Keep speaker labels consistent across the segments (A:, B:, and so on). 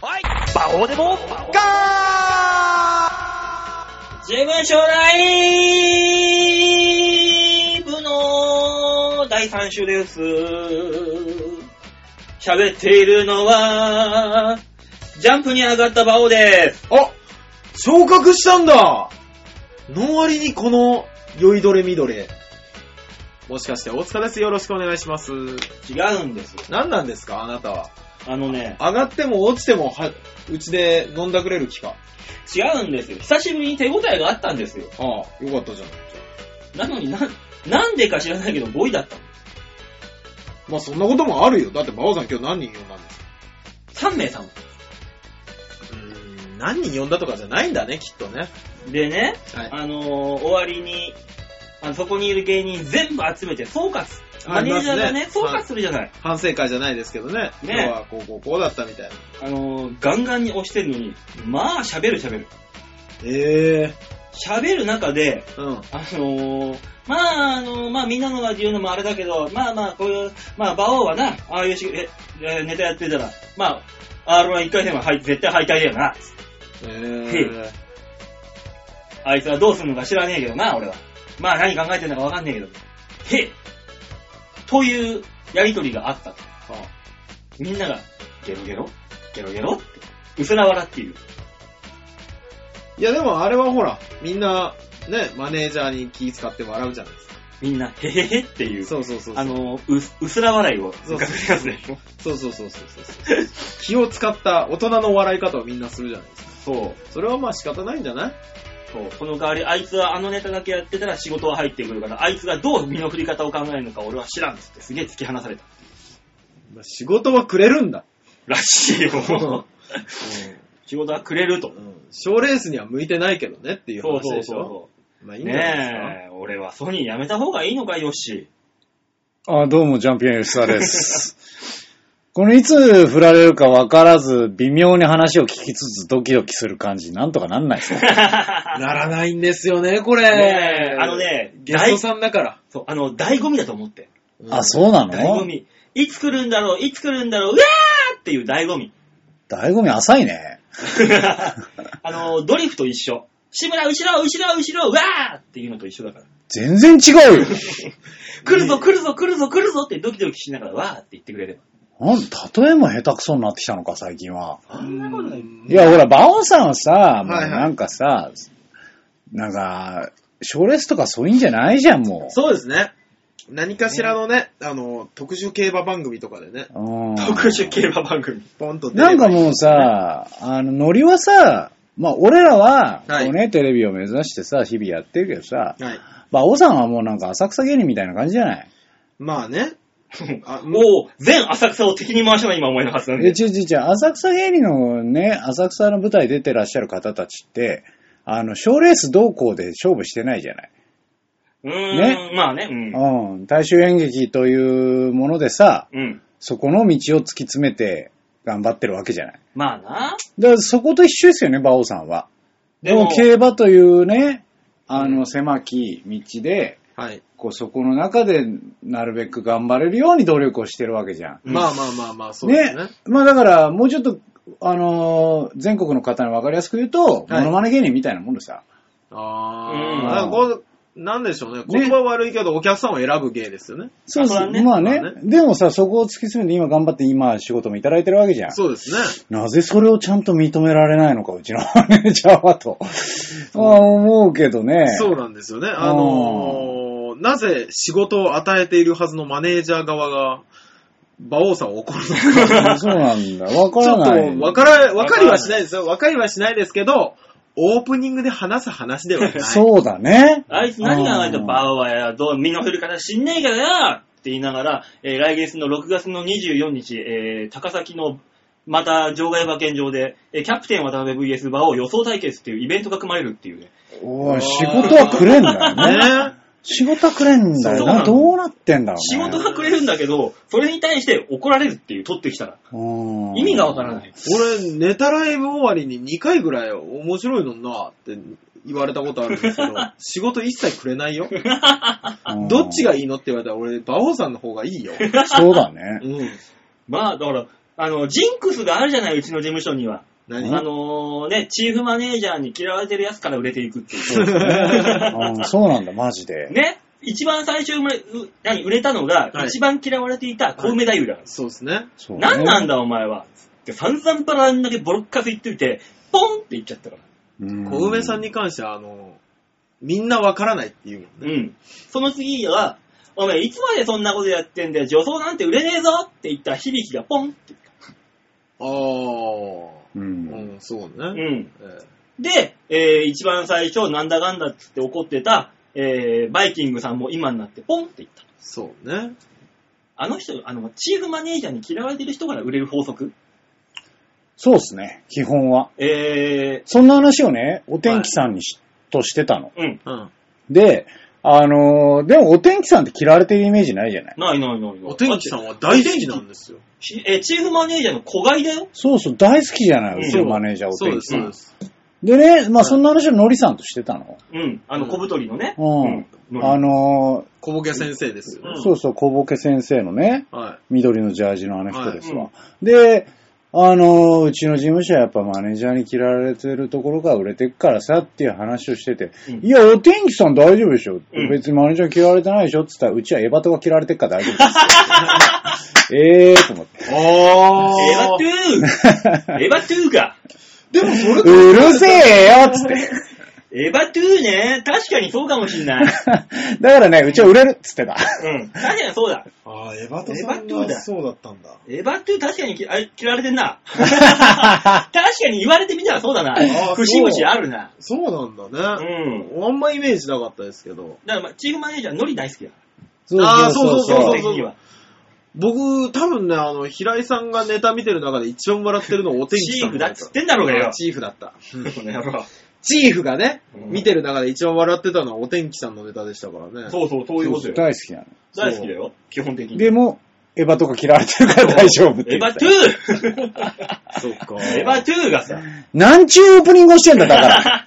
A: こうでも
B: 自分将来部の第3週です。喋っているのは、ジャンプに上がったバオです。
C: あ昇格したんだの割にこの、酔いどれみどれ。もしかして、大塚です。よろしくお願いします。
B: 違うんです。
C: 何なんですかあなたは。
B: あのね、
C: 上がっても落ちても、は、うちで飲んだくれる気か。
B: 違うんですよ。久しぶりに手応えがあったんですよ。
C: ああ、よかったじゃん。
B: なのにな、なんでか知らないけど5位だった
C: まあ、そんなこともあるよ。だって、馬王さん今日何人呼んだんですか
B: の。3名さん。
C: うーん、何人呼んだとかじゃないんだね、きっとね。
B: でね、
C: はい。
B: あのー終わりに、あのそこにいる芸人全部集めて総括。マ
C: あり
B: ネー
C: ま
B: ジ
C: す
B: ャ
C: ね
B: ーがね、総括するじゃない。
C: 反省会じゃないですけどね。今日はこうこうこうだったみたいな。
B: あのーガンガンに押してるのに、まあ喋る喋る。
C: ええ
B: 喋る中で、
C: うん。
B: あのーまあ、あのーまあみんなのが言うのもあれだけど、まあまあこういう、まあ馬王はな、ああいうし、え、えネタやってたら、まあ、R11 回戦ははい絶対敗退だよな。
C: え
B: へあいつはどうするのか知らねえけどな、俺は。まあ何考えてんのかわかんねえけど。へっというやりとりがあったと。
C: あ
B: みんなが、ゲロゲロゲロゲロって、薄ら笑っている。
C: いやでもあれはほら、みんな、ね、マネージャーに気使って笑うじゃないですか。
B: みんな、へへへっていう、
C: そうそうそうそ
B: あ
C: う。
B: の、うす、薄ら笑いを
C: そうそう
B: 浮かべるやつでしょ。
C: そうそうそうそうそうそう。気を使った大人の笑い方をみんなするじゃないですか。
B: そう。
C: それはまあ仕方ないんじゃない
B: そう。この代わり、あいつはあのネタだけやってたら仕事は入ってくるから、あいつがどう身の振り方を考えるのか俺は知らんっつって、すげえ突き放された。
C: まあ仕事はくれるんだ。
B: らしい よ。
C: う
B: 仕事はくれると。
C: ん。賞、レースには向いてないけどねっていう
B: そう
C: 話
B: そう
C: でしょ。
B: そう。
C: まあいいんじゃないですか。
B: ねえ、俺はソニーやめた方がいいのか、ヨッシ
A: あ、どうも、ジャンピオン吉田です。 このいつ振られるか分からず、微妙に話を聞きつつドキドキする感じ、なんとかなんないです か
C: ならないんですよね、これ。
B: ねえあのね
C: ゲストさんだから。
B: ー。そう、あの、醍醐味だと思って。
A: あ、そうなの
B: 醍醐
A: 醍
B: 味。いつ来るんだろう、いつ来るんだろう、うわーっていう醍醐味。
A: 醐味浅いね。
B: あの、ドリフと一緒。志村、後ろ、後ろ、後ろ、うわーっていうのと一緒だから。
A: 全然違 うよ。
B: 来るぞ、来るぞ、来るぞ、来るぞってドキドキしながら、わーって言ってくれれば。
A: なん例えも下手くそになってきたのか、最近は。
B: そんなことない。
A: いや、ほら、バオさんはさ、もう
C: はいはい
A: なんかさ、なんか、賞レースとかそういうんじゃないじゃん、も
C: そうですね。何かしらのね、あの、特殊競馬番組とかでね、
A: う。うん。
B: 特殊競馬番組。
C: ポンと出れば
A: なんかもうさ、あの、ノリはさ、まあ、俺らは、こ
C: はいう
A: ね、テレビを目指してさ、日々やってるけどさ、
C: はい。
A: まあ、王さんはもうなんか浅草芸人みたいな感じじゃない
C: まあね。あも
B: もう、全浅草を敵に回したの今思いのはずなん
A: え、
B: で。
A: ちうちうちう、浅草芸人のね、浅草の舞台出てらっしゃる方たちって、あの、賞レース同行で勝負してないじゃない。
B: うー
A: ね
B: ん、まあね、うん。
A: うん。大衆演劇というものでさ、
B: うん。
A: そこの道を突き詰めて頑張ってるわけじゃない。
B: まあな。
A: だからそこと一緒ですよね、馬王さんは。でも、
B: でも
A: 競馬というね、あ
B: う
A: の、
B: ん
A: 狭き道で、
C: うはい。
A: こう、そこの中で、なるべく頑張れるように努力をしてるわけじゃん。
B: うん
C: まあまあまあまあ、そうですね。
A: まあだから、もうちょっと、あのー全国の方に分かりやすく言うと、
C: はい
A: モノマネ芸人みたいなもんでさ。
B: うん
C: ああ、こうなんでしょうね。言葉悪いけど、お客さんを選ぶ芸ですよね。
A: そう
B: ま
A: そ
B: あ
A: う、
B: ね
A: まあね
C: まあね。
A: でもさ、そこを突き詰めて今頑張って今仕事もいただいてるわけじゃん。
C: そうですね。
A: なぜそれをちゃんと認められないのか、うちの マネージャーはと。ああ思うけどね。
C: そうなんですよね。あのーなぜ仕事を与えているはずのマネージャー側が、馬王さんを怒るのか。
A: そうなんだ。わか
C: ち
A: ら
C: ょ
A: ない。
C: っと、わから、わかりはしないですよ。わかりはしないですけど、オープニングで話す話ではない。
A: そうだね。
B: あいつ何考えて
A: うん
B: バウアーや、どう、身の振り方知んねえからよって言いながら、えー来月の6月の24日、えー高崎の、また、場外馬券場で、えーキャプテン渡辺 VS 馬を予想対決っていうイベントが組まれるっていうね。
A: おい仕事はくれんだよね。
C: ね。
A: 仕事はくれんだ
B: そう
A: よ
B: な
A: な。
B: の
A: どうなってんだろ
B: 仕
A: うね。
B: 事がくれるんだけど、それに対して怒られるっていう、取ってきたら。
A: うん
B: 意味がわからない。
C: 俺、ネタライブ終わりに2回ぐらい面白いのになって言われたことあるんです けど、仕事一切くれないよ。
A: うん
C: どっちがいいのって言われたら俺、馬王さんの方がい いよ。
A: そうだね。
C: うん。
B: まあ、だから、あの、ジンクスがあるじゃない、うちの事務所には。
C: 何
B: あのーね、チーフマネージャーに嫌われてるやつから売れていくっていう。
A: うんそうなんだ、マジで。
B: ね、一番最初生まれ、う何、売れたのが、
C: はい
B: 一番嫌われていた小梅太夫だから。
C: そうですね。
A: そうね
B: 何なんだお前は。つって散々バラんだけボロッカス言っといて、ポンって言っちゃったから。
A: うん
C: 小梅さんに関しては、あの、みんなわからないって言うもんね。
B: うん。その次は、お前いつまでそんなことやってんだよ、女装なんて売れねえぞって言った響きがポンって。
C: ああ、
A: う。
C: うんん、そう
B: う
C: ね。
B: ん。
C: ええ
B: で、えー一番最初、なんだかんだっつって怒ってた、えーバイキングさんも今になってポンって言った。
C: そうね。
B: あの人、あの、チーフマネージャーに嫌われてる人から売れる法則。
A: そうですね、基本は。
B: え
A: そんな話をね、お天気さんにし、としてたの。
B: ー、うん。
C: うん。
A: で、あのーでもお天気さんって嫌われてるイメージないじゃない
B: ないないないない。
C: お天気さんは大好きなんですよ。
B: ひえーチーフマネージャーの子飼いだよ。
A: そうそう、大好きじゃない、
B: う
A: うんちのマネージャー、お
C: そう
A: 天
C: で
A: 気
C: す、
A: さ
C: そ
A: ん
C: うです。
A: でね、まあそんな話をのりさんとしてたの。
B: うん。あの、
C: うん
B: 小太りのね。
A: うん。
B: うん
A: あの
C: 小ボケ先生ですよ
A: ー
C: ね。
B: うん
A: そうそう、小ボケ先生のね、
C: は
A: 緑のジャージのあの人です
B: は
A: わ。で、あのーうちの事務所はやっぱマネージャーに嫌われてるところが売れてくからさっていう話をしてて、
B: うん
A: いや、お天気さん大丈夫でしょ、
B: うん
A: 別にマネージャー嫌われてないでしょって言ったら、うちはエバトが嫌われてるから大丈夫 です。ええーと思って。
C: い。
B: エヴ
C: あ
B: ァトゥーエヴァトゥーか。
C: でもそれ
A: うるせえよっつって。
B: エヴァトゥーね。確かにそうかもしんない。
A: だからね、うちは売れるっつって
B: う
A: た。
B: ん。確かにそうだ。
C: ああ、エバ
B: トさんがエバトだ
C: そうだったんだ。
B: エヴァトゥー確かにきあれ嫌われてん な。確かに言われてみたらそうだな
C: あ。ー
B: 節々あるな。
C: そうなん
B: う
C: だね。
B: ん。
C: あんまイメージなかったですけど。
B: だからまあ、チーフマネージャーノリ大好きだ。
C: あーそうそうそう
B: 基本的には
C: 僕、多分ね、あの、平井さんがネタ見てる中で一番笑ってるのお天気
B: チ
C: さ
B: ー
C: ん
B: フだっつってんだろうがよ。
C: チーフだった。
B: この野郎
C: チーフがね、
B: うん
C: 見てる中で一番笑ってたのはお天気さんのネタでしたからね。
B: そうそう、そういうことよ。
A: 大好きなの。
B: 大好きだよ。基本的に。
A: でも、エヴァとか嫌われてるから大丈夫って
B: エ
A: 言
B: ヴ
A: っ
B: ァ
A: て
B: ト
A: た。
B: ゥー
C: そっか。
B: エヴァトゥーがさ、
A: なんちゅうオープニングをしてんだ、だから。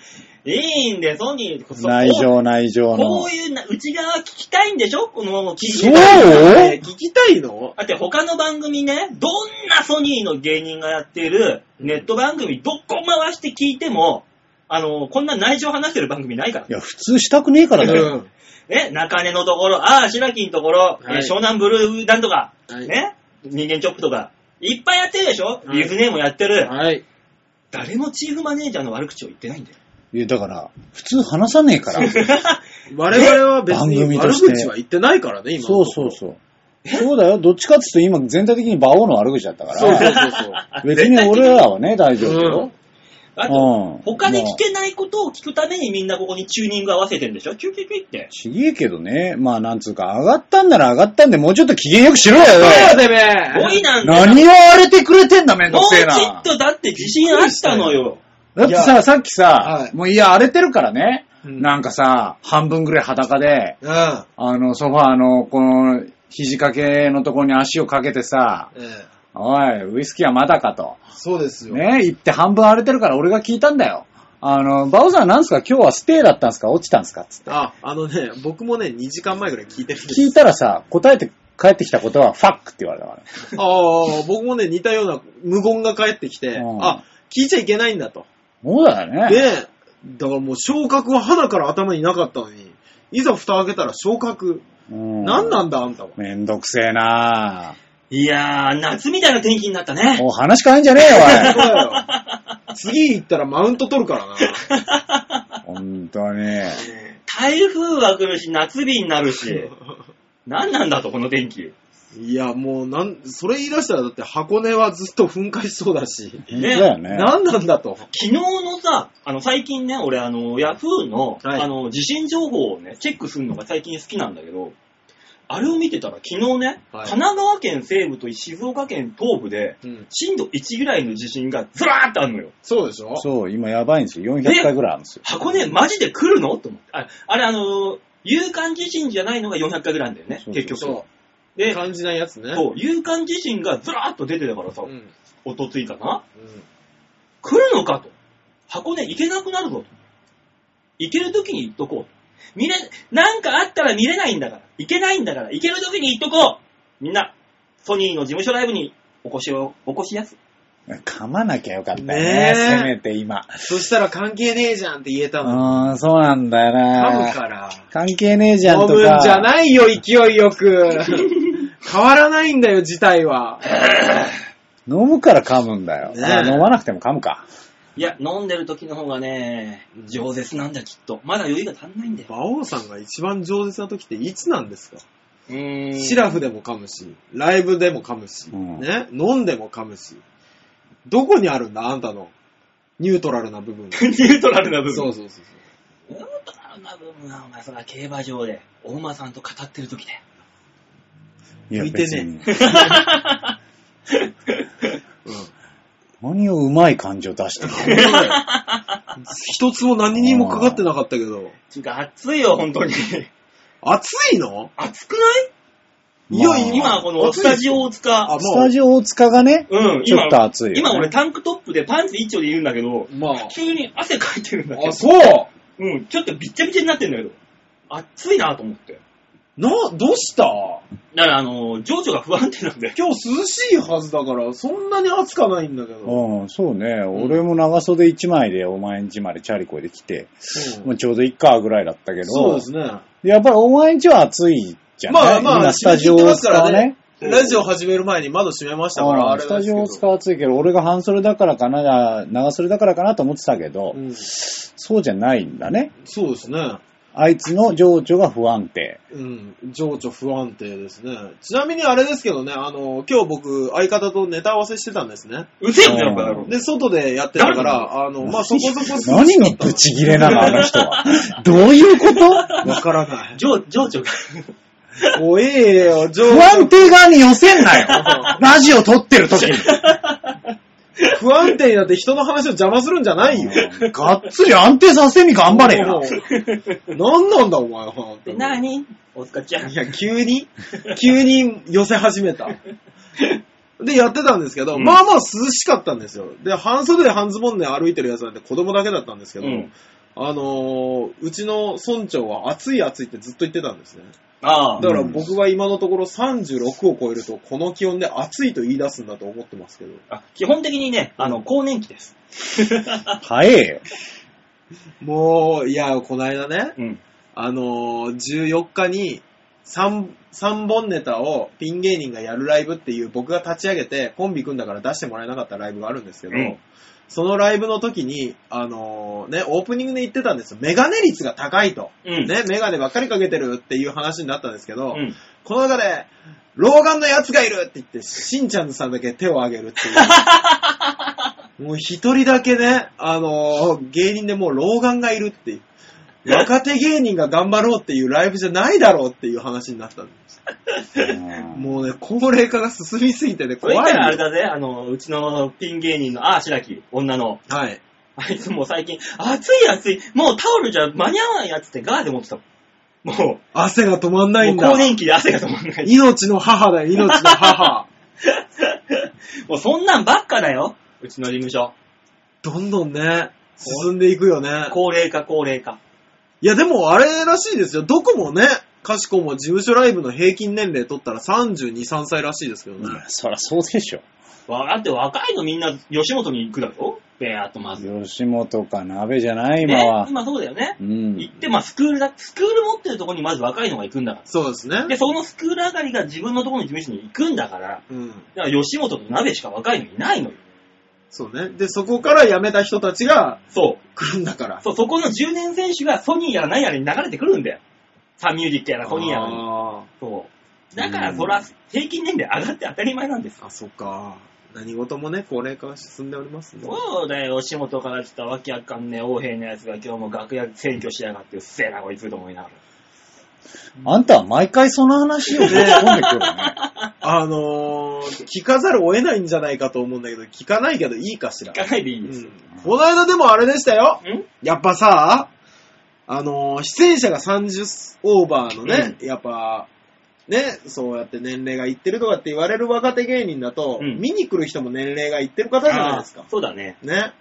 B: いいんで、ソニー、そ
A: 内情、内情
B: こ
A: の
B: う。いうな内側聞きたいんでしょこの聞き
A: そう
C: えー聞きたいの
B: だって他の番組ね、どんなソニーの芸人がやっているネット番組、どこ回して聞いても、あの、こんな内情話してる番組ないから
A: い。や、普通したくねえからだよ。
C: ん。
B: ね、中根のところ、ああ、白木のところ、
C: はい
B: えー湘南ブルーなんとか、
C: はい
B: ね、人間チョップとか、いっぱいやってるでしょ、
C: はい
B: リズネーもやってる。
C: はい。
B: 誰もチーフマネージャーの悪口を言ってないんだよ。
A: いや、だから、普通話さねえから。
C: 我々は別
A: 番
C: に
A: 組
C: 悪
A: として
C: 口は言ってないからね、今。
A: そうそうそう。そうだよ。どっちかっていうと今全体的に馬王の悪口だったか
C: そうそう
A: ら。
C: そうそう。
A: 別に俺らはね、大丈夫よ。
B: あ
A: う
B: と
A: ん、
B: 他で聞けないことを聞くためにみんなここにチューニング合わせてんでしょキュキュキュって。
A: ちげえけどね。まあ、なんつうか、上がったんなら上がったんで、もうちょっと機嫌よくしろよ。
C: そうてめ
B: 5位なんだよ
A: 何を荒れてくれてんだ、めんど
B: も
A: くせえ
B: うちょ
A: な
B: っ。とだって自信あったのよ。
A: だって
C: いや
A: さ、さっき
C: は
A: さ
C: い、
A: もういや、荒れてるからね。
C: うん
A: なんかさ、半分ぐらい裸で、
C: うん。
A: あの、ソファーの、この、肘掛けのところに足をかけてさ、
C: ええ
A: おい、ウイスキーはまだかと。
C: そうですよ。
A: ね、言って半分荒れてるから俺が聞いたんだよ。あの、バオさんなんすか今日はステイだったんすか落ちたんすかつって。
C: あ、あのね、僕もね、2時間前ぐらい聞いてるんです
A: 聞いたらさ、答えて帰ってきたことは、ファックって言われたから。
C: ああ、僕もね、似たような無言が返ってきて、
A: うん
C: あ、聞いちゃいけないんだと。
A: そうだよね。
C: で、だからもう昇格は鼻から頭になかったのに、いざ蓋開けたら昇格。
A: うん
C: 何なんだ、あん たは。
A: めんどくせえない
B: やー、夏みたいな天気になったね。
A: お話変えんじゃねえよ、
C: 次行ったらマウント取るからな。
A: お い。ほんとに。
B: 台風は来るし、夏日になるし。何なんだと、この天気。
C: いや、もう、なん、それ言い出したら、だって箱根はずっと噴火しそうだし、
A: ほんとだよね。
C: 何なんだと。
B: 昨日のさ、あの、最近ね、俺、あの、ヤフーの、
C: はい
B: あの、地震情報をね、チェックするのが最近好きなんだけど、あれを見てたら、昨日ね、
C: は
B: 神
C: い
B: 奈川県西部と静岡県東部で、
C: うん、
B: 震度1ぐらいの地震がずらーっとあるのよ。
C: そうでしょ
A: そう、今やばいんですよ。400回ぐらいあるんですよ。
B: 箱根、マジで来るのと思って。ああれ、あの、有感地震じゃないのが400回ぐらいなんだよね、
A: そうそう
B: 結局。
C: そ
B: で
C: う。、感じないやつね。
B: そう、有感地震がずらーっと出てたからさ、
C: うん。うん。
B: おとついかな来るのかと。箱根行けなくなるぞと。行ける時に行っとこうと。見れ、なんかあったら見れないんだから。行けないんだから。行ける時に行っとこうみんな、ソニーの事務所ライブにお越しを、お越しやす。
A: 噛まなきゃよかったね。
C: ねえ
A: せめて今。
C: そしたら関係ねえじゃんって言えたのに。
A: うーん、そうなんだよ
C: 噛む
A: な。
C: から。
A: 関係ねえじゃん
C: 飲
A: と
C: むん
A: か。
C: じゃないよ、勢いよく。 変わらないんだよ、事態は。
A: 飲むから噛むんだよ。
C: ねえ
A: まあ飲まなくても噛むか。
B: いや、飲んでる時の方がね、饒舌なんだ、きっと。まだ余裕が足んないんだよ。
C: 馬王さんが一番饒舌な時っていつなんですか、
B: うーん
C: シラフでも噛むし、ライブでも噛むし、
A: うん
C: ね、飲んでも噛むし。どこにあるんだ、あんたの。 ニュートラルな部分。
B: ニュートラルな部分。
C: そうそうそうそう。
B: ニュートラルな部分は、お前、それは競馬場で、大馬さんと語ってる時だよ。
A: いや、
C: 向いて
A: 別
C: ね
A: に。
C: うん
A: 何をうまい感じを出してる
C: 一つも何にもかかってなかったけど、
B: つうか、暑いよ、本当に。
C: 暑いの
B: 暑くない
C: いや、
B: 今、このスタジオ大
C: あ、も
B: 塚。
C: う
A: スタジオ大塚がね、
B: うん、
A: ちょっと暑いよね
B: 今俺タンクトップでパンツ一丁で言うんだけど、
C: まあ、
B: 急に汗かいてるんだけど
C: あ、、そう
B: うん、ちょっとびっちゃびちゃになってんだけど、暑いなと思って。
C: な、どうした
B: だから、あの、情緒が不安定なんだよ。
C: 今日涼しいはずだから、そんなに暑かないんだけど。
A: うん、そうね。俺も長袖1枚でお前ん家までチャリコで来て、
C: う
A: も
C: ん
A: うちょうどいっかぐらいだったけど、
C: そうですね。
A: やっぱりお前ん家は暑いじゃない、
C: まあまあ
A: 今スタジオ大塚はね。
C: ラジオ始める前に窓閉めましたか
A: うん
C: ら、あれ
A: ス
C: なん
A: タ
C: です
A: ジ
C: け
A: オ
C: ど
A: 大塚は暑いけど、俺が半袖だからかな、長袖だからかなと思ってたけど、
C: うん
A: そうじゃないんだね。
C: そうですね。
A: あいつの情緒が不安定。
C: うん。情緒不安定ですね。ちなみにあれですけどね、あの、今日僕、相方とネタ合わせしてたんですね。
B: うぜえよ、やっぱだろ。
C: で、外でやってたから、あの、まあ、そこそこ涼しかった
A: 何のブチギレなの、あの 人は。どういうこと
C: わからない。
B: 情情緒が。
C: おええよ、情
A: 不
C: 緒
A: 安定側に寄せんな よラジオ撮ってる時に。
C: 不安定になって人の話を邪魔するんじゃないよ。
A: がっつり安定させに頑張れよ。
C: 何なんだお前は。
B: で、なに大塚ちゃん。
C: いや、急に、急に寄せ始めた。で、やってたんですけど、
B: うん
C: まあまあ涼しかったんですよ。で、半袖で半ズボンで歩いてるやつなんて子供だけだったんですけど、
B: うん
C: あのーうちの村長は暑い暑いってずっと言ってたんですね。
B: ああ
C: だか。ら僕は今のところ36を超えると、この気温で暑いと言い出すんだと思ってますけど。
B: あ基本的にね、あの、更年期です。
A: 早えよ。
C: もう、いや、この間ね、
B: うん。
C: あのー、14日に3、三本ネタをピン芸人がやるライブっていう僕が立ち上げてコンビ組んだから出してもらえなかったライブがあるんですけど、
B: うん
C: そのライブの時に、あのーね、オープニングで言ってたんですよ。メガネ率が高いと。
B: うん。
C: ね、メガネばっかりかけてるっていう話になったんですけ
B: う
C: ど、
B: ん。
C: この中で、老眼のやつがいるって言って、しんちゃんさんだけ手を挙げるってい う。もう一人だけね、あのー芸人でもう老眼がいるっていう。若手芸人が頑張ろうっていうライブじゃないだろうっていう話になったんです。もうね、高齢化が進みすぎてね、
B: それ
C: 怖
B: からあ
C: い
B: れ
C: んだよ。
B: だぜ、あの、うちのピン芸人の、ああ、白木、女の。
C: はい。
B: あいつもう最近、暑い暑い、もうタオルじゃ間に合わないやつってガーで持ってたもん。も
C: 汗が止まん
B: う、
C: ないん
B: もう更
C: だ。
B: 年期で汗が止まんない。
C: 命の母だよ、命の母。
B: もうそんなんばっかだよ。 うちの事務所。
C: どんどんね、進んでいくよね。
B: 高齢化、高齢化。
C: いや、でもあれらしいですよ。どこもね、かしこも事務所ライブの平均年齢取ったら32、3歳らしいですけど
A: うん
C: ね。
A: そりゃそうでしょ。
B: わだって若いのみんな吉本に行くだろベアーっとまず。ね、
A: 吉本か鍋じゃない、今は。
B: 今そうだよね。
A: うん。
B: 行って、まあスクールだ、スクール持ってるとこにまず若いのが行くんだか
C: そうです
B: ら。
C: ね
B: で、。そのスクール上がりが自分のところの事務所に行くんだから、
C: うん。
B: だから吉本と鍋しか若いのいないのよ。
C: そうね。で、そこから辞めた人たちが
B: そ
C: 来るんだから
B: う。。そう、そこの10年選手がソニーやら何やらに流れてくるんだよ。サンミュージックやらソニーやらに。
C: あ
B: そう。だから、そら、平均年齢上がって当たり前なんですよ
C: ーあ、そっか。何事もね、高齢化が進んでおりますね。
B: そうだよ、吉本から来たわけあかんねえ、王兵のやつが今日も楽屋占拠しやがって、うっせえな、こいつと思いながら。
A: あんたは毎回その話を持ち込んでくるね。
C: あのー、聞かざるを得ないんじゃないかと思うんだけど、聞かないけどいいかしら。
B: 聞かないでいいうですよ。
C: ん。この間でもあれでしたよ。
B: ん
C: やっぱさ、あのー出演者が30オーバーのね、やっぱ、ね、そうやって年齢がいってるとかって言われる若手芸人だと、
B: うん
C: 見に来る人も年齢がいってる方じゃないですか
B: あー。そうだね。
C: ね。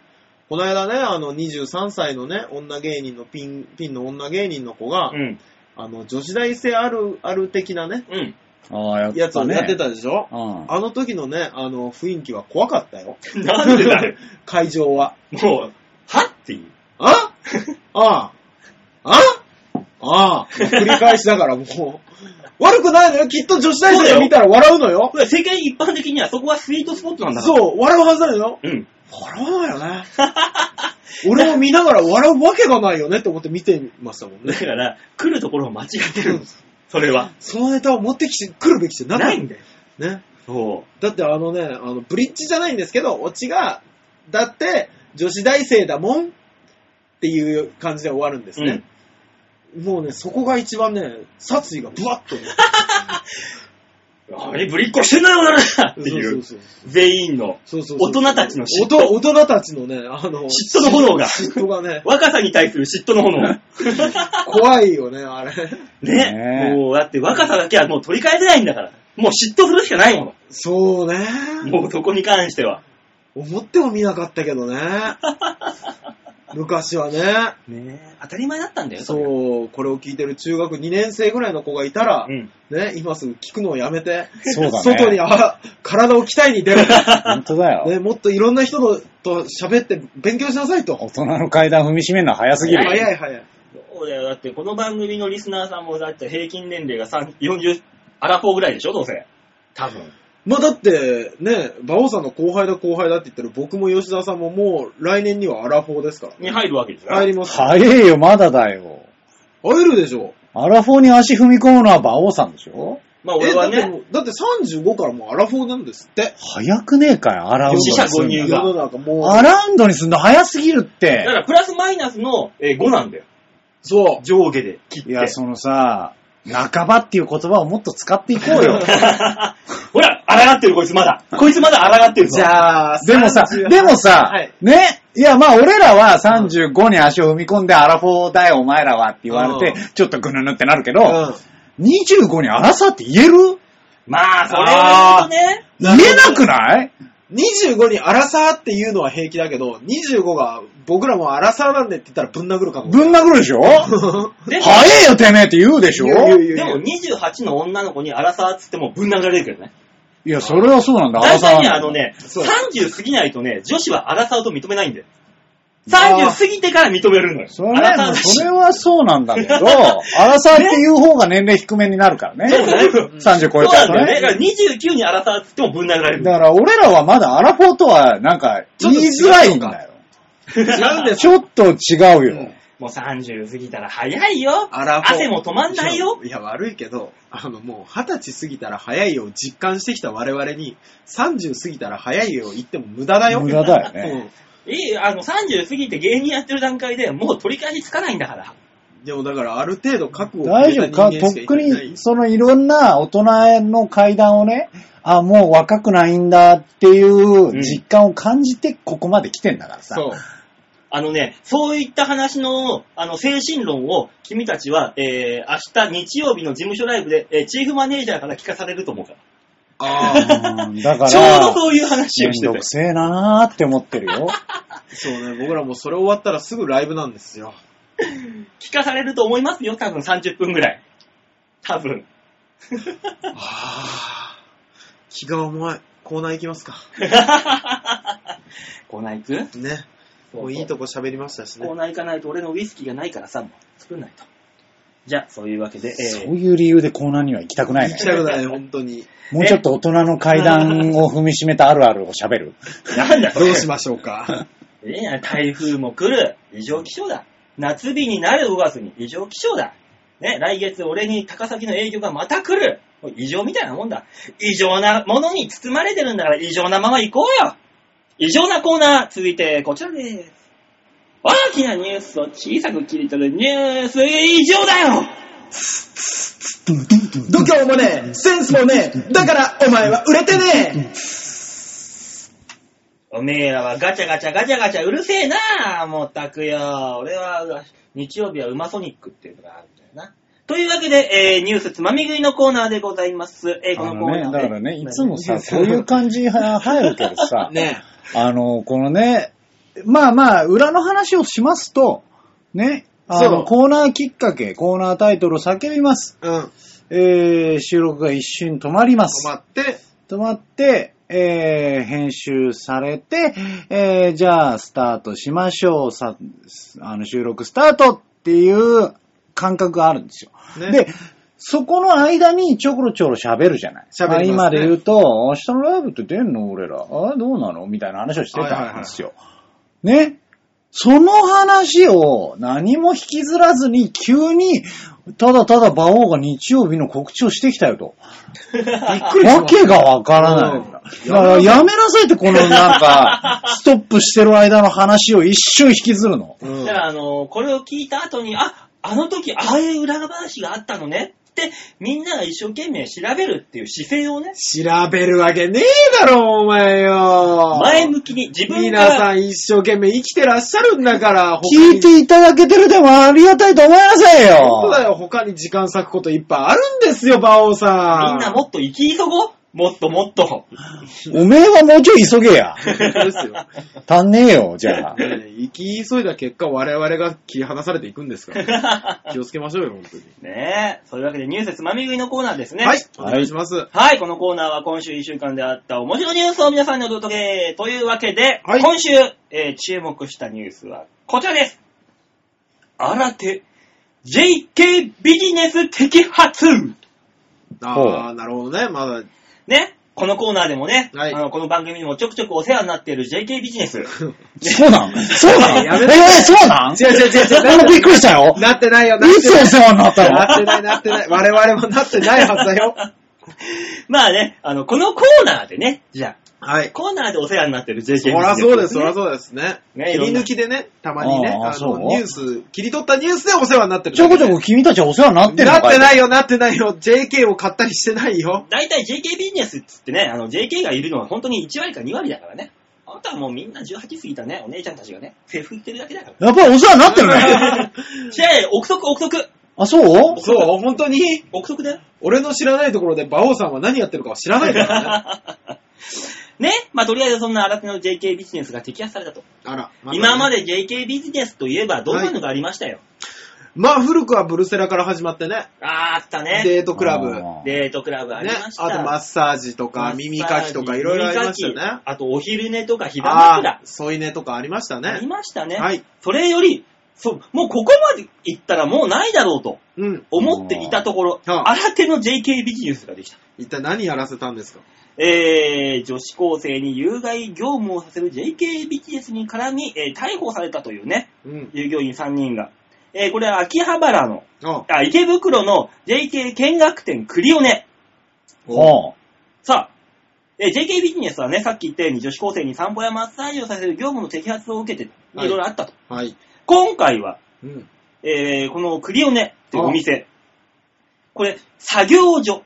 C: この間ね、あの、23歳のね、女芸人のピン、ピンの女芸人の子が、
B: うん。
C: あの、女子大生ある、ある的なね、
B: うん。
A: ああ、やっ
C: やつ
A: ぱ
C: を
A: ね。
C: やってたでしょ、
A: うん。
C: あの時のね、あの、雰囲気は怖かったよ。
B: なんでだよ。
C: 会場は。
B: もう、はっていう。
C: ああああああ繰り返しだからもう。悪くないのよ。きっと女子大生が見たら笑うのよ
B: こ。れ世界一般的にはそこはスイートスポットなんだから。
C: そう、笑うはずだよ。
B: う。うん。
C: 笑わないよね。俺も見ながら笑うわけがないよねって思って見てましたもん
B: だ
C: ね。
B: から、来るところを間違ってるんです。それは。
C: そのネタを持ってきてくるべきじゃなか
B: な
C: っ
B: いんだよ。
C: た。ね。
B: そ
C: だってあのね、あの、ブリッジじゃないんですけど、オチが、だって、女子大生だもんっていう感じで終わるんです
B: う。
C: ね。もうね、そこが一番ね、殺意がブワッとね。
B: うん。あれ、ぶりっこしてんだよ、俺らって
C: そう
B: い
C: そう
B: う。
C: そう。
B: 全員の。
C: そうそうそう
B: 大人たちの
C: お
B: 嫉
C: と
B: 妬。
C: 大人たちのね、あの、
B: 嫉妬の炎が
C: 嫉妬がね、
B: 若さに対する嫉妬の 炎。
C: 怖いよね、あれ。
A: ね
B: ね。
A: え
B: もう、だって若さだけはもう取り返せないんだから。もう嫉妬するしかないも
C: そうね。
B: の。もうそこに関しては。
C: 思っても見なかったけどね。昔はね。
B: ねえ。当たり前だったんだよ、れが
C: そう、これを聞いてる中学2年生ぐらいの子がいたら、
B: うん。
C: ね、今すぐ聞くのをやめて、
A: そうだね。
C: 外にあ体を鍛えに出 る、
A: 本当だよ。
C: ね。もっといろんな人のと喋って勉強しなさい
A: 大
C: と。
A: 人の階段踏みしめるのは早すぎる。
C: 早い早い。
B: そうだよ。だって、この番組のリスナーさんも、だって平均年齢が3 40、アラフォーぐらいでしょ、どうせ。多分。
C: まあだって、ね、馬王さんの後輩だ後輩だって言ってる僕も吉田さんももう来年にはアラフォーですから。
B: に入るわけですよ。
C: 入ります。
A: 早いよ、まだだよ。
C: 入るでしょ。
A: アラフォーに足踏み込むのは馬王さんでしょ
B: まあ、俺は
C: えだって
B: ね、
C: もうだって35からもうアラフォーなんですって。
A: 早くねえかよ、アラウンドにすんの
B: 四捨五入
C: 世の中も
A: ア
C: う。
A: ラウンドにすんの早すぎるっ
B: だ
A: て
B: か。らプラスマイナスのえー5なんだよ。
C: そう。
B: 上下で切っ
A: い
B: て。
A: や、そのさ、半ばっていう言葉をもっと使っていこ うよ。
B: ほら、抗ってるこいつまだ。こいつまだ抗ってるぞ。
C: じゃあ、
A: でもさ、
C: 38
A: でもさ、
C: はい
A: ね、いや、まあ、俺らは35に足を踏み込んで、アラフォーだよ、お前らはって言われて
C: う、
A: ちょっとぐぬぬってなるけ
C: う
A: ど、
C: ん。
A: 25にアラサーって言える
B: まあ、それは言うとね。
A: 言えなくない
C: 25に荒さっていうのは平気だけど、25が僕らも荒さなんでって言ったらぶん殴るかも。
A: ぶん殴るでしょ早
B: でも、
A: えよ、てめえって言うでしょ
C: いやいやいや
B: でも28の女の子に抗さっつってもぶん殴られるけどね。
A: いや、それはそうなんだ、アラ
B: 大
A: サー
B: 体
A: なん
B: ね、
A: だ
B: あのね、
C: そう
B: 30過ぎないとね、女子は争うと認めないんだよ。30過ぎてから認めるのよ。
A: それ
B: アラサーだし
A: それはそうなんだけ ど、アラサーっていう方が年齢低めになるから
B: そう
A: ね。
B: だね。
A: 30
B: そ
A: 超
B: う
A: えち
B: な
A: ゃうんと
B: だよね。だ
A: ね。
B: から29に争うっつってもぶん殴られ
A: だ
B: る。
A: から俺らはまだアラフォーとはなんか言いづらいんだよ。
C: 違うんです
A: ちょっと違うよ。
C: うん
B: もう30過ぎたら早いよ。
C: アラフォー
B: 汗も止まんないよ。
C: いや、いや悪いけど、あの、もう20歳過ぎたら早いよを実感してきた我々に、30過ぎたら早いよを言っても無駄だよ。
A: 無駄だよね
B: いいあの、30過ぎて芸人やってる段階でもう取り返しつかないんだから。
C: うん。でもだから、ある程度覚悟を
A: 大丈夫か
C: 決
A: とっ
C: めた人間し
A: く
C: かいない
A: に、そのいろんな大人への階段をね、あ、もう若くないんだっていう実感を感じてここまで来てんだからさ。
C: そう。
B: あのね、そういった話の、あの、精神論を君たちは、えー、明日日曜日の事務所ライブで、えーチーフマネージャーから聞かされると思うから。
C: ああ、
A: うんだか ら、
B: ちょうどそういう話を
A: め
B: し
A: ん
B: て
A: ど
B: て
A: く。せえなーって思ってるよ。
C: そうね。僕らもそれ終わったらすぐライブなんですよ。
B: 聞かされると思いますよ、多分30分ぐらい。多 分。
C: ああ、気が重い。コーナー行きますか。
B: コーナー行く
C: ね。もういいとこ喋りましたしね
B: コー。ナー行かないと俺のウイスキーがないからさ、もう作んないと。じゃあ、そういうわけで、えー
A: そういう理由でコーナーには行きたくない
C: 行
A: ね
C: き。たくない、本当に。
A: もうちょっと大人の階段を踏みしめたあるあるを喋る。
B: なんだそ
C: ど
B: れ
C: うしましょうか。
B: ええやん台風も来る。異常気象だ。夏日になる5月に異常気象だ。ね、来月俺に高崎の営業がまた来る。もう異常みたいなもんだ。異常なものに包まれてるんだから異常なまま行こうよ。異常なコーナー、続いてこちらです。大きなニュースを小さく切り取るニュース異常だよ
C: 度胸もねえ、センスもねえ、だからお前は売れてね
B: おめえらはガチャガチャガチャガチャうるせえなもったくよ。俺は、日曜日はウマソニックっていうのがあるんだよな。というわけで、えー、ニュースつまみ食いのコーナーでございます。えー、こ
A: あ
B: のコ
A: の
B: ーナ
A: ね、
B: ー
A: だ
B: で
A: からね、いつもさ、こういう感じは入るけど さ
C: え。、ね
A: あの、このね、まあまあ、裏の話をしますと、ね、あ
C: そう
A: の、コーナーきっかけ、コーナータイトルを叫びます。
C: え。うん。
A: えー収録が一瞬止まります。
C: 止ま って、
A: 止まって、えー編集されて、えーじゃあスタートしましょう、さ、あの、収録スタートっていう感覚があるんですよ。
C: ね
A: で、そこの間にちょこちょろ喋るじゃない。
C: 喋りますね
A: あ今で言うと、明日のライブって出んの俺ら。あどうなのみたいな話をしてたんですよ。ね。その話を何も引きずらずに急に、ただただ馬王が日曜日の告知をしてきたよと。
C: びっくりし
A: わ
C: まし
A: けがわからない。
C: うん
A: だからやめなさいって、このな んか、ストップしてる間の話を一瞬引きずるの。
C: た。
B: だから、あの、これを聞いた後に、あ、あの時、ああいう裏話があったのねって、みんなが一生懸命調べるっていう姿勢をね、
C: 調べるわけねえだろ、お前よ。
B: 前向きに自分
C: 皆さ
B: が、
C: ん一生懸命生きてらっしゃるんだから、他
A: 聞
C: に
A: いていただけてるでもありがたいと思いなさい
C: そうだ
A: よ。
C: よ、他に時間割くこといっぱいあるんですよ、馬王さん。
B: みんなもっと生き急ごうもっともっと。
A: おめえはもうちょい急げや。
C: 本当ですよ。
A: 足んねえよ、じゃあ。
C: ね生き急いだ結果、我々が切り離されていくんですから。 気をつけましょうよ、本当に。
B: ねえ。そういうわけでニュースつまみ食いのコーナーですね。
C: はい、お願いします。
B: はい、このコーナーは今週1週間であった面白いニュースを皆さんにお届け。というわけで、
C: はい
B: 今週、えー注目したニュースはこちらです。新手、JK ビジネス摘発
C: ああ、なるほどね。まだ、
B: ね、このコーナーでもね、
C: はい
B: あのこの番組にもちょくちょくお世話になっている JK ビジネス。
A: そうなんそうなん
C: や
A: え
C: め
A: ー
C: な、
A: そうなん
C: 違う違う違う違う
A: なんかびっくりしたよ。
C: なってないよ、なっ
A: い
C: て
A: つ
C: な
A: お
C: い。
A: 世話になった
C: な
A: の
C: ってない、なってない。我々もなってないはずだよ。
B: まあね、あの、このコーナーでね、じゃ
C: はい
B: あ、。コーナーでお世話になっている JK ビジ
C: そ
B: ネス、
C: らそうです、そら
B: う
C: そうですね。
B: ね
C: 切り抜きでね、たまにね、
A: あー
C: あ
A: そう
C: の、ニュース、切り取ったニュースでお世話になってる
A: ち
C: だ
A: ょ
C: け
A: こ
C: で。
A: ちょこ君たちはお世話になってる
C: な
A: の
C: っ
A: か
C: て
A: い
C: ないよ、なってないよ。JK を買ったりしてないよ。
B: 大体 JK ビジネスっつってね、あの JK がいるのは本当に1割か2割だからね。あんたはもうみんな18過ぎたね、お姉ちゃんたちがね、制服売ってるだけだから。
A: やっぱりお世話になってるね。
B: じゃあ、憶測、憶測。
A: あ、そう
C: そう、 本当に、
B: 憶測だよ。
C: 俺の知らないところで、馬王さんは何やってるかは知らな いからね。
B: ね、まあとりあえずそんな新手の JK ビジネスが摘発されたと。
C: あら。
B: 今ま
C: で。
B: で JK ビジネスといえばどんなのがありましたよ。
C: まあ、古くはブルセラから始まってね。
B: あーあったね。
C: デートクラブ。
A: あ
C: ね。
A: ー
B: デートクラブありま
C: あ
B: した。
C: とマッサージと
B: マッサ
C: か、
B: ージ
C: 耳かきとか、いろいろありました
B: 耳
C: よ
B: か
C: ね
B: き。あとお昼寝とか火
C: あ
B: 花
C: あ
B: 枕。
C: ー、添い寝とかありました
B: あり
C: ね。
B: ましたね。
C: はい。
B: それより、そう、もうここまで行ったらもうないだろうと。
C: うん。
B: 思っていたところ、
C: うんはあ
B: 新手の JK ビジネスができた。
C: 一体何やらせたんですか
B: えー、女子高生に有害業務をさせる JK ビジネスに絡み、えー逮捕されたというね、
C: うん。
B: 従業員3人が。えー、これは秋葉原の、
C: あ
B: あ、池袋の JK 見学店クリオネ。
A: は
B: さあ、えー JK ビジネスはね、さっき言ったように女子高生に散歩やマッサージをさせる業務の摘発を受けて、い
C: はい
B: ろいろあったと。
C: あはい。
B: 今回は、
C: うん。
B: えーこのクリオネっていうお店、これ、作業所。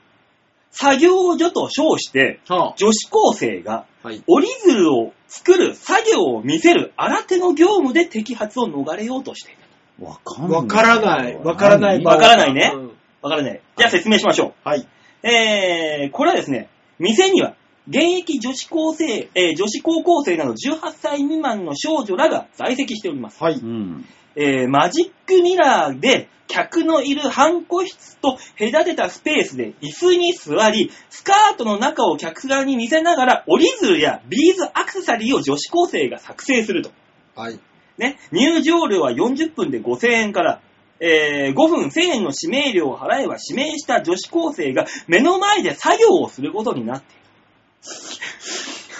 B: 作業所と称して、
C: は
B: 女子高生が
C: あ。はい。
B: 折り鶴を作る作業を見せる新手の業務で摘発を逃れようとしている。
A: あ。わかんない。
C: わからない。わからない。
A: 何
B: わからないね
C: うん
B: わからない。じゃあ説明しましょ
C: はい。
B: う。えー、これはですね、店には現役女子高生、えー女子高校生など18歳未満の少女らが在籍しております。
C: は
A: う
C: い。
A: ん。
B: えーマジックミラーで客のいる半個室と隔てたスペースで椅子に座り、スカートの中を客側に見せながら折り鶴やビーズアクセサリーを女子高生が作成すると。
C: はい。
B: ね、入場料は40分で5000円から、えー5分1000円の指名料を払えば指名した女子高生が目の前で作業をすることになっている。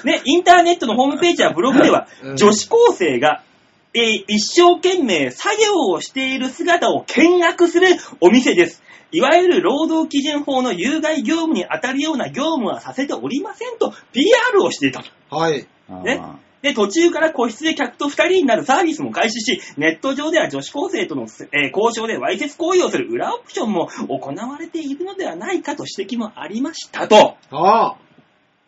B: ね、インターネットのホームページやブログでは、
C: うん
B: 女子高生が、えー一生懸命作業をしている姿を見学するお店です。いわゆる労働基準法の有害業務に当たるような業務はさせておりませんと PR をしていたと。
C: はい。
B: ね
A: あ
B: で、途中から個室で客と二人になるサービスも開始し、ネット上では女子高生との、えー交渉でわいせつ行為をする裏オプションも行われているのではないかと指摘もありましたと
C: ああ。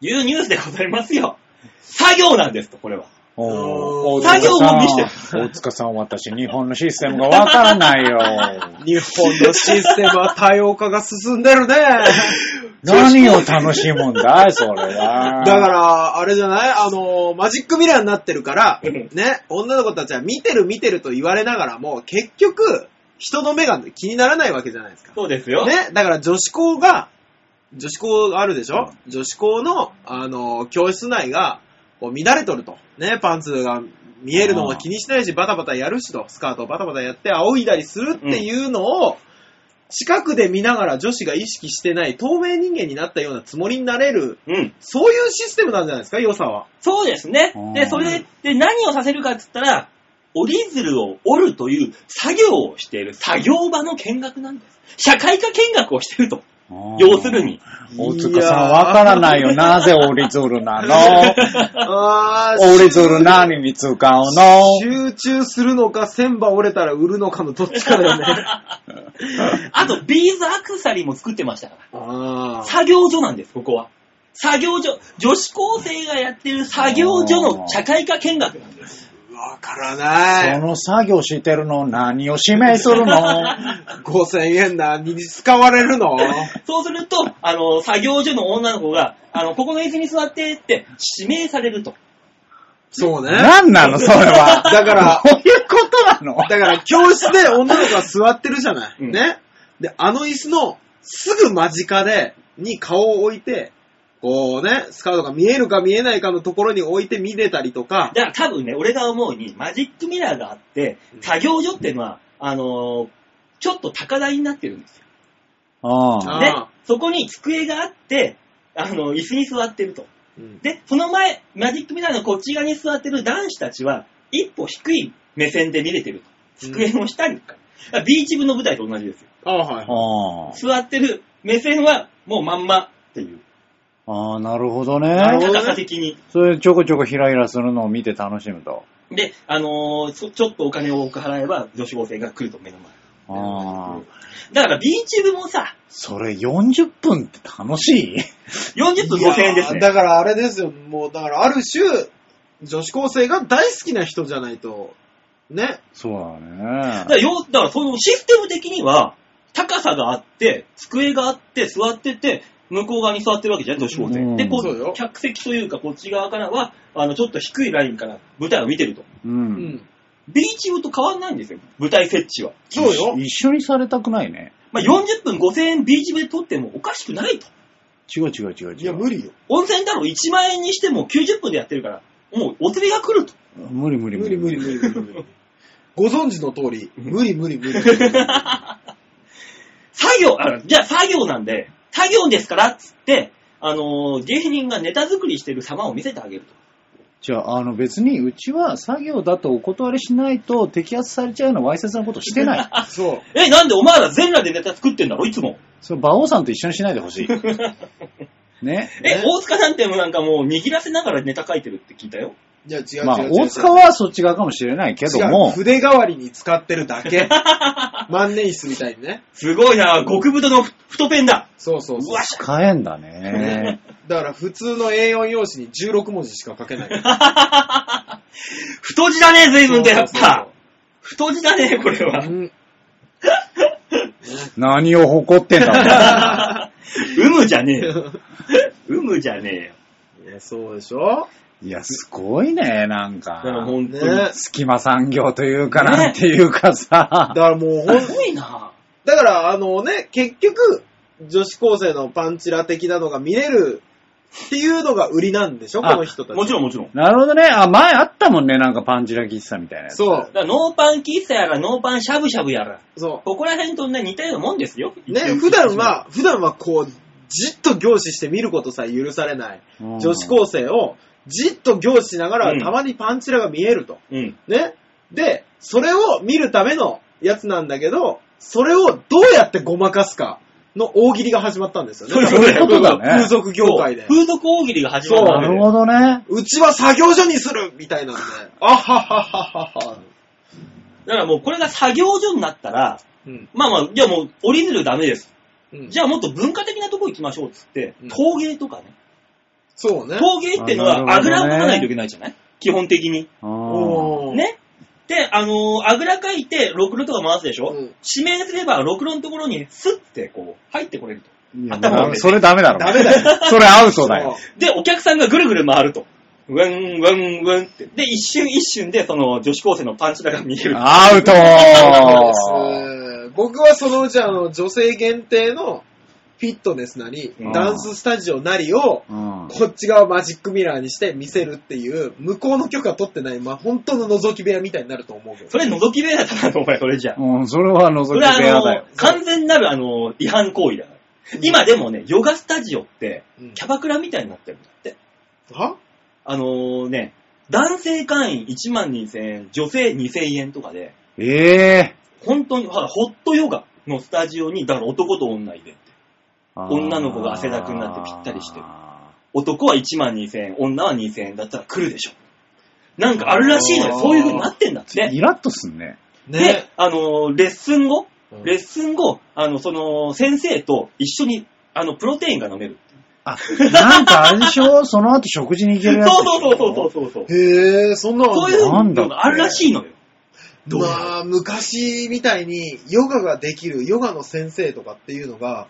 B: いうニュースでございますよ。作業なんですと、これは。
A: ーお
C: お
A: お
B: 作業も見して
A: 大塚さん、私、日本のシステムがわからない よ。
C: 日本のシステムは多様化が進んで るね。
A: 何を楽しむんだい、それは。
C: だから、あれじゃないあの、マジックミラーになってるから、
B: うん
C: ね、女の子たちは見てる見てると言われながらも、結局、一人の目が気にならないわけじゃないですか。
B: そうですよ。
C: ね、だから女子校が、女子校あるでしょ、女子校の、あの、教室内が、こう乱れとると。ね、パンツが見えるのも気にしないし、バタバタやるしと、スカートをバタバタやって、仰いだりするっていうのを、近くで見ながら女子が意識してない透明人間になったようなつもりになれる、
B: うん。
C: そういうシステムなんじゃないですか、良さは。
B: そうですね
A: あ。ー
B: で、それで、で、何をさせるかって言ったら、折り鶴を折るという作業をしている作業場の見学なんです。社会科見学をしていると。要する。に。
A: 大塚さん、わからないよ。なぜ折り鶴なの
C: あー
A: 折り鶴何に使うの
C: 集中するのか、千羽折れたら売るのかのどっちかだよね。
B: あと、ビーズアクセサリーも作ってましたから。
C: あ
B: 作業所なんです、ここは。作業所、女子高生がやってる作業所の社会科見学なんです。
C: あ。わからな
A: そ
C: い。
A: の作業してるの何を指名するの
C: 5000円何に使われるの
B: そうすると、あの、作業所の女の子が、あの、ここの椅子に座ってって指名されると。
C: そうね。
A: 何なのそれは。
C: だから
A: どういうことな の
C: だから教室で女の子が座ってるじゃない。
B: うん
C: ね。で、あの椅子のすぐ間近で、に顔を置いて、こうね、スカートが見えるか見えないかのところに置いて見れたりとか、
B: だから多分ね、俺が思うに、マジックミラーがあって、作業所っていうのは、あの、ちょっと高台になってるんですよ。
A: ああ
C: あ
B: で
C: ー、
B: そこに机があって、あの、椅子に座ってると。
C: うん
B: で、その前、マジックミラーのこっち側に座ってる男子たちは、一歩低い目線で見れてると。机の下に。ビーチ部の舞台と同じですよ。
C: ああ、はい。
A: ああ
B: 座ってる目線はもうまんまっていう。
A: ああ、なるほど
C: なるほ
A: ね。
C: どね
B: 高さ的に。
A: それちょこちょこひらひらするのを見て楽しむと。
B: で、あのーそちょっとお金を多く払えば女子高生が来ると目の前。
A: ああ、
B: だからビーチ部もさ、
A: それ40分って楽しい
B: 40分5000円です
C: いやー
B: ね。
C: だからあれですよ、もう、だからある種、女子高生が大好きな人じゃないと、ね。
A: そうだ
B: だから
A: ね。
B: よだからそのシステム的には、高さがあって、机があって、座ってて、向こう側に座ってるわけじゃん、女子高生。
A: うん
B: で、こ
C: そうよ
B: う、客席というか、こっち側からは、あの、ちょっと低いラインから舞台を見てると。
A: う。。
C: うん
B: ビーチ部と変わんないんですよ、舞台設置は。
C: そうよ。
A: 一緒にされたくないね。
B: まあ、40分5000円ビーチ部で撮ってもおかしくないと。
A: 違う違う違う違う。
C: いや、無理よ。
B: 温泉だろ、1万円にしても90分でやってるから、もうお釣りが来ると。
A: 無理無理
C: 無理無理無理無理無理。ご存知の通り、無理無理無理。
B: 作業、あじゃあ作業なんで、作業ですからっつって、あのー芸人がネタ作りしてる様を見せてあげると。
A: じゃあ、あの別にうちは作業だとお断りしないと摘発されちゃうようなわいせつなことし てない。
C: そう。
B: え、なんでお前ら全裸でネタ作ってんだろ、いつも。
A: その馬王さんと一緒にしないでほしい。 ね。
B: え、
C: ね
B: 大塚なんてもうなんかもう握らせながらネタ書いてるって聞いたよ。
C: じゃあ違う違う
A: まあ、
C: 違う違う
A: 大塚はそっち側かもしれないけど
C: 違う
A: も、
C: 筆代わりに使ってるだけ。 万年筆みたいにね。
B: すごいな、極太のふ太ペンだ。
C: そうそう
B: う
C: そう
B: わ。
A: 使えん だね。
C: だから普通の A4 用紙に16文字しか書けない。
B: 太字だね、随分とやっ
C: そうそう
B: ぱ。太字だね、これは
C: そう。うん
A: 何を誇ってんだ
B: うむじゃねえ よ。うむじゃねえよ。
C: いやそうでしょ
A: いや、すごいね、なん
B: だから
A: か。
B: 本当に。
C: ね
A: 隙間産業というかなんていうかさ
C: だ。からもうほん
B: すごいな。
C: だから、あのね、結局、女子高生のパンチラ的なのが見れるっていうのが売りなんでしょこ
A: あ
C: の人た ち。
B: もちろんもちろん。
A: なるほどね。あ、前あったもんね、なんかパンチラ喫茶みたいなやつ。
C: そ
B: だ
C: う、
B: からノーパン喫茶やら、ノーパンしゃぶしゃぶやら。
C: そ
B: ここら辺とね、似たようなもんですよ。
C: う。ね、普段、は、普段はこう、じっと凝視して見ることさえ許されない
A: うん
C: 女子高生を、じっと凝視しなが
B: うん
C: らたまにパンチラが見えると。
B: うん。
C: ね。で、それを見るためのやつなんだけど、それをどうやってごまかすかの大喜利が始まったんですよね。
A: そういうことだね
C: 風俗業界で。
B: 風俗大喜利が始まる
C: そう
A: な
B: わけ
A: る
B: で
A: ほどね。
C: うちは作業所にするみたいなんで。あははははは。
B: だからもうこれが作業所になったら、
C: うん。
B: まあまあ、じゃあもう折り鶴ダメです。
C: うん
B: じゃあもっと文化的なとこ行きましょうっつって
C: うん、
B: 陶芸とかね。
C: そうね。
B: 陶芸っての
A: あ
B: は
A: な
B: あ
A: るほ
B: ぐ
A: どね
B: らをかかないといけないじゃない基本的に。
A: あー
C: おー。
B: ね。で、あのーあぐらかいて、ろくろとか回すでしょ、
C: うん
B: 指名すれば、ろくろのところにスッてこう、入ってこれると。
A: いや
B: 頭をね
A: それダメだろ。
C: ダメだよ。
A: それアウトだよ。
B: で、お客さんがぐるぐる回ると。ウェン、ウェン、ウェンって。で、一瞬一瞬で、その、女子高生のパンチラが見える。
A: アウト
C: そう。僕はそのうちあの、女性限定のフィットネスなり
A: うん、
C: ダンススタジオなりを、
A: うん。
C: こっち側マジックミラーにして見せるっていう、向こうの許可取ってない、まあ、本当の覗き部屋みたいになると思うけど。
B: それ覗き部屋だったな、お前、それじゃ。
A: うん、それは覗き
B: そ
A: 部
B: れは
A: 屋だ
B: あ
A: よ
B: の。、完全なるあの、違反行為だから。今でもね、ヨガスタジオって、
C: うん
B: キャバクラみたいになってるんだって。
C: は
B: あのね、男性会員1万2000円、女性2000円とかで、
A: ええ
B: 本当に、ほら、ホットヨガのスタジオに、だから男と女入れて。女の子が汗だくになってぴったりしてる男は1万2000円、女は2000円だったら来るでしょ。なんかあるらしいのよ。
C: あー
B: そういう風になってんだっ
A: ね。
B: て。
A: イラッとすんね。
B: で
C: ね。、
B: あのーレッスン後、
C: うん
B: レッスン後、あの、その、先生と一緒に、あの、プロテインが飲める。
A: あ、なんかあれでしょ その後食事に行け
B: そう
A: るやつでしょ。
B: そうそうそうそうそう。
C: へえ、そんなの
B: そ
C: あ
B: うんい
C: だ
B: うのがあるらしいのよ。どうや
C: まあ、昔みたいにヨガができるヨガの先生とかっていうのが、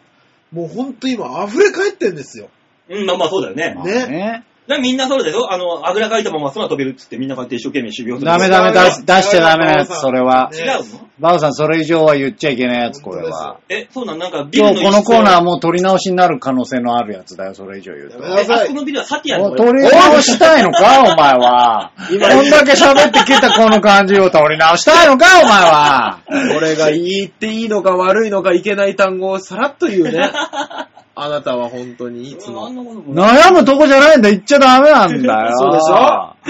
C: もうほんと今溢れ返ってんですよ。
B: うん、まあまあそうだよね。
A: ま
B: だ
A: あ
B: か
A: ね。
B: らみんなそうでしょあの、あぐらかいたまま空飛べるっつってみんなこうやって一生懸命修行する。
A: ダメダメ出し出しちゃダメなやつ、それは。
B: 違うの
A: バオさん、それ以上は言っちゃいけないやつ、これ
C: 本
A: は。
B: え、そうなんなんかビル
A: 今
B: の
A: 日このコーナー
B: も。
A: もう取り直しになる可能性のあるやつだよ、それ以上言うと。
B: え、あそこのビルはサティア
A: も
B: の
A: う取り直したいのか、お前は。こんだけ喋ってきたこの感じを取り直したいのか、お前は。
C: 俺が言っていいのか悪いのかいけない単語をさらっと言うね。あなたは本当にいつ
B: うんあん
C: も。
B: なことも
A: 悩むとこじゃないんだ、言っちゃダメなんだよ。
C: そうで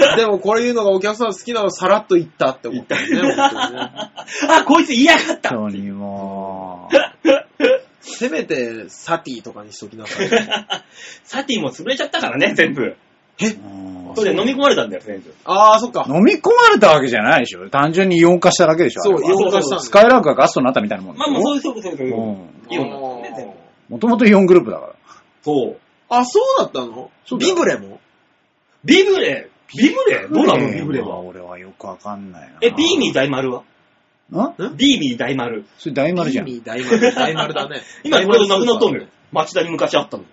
C: しょでもこれ言うのがお客さん好きなのさらっと言ったって思 ったよね。本当にね
B: あ、こいつ言いやがった
A: 本当にも
C: せめてサティとかにしときなさ い。
B: サティも潰れちゃったからね、全部。
A: う。
B: それで飲み込まれたんだよ、全部。
C: ああ、そっか。
A: 飲み込まれたわけじゃないでしょ。単純にイオン化しただけでしょ。
C: そう、
A: あれ
C: 言
A: は
C: おうとしたん
A: スカイラークがガストになったみたいなもん
B: まあまあ、そう
A: う
B: いうそういうそういう
A: うん
B: イオンだったんだね、全部。
A: もともとイオングループだから。
B: そう。
C: あ、そうだったの
A: そうだよ
C: ビブレも
B: ビブレビブレどうなのビブレ
A: は
B: は。
A: 俺はよくわかんないな。
B: え、ビーミー大丸は
A: ん
B: ビーミー大丸。。
A: それ大丸じゃん。
C: ビーミー大丸、大丸 だね
B: 今、これがなくなったのよ。町田に昔あったのよ。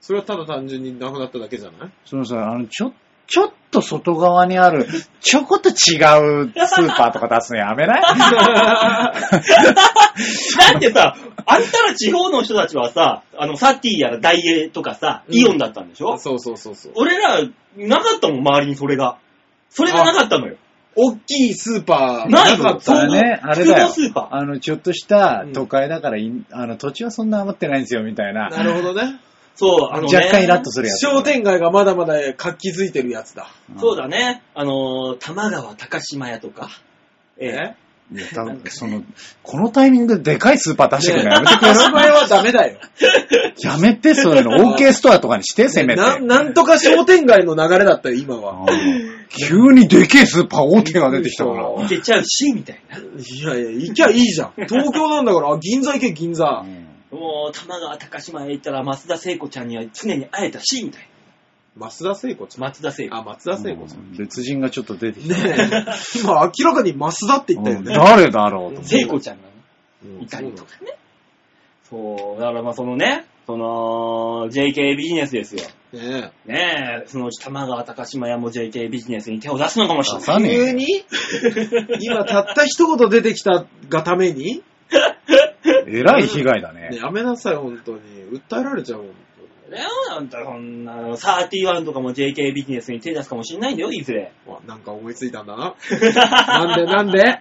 C: それはただ単純になくなっただけじゃない
A: そのさ、あの、ちょ、ちょっと外側にある、ちょこっと違うスーパーとか出すのやめ ない
B: だってさ、あんたら地方の人たちはさ、あの、サティやらダイエーとかさ、
C: うん
B: イオンだったんでしょ
C: そうそうそうそう。
B: 俺ら、なかったもん、周りにそれが。それがなかったのよ。
C: 大きいスーパー
B: ないの
C: かった。
A: あれね、あれだ
B: 複
A: よ
B: 合スーパ。ー
A: あの、ちょっとした都会だからい、あの、土地はそんな余ってないんですよ、みたいな。
C: なるほどね。
B: そう、あのね。
A: 若干イラッとするやつ。
C: 商店街がまだまだ活気づいてるやつだ。
B: そうだね。あのー、玉川高島屋とか。ええ
C: ね
A: いや、多分その、このタイミングででかいスーパー出してくるのやめてく
C: こ
A: れ
C: の前はダメだよ。
A: るやめて、そういうの。OK ストアとかにして、せめて。
C: ななんとか商店街の流れだったよ、今は。
A: うん急にでけえスーパー大手が出てきたから。
B: いけちゃうし、みたいな。
C: いやいや、行きゃいいじ ゃん。東京なんだから、あ銀座行け、銀座
A: う。ん
B: もう、玉川高島屋行ったら、松田聖子ちゃんには常に会えたし、みたい
C: 増田聖子ち
B: な。松田聖
C: ゃん。
B: 子。
C: あ、松田聖子ちゃん。
A: 別人がちょっと出てきた。
C: ねえ、今明らかに増田って言ったよ
A: うん
C: ね。
A: 誰だろうと思って。
B: 聖子ちゃんがね、
C: うん
B: いたりとかね。そう、だからまあそのね、その、JK ビジネスですよ。
C: ね
B: ねえ、そのうち玉川高島屋も JK ビジネスに手を出すのかもしれ
A: 出
B: ない。
C: え。
A: さねえ
C: 急に今たった一言出てきたがために
A: えらい被害だね
C: ね。やめなさい、本当に。訴えられちゃうもん。
B: レオなんだ、そんな、31とかも JK ビジネスに手出すかもしれないんだよ、いずれ。
C: わなんか思いついたんだ な。なんで、なんで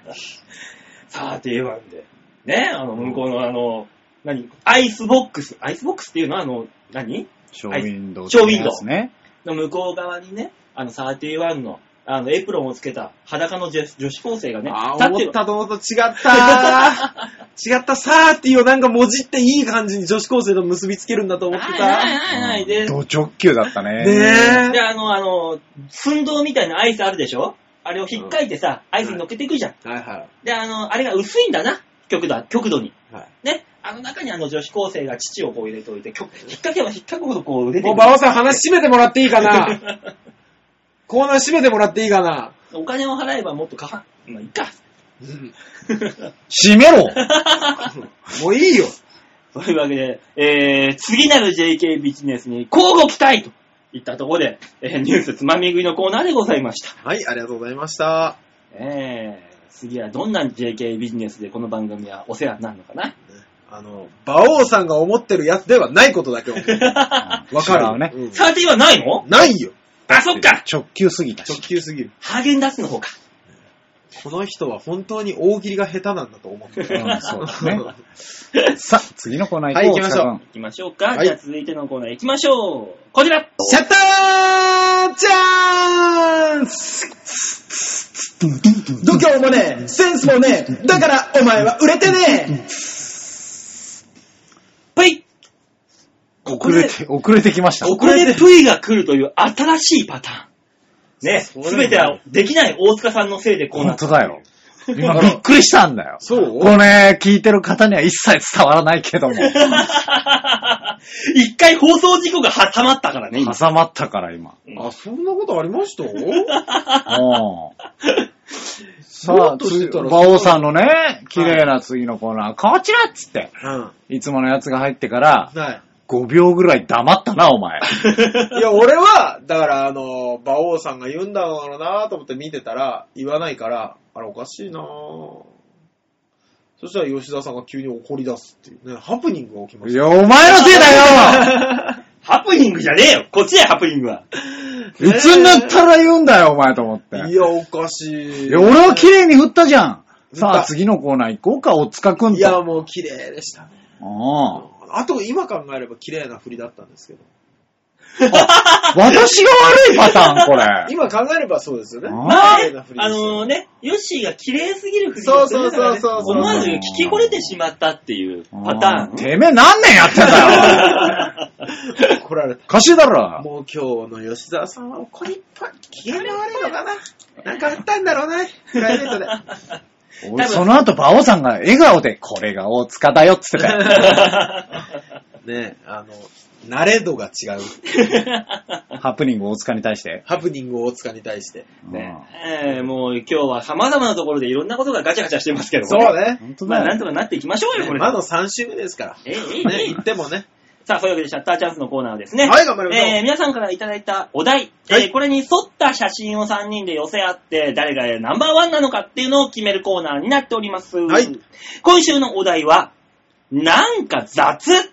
B: 31で。ね、あの、向こうのあの、何アイスボックス。アイスボックスっていうのは、あの、何
A: ショーウィンドウ。
B: ショーウィンドウ
A: ですね。
B: の向こう側にね、あの、31の、あの、エプロンをつけた裸の女女子高生がね、立
C: あー、
B: って
C: 思
B: る
C: っ。たと思った、違った ー違った、さーっていうなんか文字っていい感じに女子高生と結びつけるんだと思って
B: はいはい
C: た。
B: はいはい。で、
A: ド直球だったね。
C: ね
B: で、
C: え。
B: あの、あの、寸胴みたいなアイスあるでしょあれを引っかいてさ、アイスに乗っけていくじゃん。
C: はいは
B: で、あの、あれが薄いんだな、極度、極度に。
C: い。はい
B: ね、あの中にあの女子高生が乳をこう入れておいて、きょ引っ掛けば引っ掛くほどこう出てく
C: もう、馬王さん話閉めてもらっていいかなコーナー閉めてもらっていいかな
B: お金を払えばもっとかかん。まあ、いいか。
A: 閉 めろ
C: もういいよ。
B: そういうわけで、えー、次なる JK ビジネスに交互期待といったところで、えーニュースつまみ食いのコーナーでございました。
C: はい、ありがとうございました。
B: えー、次はどんな JK ビジネスでこの番組はお世話になるのかな
C: あの、馬王さんが思ってるやつではないことだ け思うわかる
A: 違うね。
C: うん
B: 30はないの
C: ないよ。
B: あ、そっか
A: 直球すぎた
C: 直
A: し。
C: 球すぎる。
B: ハーゲンダッツの方か。
C: この人は本当に大喜利が下手なんだと思って
A: う
C: る。
A: ん、そうですね。 さあ、次のコーナー
C: はい
A: 行こ
C: 行
A: う。
C: きましょう
A: 大塚君
B: 行きましょうか。
C: はい
B: じゃあ続いてのコーナー行きましょう。こちら
C: シャッターチャンス度胸もねえ、センスもねえ、だからお前は売れてね
B: ぷいここ
A: 遅
B: で
A: れ、て、遅れてきました。
B: ここでぷいが来るという新しいパターン。ね、
C: それ
B: すべてはできない大塚さんのせいでこうな
A: 本
B: った。
A: 当だ よ。今びっくりしたんだよ。
C: そう
A: これね、聞いてる方には一切伝わらないけども。
B: 一回放送事故が挟まったからね、今。
A: 挟まったから今。
C: えあ、そんなことありました
A: うん
C: ぼ
A: さ
C: ー
A: あ、
C: っとしてたら
A: 馬王さんのね、綺麗な次のコーナー、こちらっつって、
C: うん。
A: いつものやつが入ってから、
C: ない。
A: 5秒ぐらい黙ったな、お 前。
C: いや、俺は、だから、あの、馬王さんが言うんだろうなと思って見てたら、言わないから、あれおかしいなぁそしたら吉田さんが急に怒り出すっていうね、ハプニングが起きま
A: い
C: した。
A: や、お前のせい だよ
B: ハプニングじゃねえよこっちだよ、ハプニングは。
A: いつになったら言うんだよ、お前と思って。
C: いや、おかしい。
A: いや、俺は綺麗に振ったじゃん。
C: 振った
A: さあ、次のコーナー行こうか、おつかくんと。
C: いや、もう綺麗でしたね。
A: うん
C: あと、今考えれば綺麗な振りだったんですけど。
A: 私が悪いパターン、これ。
C: 今考えればそうですよね。
A: あー
B: まあ
C: 綺
B: ね
C: 麗な振、りで
B: あ
C: すよ
B: のね、ヨッシーが綺麗すぎる振り
C: そ
B: を
C: う
B: する
C: そうそうそうそう。
B: 思わず聞き惚れてしまったっていうパタ
A: うん
B: ーン。
A: てめえ何年やってん だよ。
C: 怒られ
A: おかしいだろ。
C: もう今日の吉沢さんは怒りっぽい。機嫌が悪いのかななんかあったんだろうね。プライベー トで。
A: おいその後、馬王さんが笑顔で、これが大塚だよっつってたよ。
C: ねえ、あの、慣れ度が違う。
A: ハプニング大塚に対して。
C: ハプニング大塚に対して。
B: ねえーもう今日は様々なところでいろんなことがガチャガチャしてますけど
C: そう
B: も
A: う
C: ね
A: ん。本当
B: まあ、
A: だ
B: なんと
A: よ。
B: かなっていきましょうよ、これ。
C: まだ3週目ですか
B: ええええ
C: ら。ね、
B: ええ
C: 言ってもね。
B: さあ、そういうわけでシャッターチャンスのコーナーですね。
C: はい頑張りましょう
B: えー皆さんからいただいたお題、えー
C: はい
B: これに沿った写真を3人で寄せ合って、誰がナンバーワンなのかっていうのを決めるコーナーになっております。
C: はい
B: 今週のお題は、なんか雑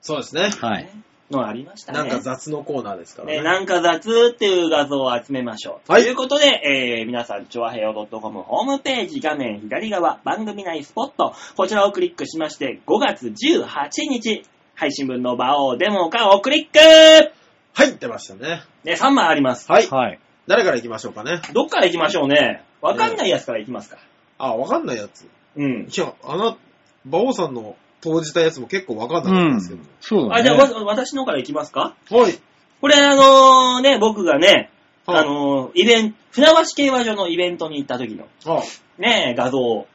C: そうですね。
A: はい。
B: のありましたね。
C: なんか雑のコーナーですから
B: ね、
C: ね。
B: なんか雑っていう画像を集めましょう。
C: はい
B: ということで、えー、皆さん、チョアヘヨ .com ホームページ画面左側、番組内スポット、こちらをクリックしまして、5月18日、配信分の場をデモ化をクリック
C: はい、出ましたね。
B: ね、3枚あります。
C: はい。
A: はい。
C: 誰から行きましょうかね。
B: どっから行きましょうね。わかんないやつから行きますか。
C: あ、わかんないやつ。い
B: うん。
C: や、あの、馬王さんの投じたやつも結構わかんな
A: う
C: かったん
A: ん
C: ですけど。。
A: そう
B: あ、
A: だ
B: じゃあ、
A: ね。
B: わ私のから行きますか
C: はい。
B: これ、あのーね、僕がね、
C: はい
B: あのーイベント、船橋競馬場のイベントに行った時の、
C: あ、
B: ね、画像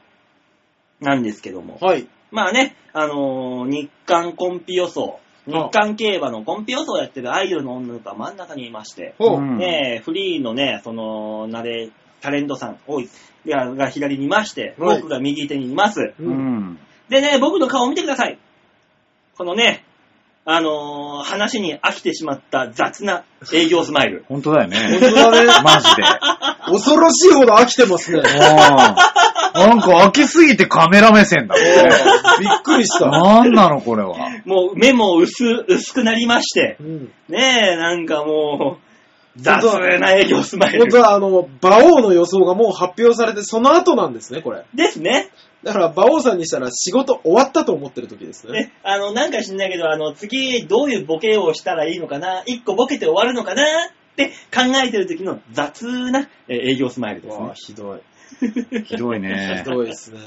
B: なんですけども。
C: はい。
B: まあね、あのー日韓コンピ予想、日韓競馬のコンピ予想をやってるアイドルの女の子が真ん中にいまして、
C: ほう。
A: うん
B: ねえフリーのね、その、なれ、タレントさん、おい、がが左にいまして、
C: はい
B: 僕が右手にいます。
A: う。ん。
B: でね、僕の顔を見てください。このね、あのー話に飽きてしまった雑な営業スマイル。
A: 本当だよね。
C: 本当だね。
A: マジで。
C: 恐ろしいほど飽きて ますね。
A: うんなんか飽きすぎてカメラ目線だもんね。
C: びっくりした。
A: なんなのこれは。
B: もう目も薄、薄くなりまして
C: う、ん。
B: ねえ、なんかもう、
C: 本
B: 雑
C: 当
B: な営業スマイル
C: 本。当はあの、馬王の予想がもう発表されて、その後なんですね、これ。
B: ですね。
C: だから、馬王さんにしたら仕事終わったと思ってる時ですね。
B: ね、あの、なんか知んないけど、あの、次、どういうボケをしたらいいのかな一個ボケて終わるのかなって考えてる時の雑なえー営業スマイルです
C: わあ、
B: ね。
C: ひどい。
A: ひどい
C: ひ
A: ね。
C: どいですね。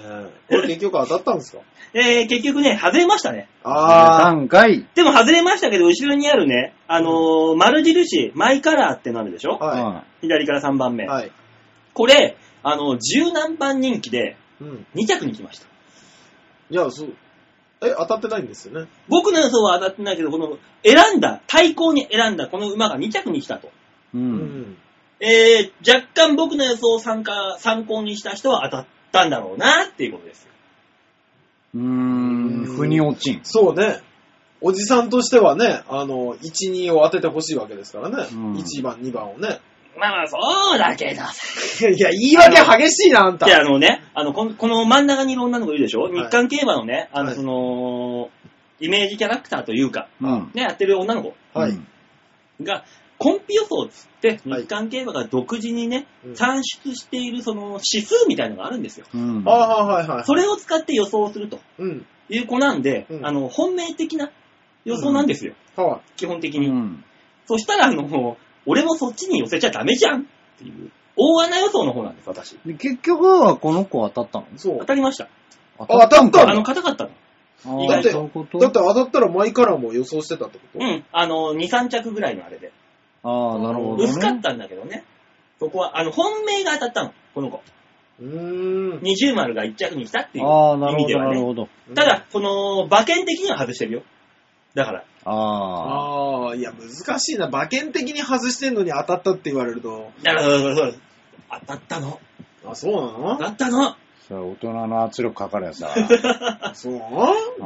C: これ結局当たったんですか
B: えー結局ね、外れましたね。
C: あ
A: 3回。
B: でも外れましたけど、後ろにあるね、あのー丸印、マイカラーってなるでし
C: あ。
B: ょ
C: は
B: 左から3番目。
C: い。はい。
B: これ、あの、十何番人気で
C: うん。
B: 2着に来ました。
C: いや、そう。え、当たってないんですよね。
B: 僕の予想は当たってないけど、この選んだ、対抗に選んだこの馬が2着に来たと。
A: う。。
C: うん
B: えー、若干僕の予想を参加、参考にした人は当たったんだろうなっていうことですよ。
A: うーん。腑に落ちん。
C: そうね。おじさんとしてはね、あの、1、2を当ててほしいわけですからね。
A: うん
C: 1番、2番をね。
B: まあまあ、そうだけどさ。
C: いや、言い訳激しいな、あんた。
B: で、あのね、あの、このこの真ん中にいる女の子いるでしょ、
C: い
B: 日韓競馬のね、あ
C: は
B: の、
C: い
B: その、イメージキャラクターというか、
A: うん。
B: ね、やってる女の子
C: はい。
A: うん
B: が、コンピ予想っつって、
C: はい
B: 日韓競馬が独自にね
C: う、ん
B: 算出しているその指数みたいのがあるんですよ。
A: うん。
C: ああ、はいはい。
B: それを使って予想すると
C: うん。
B: いう子なんで、
C: うん
B: あの、本命的な予想なんですよ、
C: は
B: 基本的
A: う
B: に。
A: ん。
B: そしたら、あの、俺もそっちに寄せちゃダメじゃんっていう、大穴予想の方なんです、私。
A: で、結局はこの子当たったの
C: い。そう
B: 当。たりました。
A: 当
C: あ当たった
B: あ
C: の
B: の、硬かったの。
A: あ
B: 意
A: あ
B: 外
C: と
A: そういうこと
C: だって当たったら前からも予想してたってこと
B: うん、あの、2、3着ぐらいのあれで。
A: ああ、なるほど、ね。
B: 薄かったんだけどね。そこは、あの、本命が当たったの、この子。
C: うーん。
B: 二重丸が1着にしたっていう
A: ああ、な
B: 意
A: る
B: 味で
A: ほど、
B: は
A: なる
B: ね。
A: ほど。
B: ただ、この、馬券的には外してるよ。だから。
A: ああ。
C: ああ、いや、難しいな。馬券的に外してんのに当たったって言われると。
B: だから、当たったの。
C: あ、そう
B: 当
C: な
B: たったの。
A: それ大人の圧力かかるや つだ。
C: のそう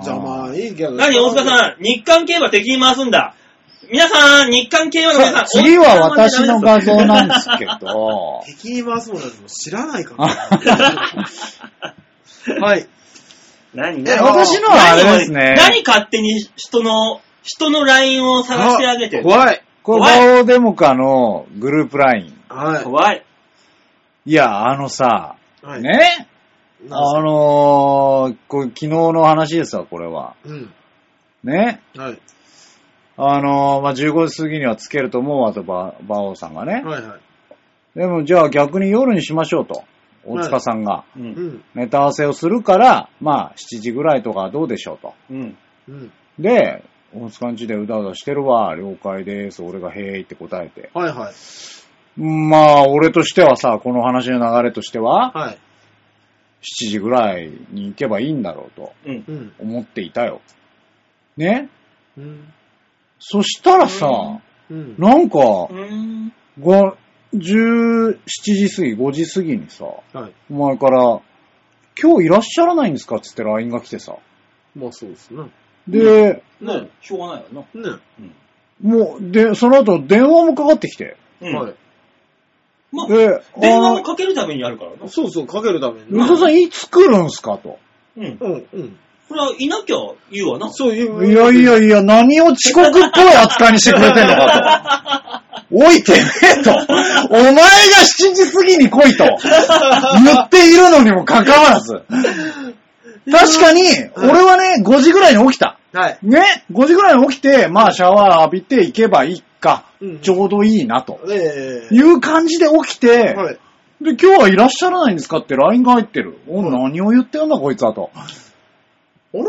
C: じゃあまあいいけど。
B: 何、大塚
C: ん。。
B: さん、日韓競馬敵に回すんだ。皆さん、日韓競馬の皆さん、
A: 次は私
B: 大塚さ
A: の
B: ん
A: 画
B: はダメです
A: 像なんですけど
C: 敵に回すもんなんてもう知らないから。はい。
B: 何
A: え
B: 何
A: 私のはあれですね
B: 何勝手に人の、人のラインを探してあげてる。
C: 怖い。
A: これ、バオデモカのグループライン。
C: は
B: 怖い。
A: いや、あのさ、
C: い。はい。
A: ね
C: な
A: あ
C: ん
A: のー、これ昨日の話ですわ、これは。
C: すうん。
A: ね
C: はい。
A: あのー、まあ、15時過ぎにはつけると思うわと、ババオさんがね。
C: はいはい。
A: でも、じゃあ逆に夜にしましょうと。大塚さんが。
B: う。
C: うんん。
A: ネタ合わせをするから、まあ、7時ぐらいとかどうでしょうと。
B: うん。
C: うん。
A: で、大塚んちでうだうだしてるわ、了解です、俺がへーいって答えて。
C: はいはい。
A: まあ、俺としてはさ、この話の流れとしては、
C: はい。
A: 7時ぐらいに行けばいいんだろうと
B: うん。
C: うん。
A: 思っていたよ。ね
C: うん。
A: そしたらさ、
C: うん。
A: なんか、
B: うーん。
A: ご17時過ぎ、5時過ぎにさ、
C: はい。
A: お前から、今日いらっしゃらないんですかっつって LINE が来てさ。
C: まあそうですね。
A: で、
B: ねしょうがないよな。
C: ね。
A: もう、で、その後電話もかかってきて。
B: うん。
C: はい。
B: まあ、
A: で、
B: 電話
A: あ
B: をかけるためにあるからな。
C: そうそう、かけるために。
A: 武藤さんいつ来るんすかと。
B: うん。
C: うん、うん。
B: それはいなきゃ言うわな。
C: そういう。
A: いやい。やいや、何を遅刻っぽい扱いにしてくれてんのかと。おいてめえと。お前が7時過ぎに来いと。言っているのにもかかわらず。確かに、俺はね、5時ぐらいに起きた。
C: はい。
A: ね、5時ぐらいに起きて、まあシャワー浴びて行けばいいか
C: うん。
A: ちょうどいいなと。
C: ええ
A: いう感じで起きて、
C: はい。
A: で、今日はいらっしゃらないんですかって LINE が入ってる。お、何を言ってるんだこいつはと。
C: あれ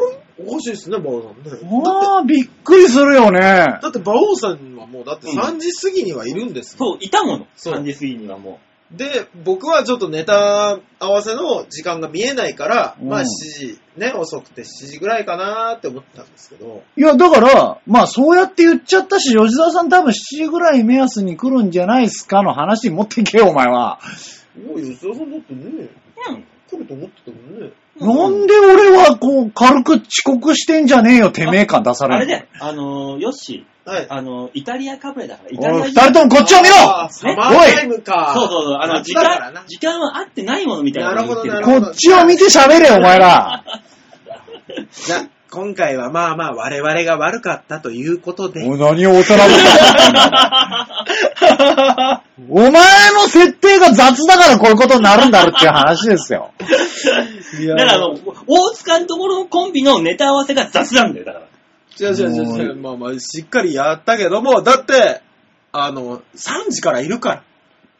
C: おかしいですね、馬王さんね。
A: ああ、びっくりするよね。
C: だって馬王さんはもう、だって
B: うん
C: 3時過ぎにはいるんですもん、
B: そう、いたもの。
C: そう
B: 3時過ぎにはも
C: で、僕はちょっとネタ合わせの時間が見えないから、
A: うん
C: まあ7時、ね、遅くて7時ぐらいかなーって思ってたんですけど、
A: いや、だから、まあそうやって言っちゃったし、吉沢さん多分7時ぐらい目安に来るんじゃないですかの話に持ってけよ、お前は。
C: もう吉田さんだってね、
B: う。うん。
C: 来ると思ってたもんね。
A: なんで俺はこう、軽く遅刻してんじゃねえよ、てめえ感出さ
B: あ
A: れ
B: れ
A: る。
B: で、あのー、よっし
C: はい。
B: ー、あのー、イタリアかぶれだから、イタリ
A: お
B: ア
A: い、二人ともこっちを見
C: あー
A: ろ
C: サマータイムか。
B: そうそうそう、あの、
C: 夏
B: 時
C: だからな
B: 間、時間は合ってないものみたいなこと言ってる
C: なるほどなるほど
A: こっちを見て喋れよ、お前ら。
C: じゃあ、今回はまあまあ我々が悪かったということで。
A: おい何を大人ぶってんだお前の設定が雑だからこういうことになるんだろっていう話ですよ。
C: いや
B: だからあの、大塚のところのコンビのネタ合わせが雑なんだよ、だから。
C: 違う違う違う違う、まあまあ、しっかりやったけども、だって、あの、3時からいるから。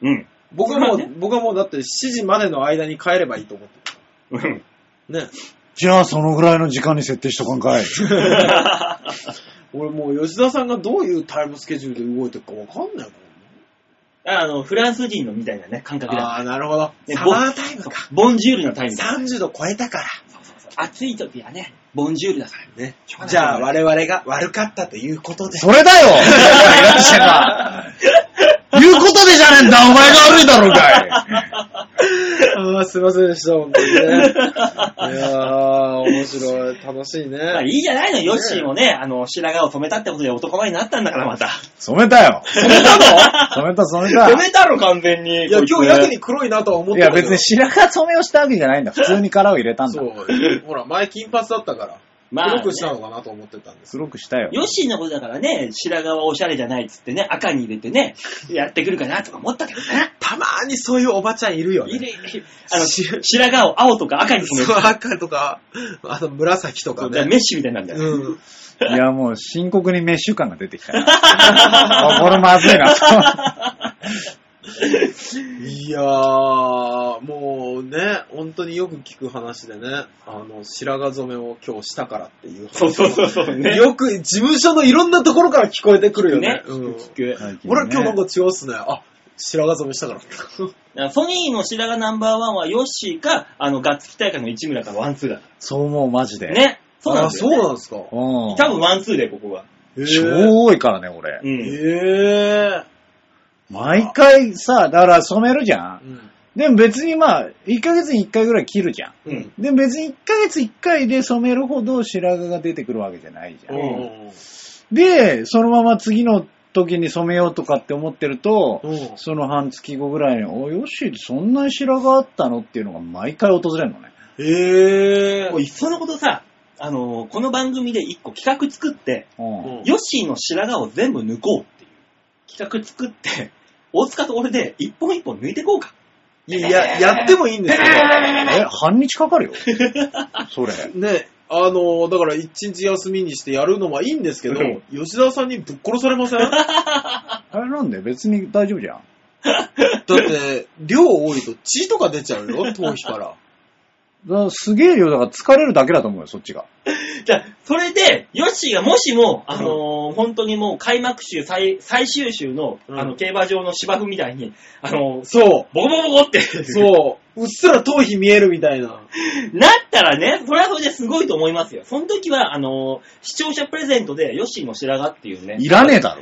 B: うん。
C: 僕はもう、
B: まあね
C: 僕はもうだって7時までの間に帰ればいいと思って
B: うん。
C: る。ね。
A: じゃあそのぐらいの時間に設定しとかんかい。
C: 俺もう吉田さんがどういうタイムスケジュールで動いてるかわかんないもんね。
B: あの、フランス人のみたいなね、感覚だ。
C: ああ、なるほど。
B: ね
C: サマータイムか。
B: ボンジュールのタイムだ。
C: 30度超えたから。
B: 暑い時はね、ボンジュールだから。
C: ね
B: しょうが。ない
C: じゃあ我々が悪かったということで。
A: それだよ いらっしゃいな言うことでじゃねえんだお前が悪いだろうかい
C: ああ、すいませんでした、本当にね。いやー、面白い。楽しいね。
B: まあいいじゃないの、ヨッシーもね、あの、白髪を染めたってことで男前になったんだから、ま た。
A: 染めたよ。染めたの染めた、染めた。
B: 染めたろ、完全に。
C: いや、
B: こつ
C: 今日やけに黒いなとは思っ
A: い
C: てた
A: や、
C: けど
A: 別に白髪染めをしたわけじゃないんだ。普通に殻を入れたんだ
C: そ。う。ほら、前金髪だったから、
B: まあ、
C: 黒
B: ね
C: く、したのかなと思ってたんです。
A: 黒くしたよ。
B: ヨッシーのことだからね、白髪はおしゃれじゃないっつってね、赤に入れてね、やってくるかなとか思ったけどね。
C: たまーにそういうおばちゃんいるよ
B: い
C: ね。
B: るいるあの、白髪を青とか赤に染め
C: そう
B: て
C: 赤とか、あと紫とか
B: る。
C: ね。
B: メッシュみたいになんだよ。
C: うん。
A: いや、もう深刻にメッシュ感が出て きたな。あこれまずいなと。
C: いやー、もうね、本当によく聞く話でね、あの、白髪染めを今日したからっていう話
B: そうそうそうそうね。
C: よく事務所のいろんなところから聞こえてくるよね。
B: ね
C: うん、
B: 聞く。
C: 俺今日なん
A: こ
C: か違うっすね。あ、白髪染めしたから。
B: だからソニーの白髪ナンバーワンはヨッシーか、あの、ガッツキ大会の市村かワンツーだか
A: そう思う、マジで。
B: ら。。ね。そうなんですよ、
C: あ
B: ね。
C: そうなんですか。
A: うん。
B: 多分ワンツーで、ここは。
C: へー
A: 超多いからね、俺。
B: うん。
C: へ
A: 毎回さ、だから染めるじゃ
C: ぇ
A: ん。
C: うん。
A: でも別にまあ、1ヶ月に1回ぐらい切るじゃん。
B: うん。
A: でも別に1ヶ月1回で染めるほど白髪が出てくるわけじゃないじゃ。
C: うんん。
A: で、そのまま次の時に染めようとかって思ってると、
C: うん
A: その半月後ぐらいに、おい、よし、そんなに白髪あったのっていうのが毎回訪れるのね。
C: へ
B: もういっそのことさ、あのーこの番組で一個企画作って、
A: うん。
C: うん
B: ヨッシーの白髪を全部抜こうっていう企画作って、大塚と俺で一本一本抜いてこうか。
C: いや、ややってもいいんですけ
A: え、半日かかるよ。それ。
C: ど、ね、あのー、だから一日休みにしてやるのはいいんですけど
B: うん、
C: 吉沢さんにぶっ殺されませんだ
A: あれなんで別に大丈夫じゃん。
C: って、量多いと血とか出ちゃうよ、頭 皮から。
A: だからすげえ量だから疲れるだけだと思うよ、そっちが。
B: じゃあ、それで、ヨッシーがもしも、あのー本当にもう開幕週最、最終週の、
C: うん
B: あの、競馬場の芝生みたいに、あのー
C: そ
B: ボコボコボコって、
C: う、そう、うっすら頭皮見えるみたいな。
B: なったらね、それはそれですごいと思いますよ。その時は、あのー視聴者プレゼントで、ヨッシーの白髪っていうね、
A: いらねえだ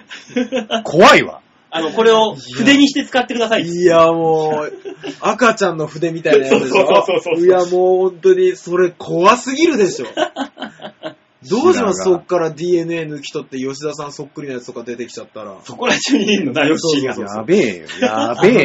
A: ろ。怖いわ。
B: あの、これを筆にして使ってください。
C: いや、もう、赤ちゃんの筆みたいなやつでしょ。
B: そうそうそうそうそう
C: や、もう本当に、それ怖すぎるでしょ。どうしますそ
A: 白髪
C: っから DNA 抜き取って吉田さんそっくりなやつとか出てきちゃったら。
B: そこら中にいるのな、ヨッシーが。
C: そう
A: やべえよ、やべえよ。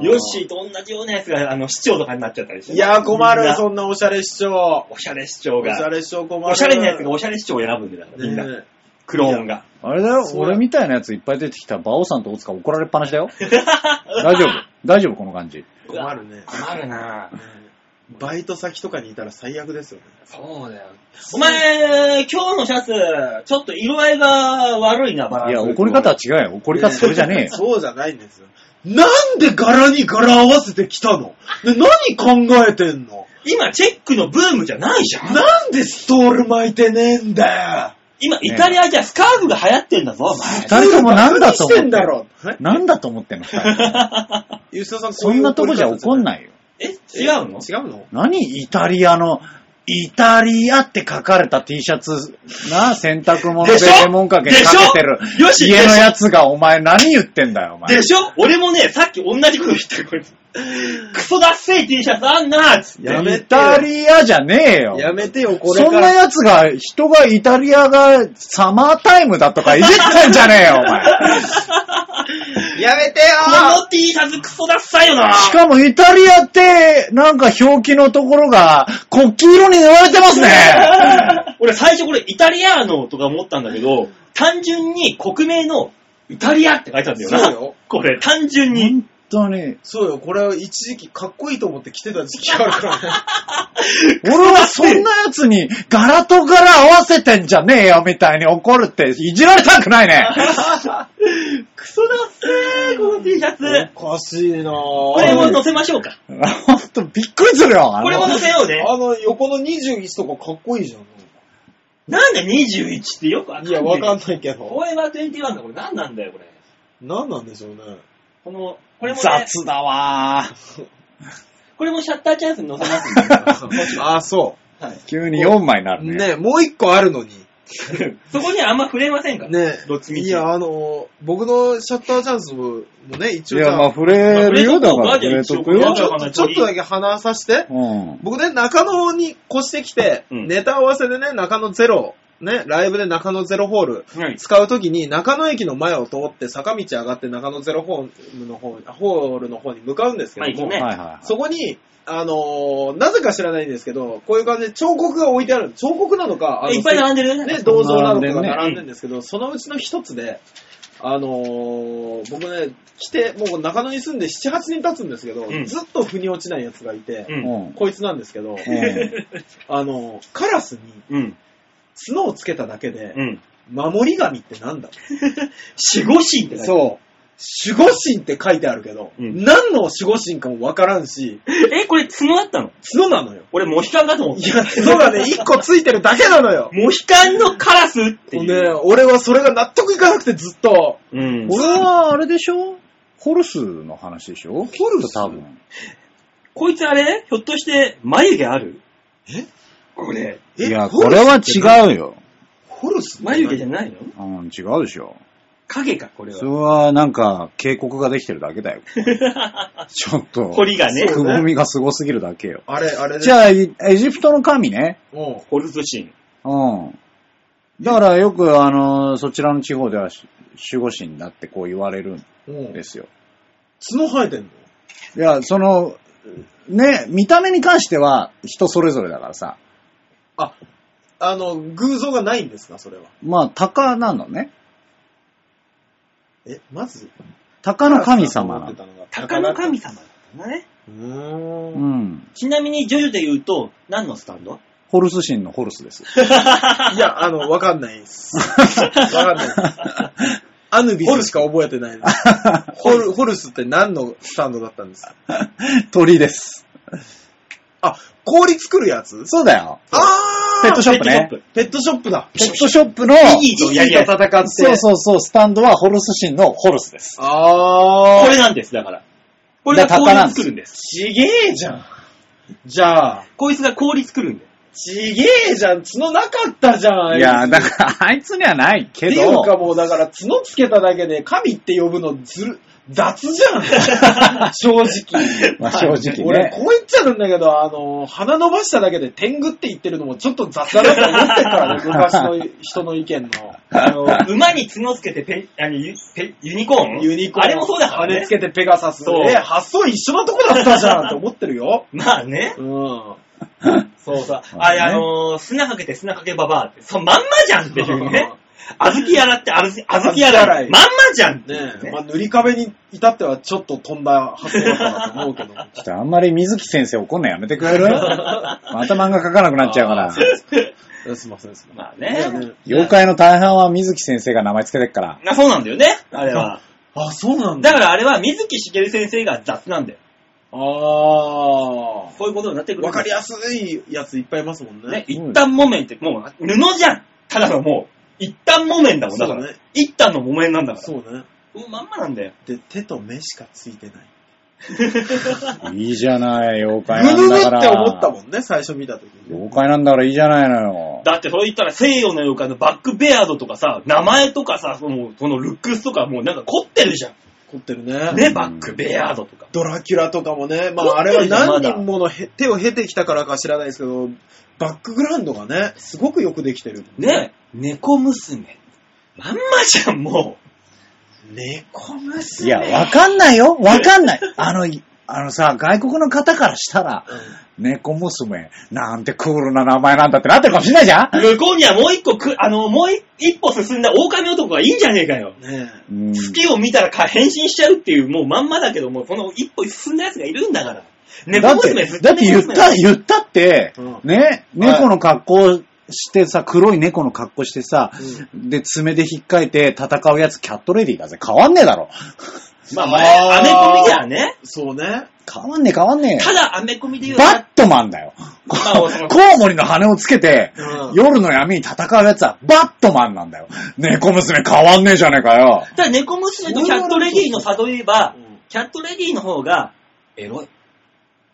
B: ヨッシーと同じようなやつが、あの、市長とかになっちゃったりして。
C: いや、困
B: みん
C: る、
B: な
C: そんなおしゃれ市長。
B: おしゃれ市長
C: おしゃ
B: が。
C: れ市長困る。
B: おしゃれなやつがおしゃれ市長を選ぶんだから、みんな。
C: ね
B: クローンが。
A: あれだよ、
C: そう
A: 俺みたいなやついっぱい出てきたら、馬王さんと大塚怒られっぱなしだよ。大丈夫大丈夫この感じ。
C: え困るね。
B: 困るなぁ。
C: バイト先とかにいたら最悪ですよね。
B: そうだよ。お前、今日のシャツ、ちょっと色合いが悪いな、バラン
A: い
B: ス。
A: や、怒り方は違うよ。怒り方それじゃねえよ。
C: そうじゃないんですよ。なんで柄に柄合わせてきたので何考えてんの
B: 今、チェックのブームじゃないじゃん。
C: なんでストール巻いてねえんだよ
B: 今、イタリアじゃスカーフが流行ってんだぞ、お前。
A: 二人ともなんだと思って
C: んだろ
A: なんだと思ってんの二人
C: 吉田さん、
A: そんなとこじゃ怒ん
C: い。
A: ないよ。
B: え、違うの
C: 違うの
A: 何イタリアの、イタリアって書かれた T シャツ、な、洗濯物
B: で
A: で
B: しょ
A: レモンかけにかけてる
B: でしょよし
A: 家のやつがお前何言ってんだよ、お前。
B: でしょ俺もね、さっき同じこと言ったこいつ。クソだっせい T シャツあんなーっつって。
C: やめてよ
A: イタリアじゃねえよ。
C: やめてよ、これ
A: そんなやつが、人がイタリアがサマータイムだとかいじってんじゃねえよ、お前。
C: やめて
B: この T シャツクソだっさいよな
A: しかもイタリアって、なんか表記のところが、国旗色に塗られてますね。
B: 俺最初これイタリアーノとか思ったんだけど、単純に国名のイタリアって書いてあるんだよな。
C: そうよ
B: これ、単純に。
A: 本当に。
C: そうよ、これは一時期かっこいいと思って着てた時期あるからね。
A: 俺はそんなやつに柄と柄合わせてんじゃねえよみたいに怒るっていじられたくないね。
B: クソだっせー、この T シャツ。
C: おかしいなぁ。
B: これも載せましょうか。
A: ほんとびっくりするよ。あの
B: これも載せようね。
C: あの、横の21とかかっこいいじゃん。
B: なんで21ってよくわかんない。
C: いや、わかんないけど。
B: フォーエバー21だ、これ何なんだよ、これ。
C: 何なんでしょうね。
B: この、これもね、
A: 雑だわ
B: これもシャッター チャンスに載せますんで
C: あ、そ
B: はい。
A: 急に4枚にな
C: う。
A: るね。
C: ねもう一個あるのに。
B: そこにはあんま触れませんから。
C: ね
B: どっちみち
C: いや、あの、僕のシャッターチャンスももね、
A: い
C: 一応
A: や、まあ、
C: さ、
A: 触れるよ、だから触れとく
B: ま
A: よ
B: あ。
C: ちょっと、ちょっとだけ鼻さして、
A: うん。
C: 僕ね、中野に越してきて、
B: うん
C: ネタ合わせでね、中野ゼロ、ね、ライブで中野ゼロホール、
B: はい
C: 使うときに中野駅の前を通って坂道上がって中野ゼロホールの方ホールの方に向かうんですけど
B: はい
C: も、
B: ね
A: はいはい。
C: そこに、あのーなぜか知らないんですけど、こういう感じで彫刻が置いてある。彫刻なのか、あの
B: いっぱい並んでるね。
C: ね、銅像なのか
A: 並んで
C: が
A: んね
C: 並んでるんですけど、そのうちの一つで、あのー僕ね、来て、もう中野に住んで7、8年経つんですけど、
B: うん
C: ずっと腑に落ちないやつがいて、
B: う。
A: うんん。
C: こいつなんですけど、
A: うん
C: あのーカラスに
B: うん。
C: 角をつけただけで、
B: うん。
C: 守り神ってなんだ
B: 守護神って書いてある
C: そう。守護神って書いてあるけど、
B: うん
C: 何の守護神かもわからんし、
B: え、これ角だったの
C: 角なのよ。
B: 俺、モヒカンだと思っ
C: い
B: た。
C: や、角 がね、一個ついてるだけなのよ。
B: モヒカンのカラスってい
C: ね
B: う。、
C: 俺はそれが納得いかなくてずっと。
B: うん。
A: 俺は、あれでしょホルスの話でしょ
C: ホルス
A: 多分。
B: こいつあれひょっとして、眉毛あるえこれ、
A: いや、これは違うよ。
C: ホルス
B: 眉毛じゃ
C: ない
B: ないの
A: うん、違うでしょ。
B: 影か、これ
A: それ
B: は。
A: は、なんか、警告ができてるだ けだよ。ちょっと、
B: 彫りがね。
A: くぼみがすごすぎるだけよ。
C: あれ、あれ
A: じゃあ、エジプトの神ね。
C: うん。
B: ホルツ神。
A: うん。だからよく、あの、そちらの地方ではし守護神だってこう言われる
C: うん
A: んで。すよ。
C: 角生えてんの
A: いや、その、ね、見た目に関しては人それぞれだからさ。
C: あ、あの、偶像がないんですか、それは。
A: まあ、鷹なのね。
C: え、まず
A: 鷹の神 様なの。
B: 鷹の神様だね。
C: う
A: う
C: ーん。
A: ん。
B: ちなみに、ジョジョで言うと、何のスタンド
A: ホルス神のホルスです。
C: いや、あの、わかんない です。わかんないです。アヌビスしか覚えてないです。ホルホルスって何のスタンドだったんですか
A: 鳥です。
C: あ、氷作るやつ
A: そうだよ。
C: あー
A: ペットショップね。
C: ペットショップだ。
A: ペットショップの、
B: いいとやり合
C: と
B: い。こ
C: 戦って。
A: そうそうそう、スタンドはホルス神のホルスです。
C: あー。
B: れなんです、だから。これが
A: だから鷹な
B: 氷
A: んです
B: 作るんです。
C: ちげえじゃん。じゃあ、
B: こいつが氷作るんです。
C: ちげえじゃん。角なかったじゃん。
A: いや、だ
C: ら。
A: から、あいつにはないけ
C: っ
A: ど。
C: ていうかもう、だから角つけただけで神って呼ぶのずる、雑じゃん。正直。
A: まあ正直ね
C: 俺、こう言っちゃうんだけど、あの、鼻伸ばしただけで天狗って言ってるのもちょっと雑だなと思ってるからね、昔の人の意見の。あの
B: 馬に角つけてペ、あのユペユニコーン
C: ユニコーン。
B: あれもそうだから
C: 羽
B: ね
C: つ。けてペガサス。
B: そう
C: え、発想一緒のとこだったじゃんって思ってるよ。
B: まあね。
C: うん。そうさ。
B: あれ、
A: まあ
B: あ
A: ね
B: のー砂かけて砂かけばばあって、そのまんまじゃんっていう ね。あずき洗って、あずき、あずき
C: 小豆
B: 洗
C: 洗
B: い。
C: い
B: まんまじゃんってい
C: ね
B: う
C: え、
B: ね
C: まあ、塗り壁に至ってはちょっと飛んだ発想だったなと思うけど。
A: ちょっとあんまり水木先生怒んのやめてくれる また漫画描かなくなっちゃう から。
C: すいません、すい
B: ま
C: ま
B: あ
C: せん。ねえ
B: ね。
C: ねえ
A: 妖怪の大半は水木先生が名前つけてっから。
B: あそうなんだよね、あれは。
C: あ、そうなんだ。
B: だからあれは水木しげる先生が雑なんだよ。
C: ああ。
B: こういうことになってくる。
C: わかりやすいやついっぱいいますもんね。
B: ね、一旦木綿って、もう布じゃんただのもう、一旦木綿だもん、だから。
C: そうね
B: 一旦の木綿なんだから。
C: そうね。
B: うんまんまなんだよ。
C: で、手と目しかついてない。
A: いいじゃない、妖怪な
C: ぐ
A: ん
C: ぐぐっ
A: だ
C: て
A: から。
C: 思ったもんね、最初見たときに。
A: 妖怪なんだからいいじゃないのよ。
B: だってそれ言ったら西洋の妖怪のバックベアードとかさ、名前とかさ、そのそのルックスとかもうなんか凝ってるじゃ
C: 凝ってる
B: ん。
C: ね。
B: ね、バックベアードとか。
C: ドラキュラとかもね、ま
B: 凝
C: あ
B: っ
C: あ
B: て
C: れは
B: るじゃん
C: 何人ものへ手を経てきたからか知らないですけど、バックグラウンドがね、すごくよくできてる。
B: ね、猫娘。まんまじゃん、も
C: 猫娘。
A: いや、わかんないよ。わかんない。あの、いあのさ、外国の方からしたら、猫娘、なんてクールな名前なんだってなってるかもしれないじゃん
B: う。向こうにはもう一個く、あの、もう一歩進んだ狼男がいいんじゃねえかよ。
C: ねえ。
A: うん。
B: 月を見たらか変身しちゃうっていう、もうまんまだけど、もうこの一歩進んだやつがいるんだから。
A: だ
B: 猫
A: っ
B: 娘
A: て
B: ずっ、と
A: だって
B: 猫
A: 言っ
B: 娘
A: た、言ったって、
C: うん
A: ね、猫の格好してさ、黒い猫の格好してさ、で、爪で引っかいて戦うやつキャットレディだぜ。変わんねえだろ。
B: まあ、
C: あー
B: アメコミではね。
C: そうね。
A: 変わんねえ変わんね
B: ただアメコミで
A: え
B: 言
A: よ。
B: うと
A: バットマンだよ。こ
B: まあその
A: コウモリの羽をつけて、
C: うん
A: 夜の闇に戦うやつはバットマンなんだよ。猫娘変わんねえじゃねえかよ。
B: ただ猫娘とキャットレディの差といえば
C: うん、
B: キャットレディの方が、エロい。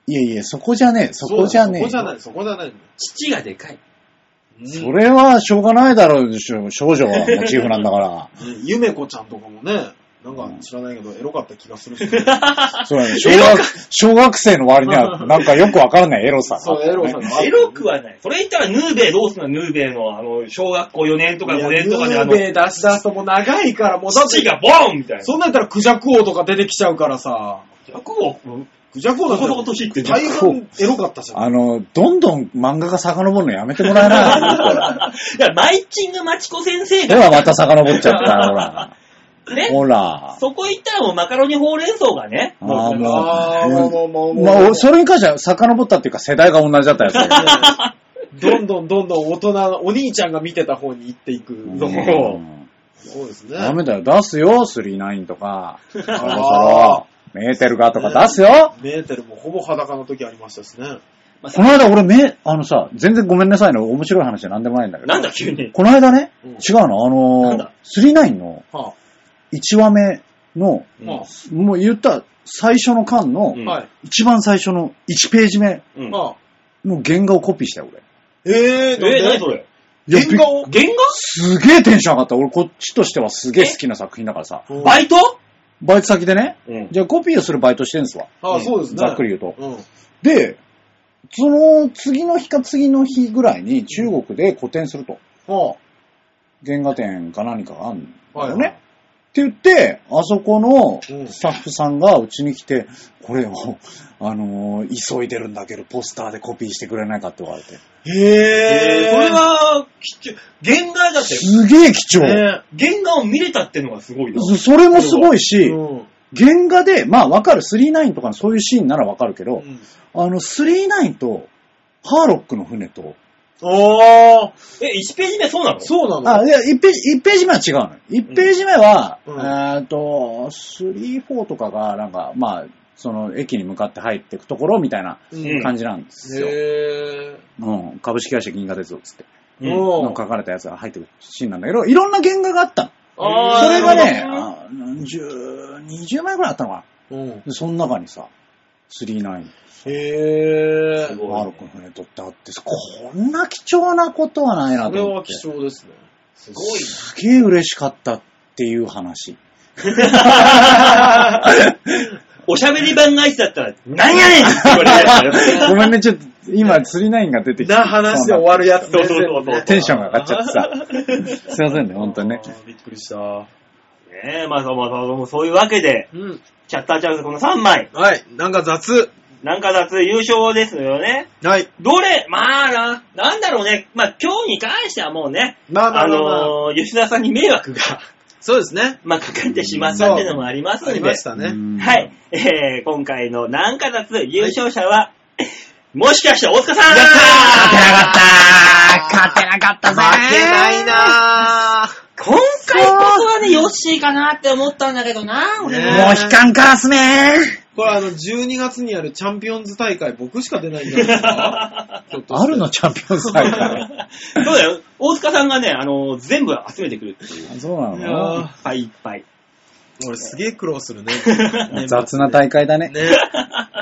A: いやいや、そこじゃねえ、そこじゃね
C: そうだそこじゃ
A: え。
C: ない、そこじゃない。
B: 父がでかい。
C: うん
A: それはしょうがないだろうでしょ、少女がモチーフなんだから。
C: ねゆめこちゃんとかもね、なんか知らないけど、エロかった気がするし、
A: そうだね、小学、小学生の割には、なんかよくわからないエロさが。
C: そう、エロさんがある
B: エロくはない。それ言ったら、ヌーベイどうすんのヌーベイの、あの、小学校4年とか5年とかで、あ
C: や
B: の
C: ヌー、ベイ出し出すともう長いから、もうだって
B: 父、がボーンみたいな。
C: そんなんやったらクジャク王とか出てきちゃうからさ、
B: 逆を、
C: クジャク王だ
B: そこそこ年いってんじゃん
C: 大半エロかったじゃん。
A: あの、どんどん漫画が遡るのやめてもら えない
B: や、マイチングマチコ先生
A: いほ
B: が、
A: ら、また遡っちゃった、ほら。
B: ね、
A: ほら。
B: そこ行ったらもうマカロニほうれん草がね、
A: あー
B: もう
A: も
C: あー
A: うん
C: もうもうもうもう
A: まあ、おそれに関しては遡ったっていうか世代が同じだったやつだよね。
C: どんどんどんどん大人の、お兄ちゃんが見てた方に行っていく。
B: そう
A: うん
C: そうですね。
A: ダメだよ、出すよ、39とか。そろそ
C: あ
A: ろ、メーテルがとか出すよ。
C: メーテルもほぼ裸の時ありましたしね。
B: まあ
A: この間俺、め、あのさ、全然ごめんなさいの、面白い話は何でもないんだけど。
B: なんだ急に。
A: この間ね、
C: うん
A: 違うの、あ
B: なん
A: の
B: だ
A: ー、39の
C: は
A: 1話目の、
C: あ、は
A: もう言ったら最初の巻の、
B: うん
C: あ、はい。
A: 一番最初の1ページ目
B: うん
C: はあ、
A: の原画をコピーしたよ、俺。
C: えー、
B: え、何そ
C: れ
B: れ
A: いや
C: 原画を
A: びっ
B: 原
A: すげえテンション上がった。俺、こっちとしてはすげえ好きな作品だからさ。
B: 画バイト
A: バイト先でね、
B: うん。
A: じゃあコピーをするバイトしてんすわ。
C: ああ、そうですね。
A: ざっくり言うと。
C: うん。
A: で、その次の日か次の日ぐらいに中国で個展すると。
C: は
A: 原画展か何かがあるん
C: あ、
A: だ
C: はい、
A: よね。って言って、あそこのスタッフさんがうちに来て、これを、あのー急いでるんだけど、ポスターでコピーしてくれないかって言われて。
C: へ
B: えー、
C: ー。
B: それは、貴重。原画だって、
A: すげえ貴重、
C: ね
B: 原画を見れたってのがすごいな。
A: そそれもすごいし、
C: うん
A: 原画で、まあわかる、39とかのそういうシーンならわかるけ
C: う
A: ど、
C: ん。
A: あの、39と、ハーロックの船と、
C: おー、
B: え、1ページ目そうなの
C: そうなの
A: あ、いや、1ページ、1ページ目は違うのよ。1ページ目は、
C: うん
A: えっと、3、4とかが、なんか、まあ、その、駅に向かって入っていくところみたいな
C: うん
A: 感じなんですよ。
C: へ
A: うん。株式会社銀河鉄道っつって、
C: ー。
B: うん
A: の書かれたやつが入ってくるシーンなんだけど、いろんな原画があったの。
C: あー
A: それがね、
C: なるほど
A: あ10、20枚ぐらいあったのかな。
C: うん。
A: でその中にさ、39、
C: へ
B: す
C: ー。
B: ごい
A: マルコの船とってあって、こんな貴重なことはないな
C: ことれ
A: 思
C: は
A: って。
C: 貴重ですね。
B: すごいな。
A: すげえ嬉しかったっていう話。
B: おしゃべり番外地だったら、なんやねんって言われるやつ
A: ごめんね、ちょっと、今、釣りナインが出てきて。
C: な話で終わるやつ
B: そう
C: ね
B: そうそうそう
A: テンションが上がっちゃってさ。すいませんね、 本当にね。
C: あーびっくりした。
B: ねえ、まあ、まあまあ、そういうわけで、
C: うん。
B: チャッターチャンスこの3枚。
C: はい。なんか雑。
B: なんか雑優勝ですよね。
C: はい。
B: どれまあな、なんだろうね。まあ今日に関してはもうね、
C: まあま
B: あ
C: あまあまあ
B: のー、吉田さんに迷惑が、
C: そうですね。
B: まあかかってしまったっていうのもあります
C: あ
B: ん
C: り
B: で。
C: ました
A: う
C: ね。
A: ん
B: はい。。えー、今回のなんか雑優勝者は、もしかして大塚さん
C: やった
A: 勝てなかった
C: 負け
A: ぜ
C: ないなぁ。
B: 今回こそはね、ヨッシーかなって思ったんだけどな、俺。
C: ね
A: もう悲観からっすね
C: これあの、12月にあるチャンピオンズ大会、僕しか出ないんじゃないです かひょっとして
A: あるのチャンピオン大会。
B: そうだよ。大塚さんがね、あのー、全部集めてくるっていう。いっ
A: そうないの
C: や
B: ぱいいっぱい。
C: ー俺すげえ苦労するね。
A: 雑な大会だね。
C: ね。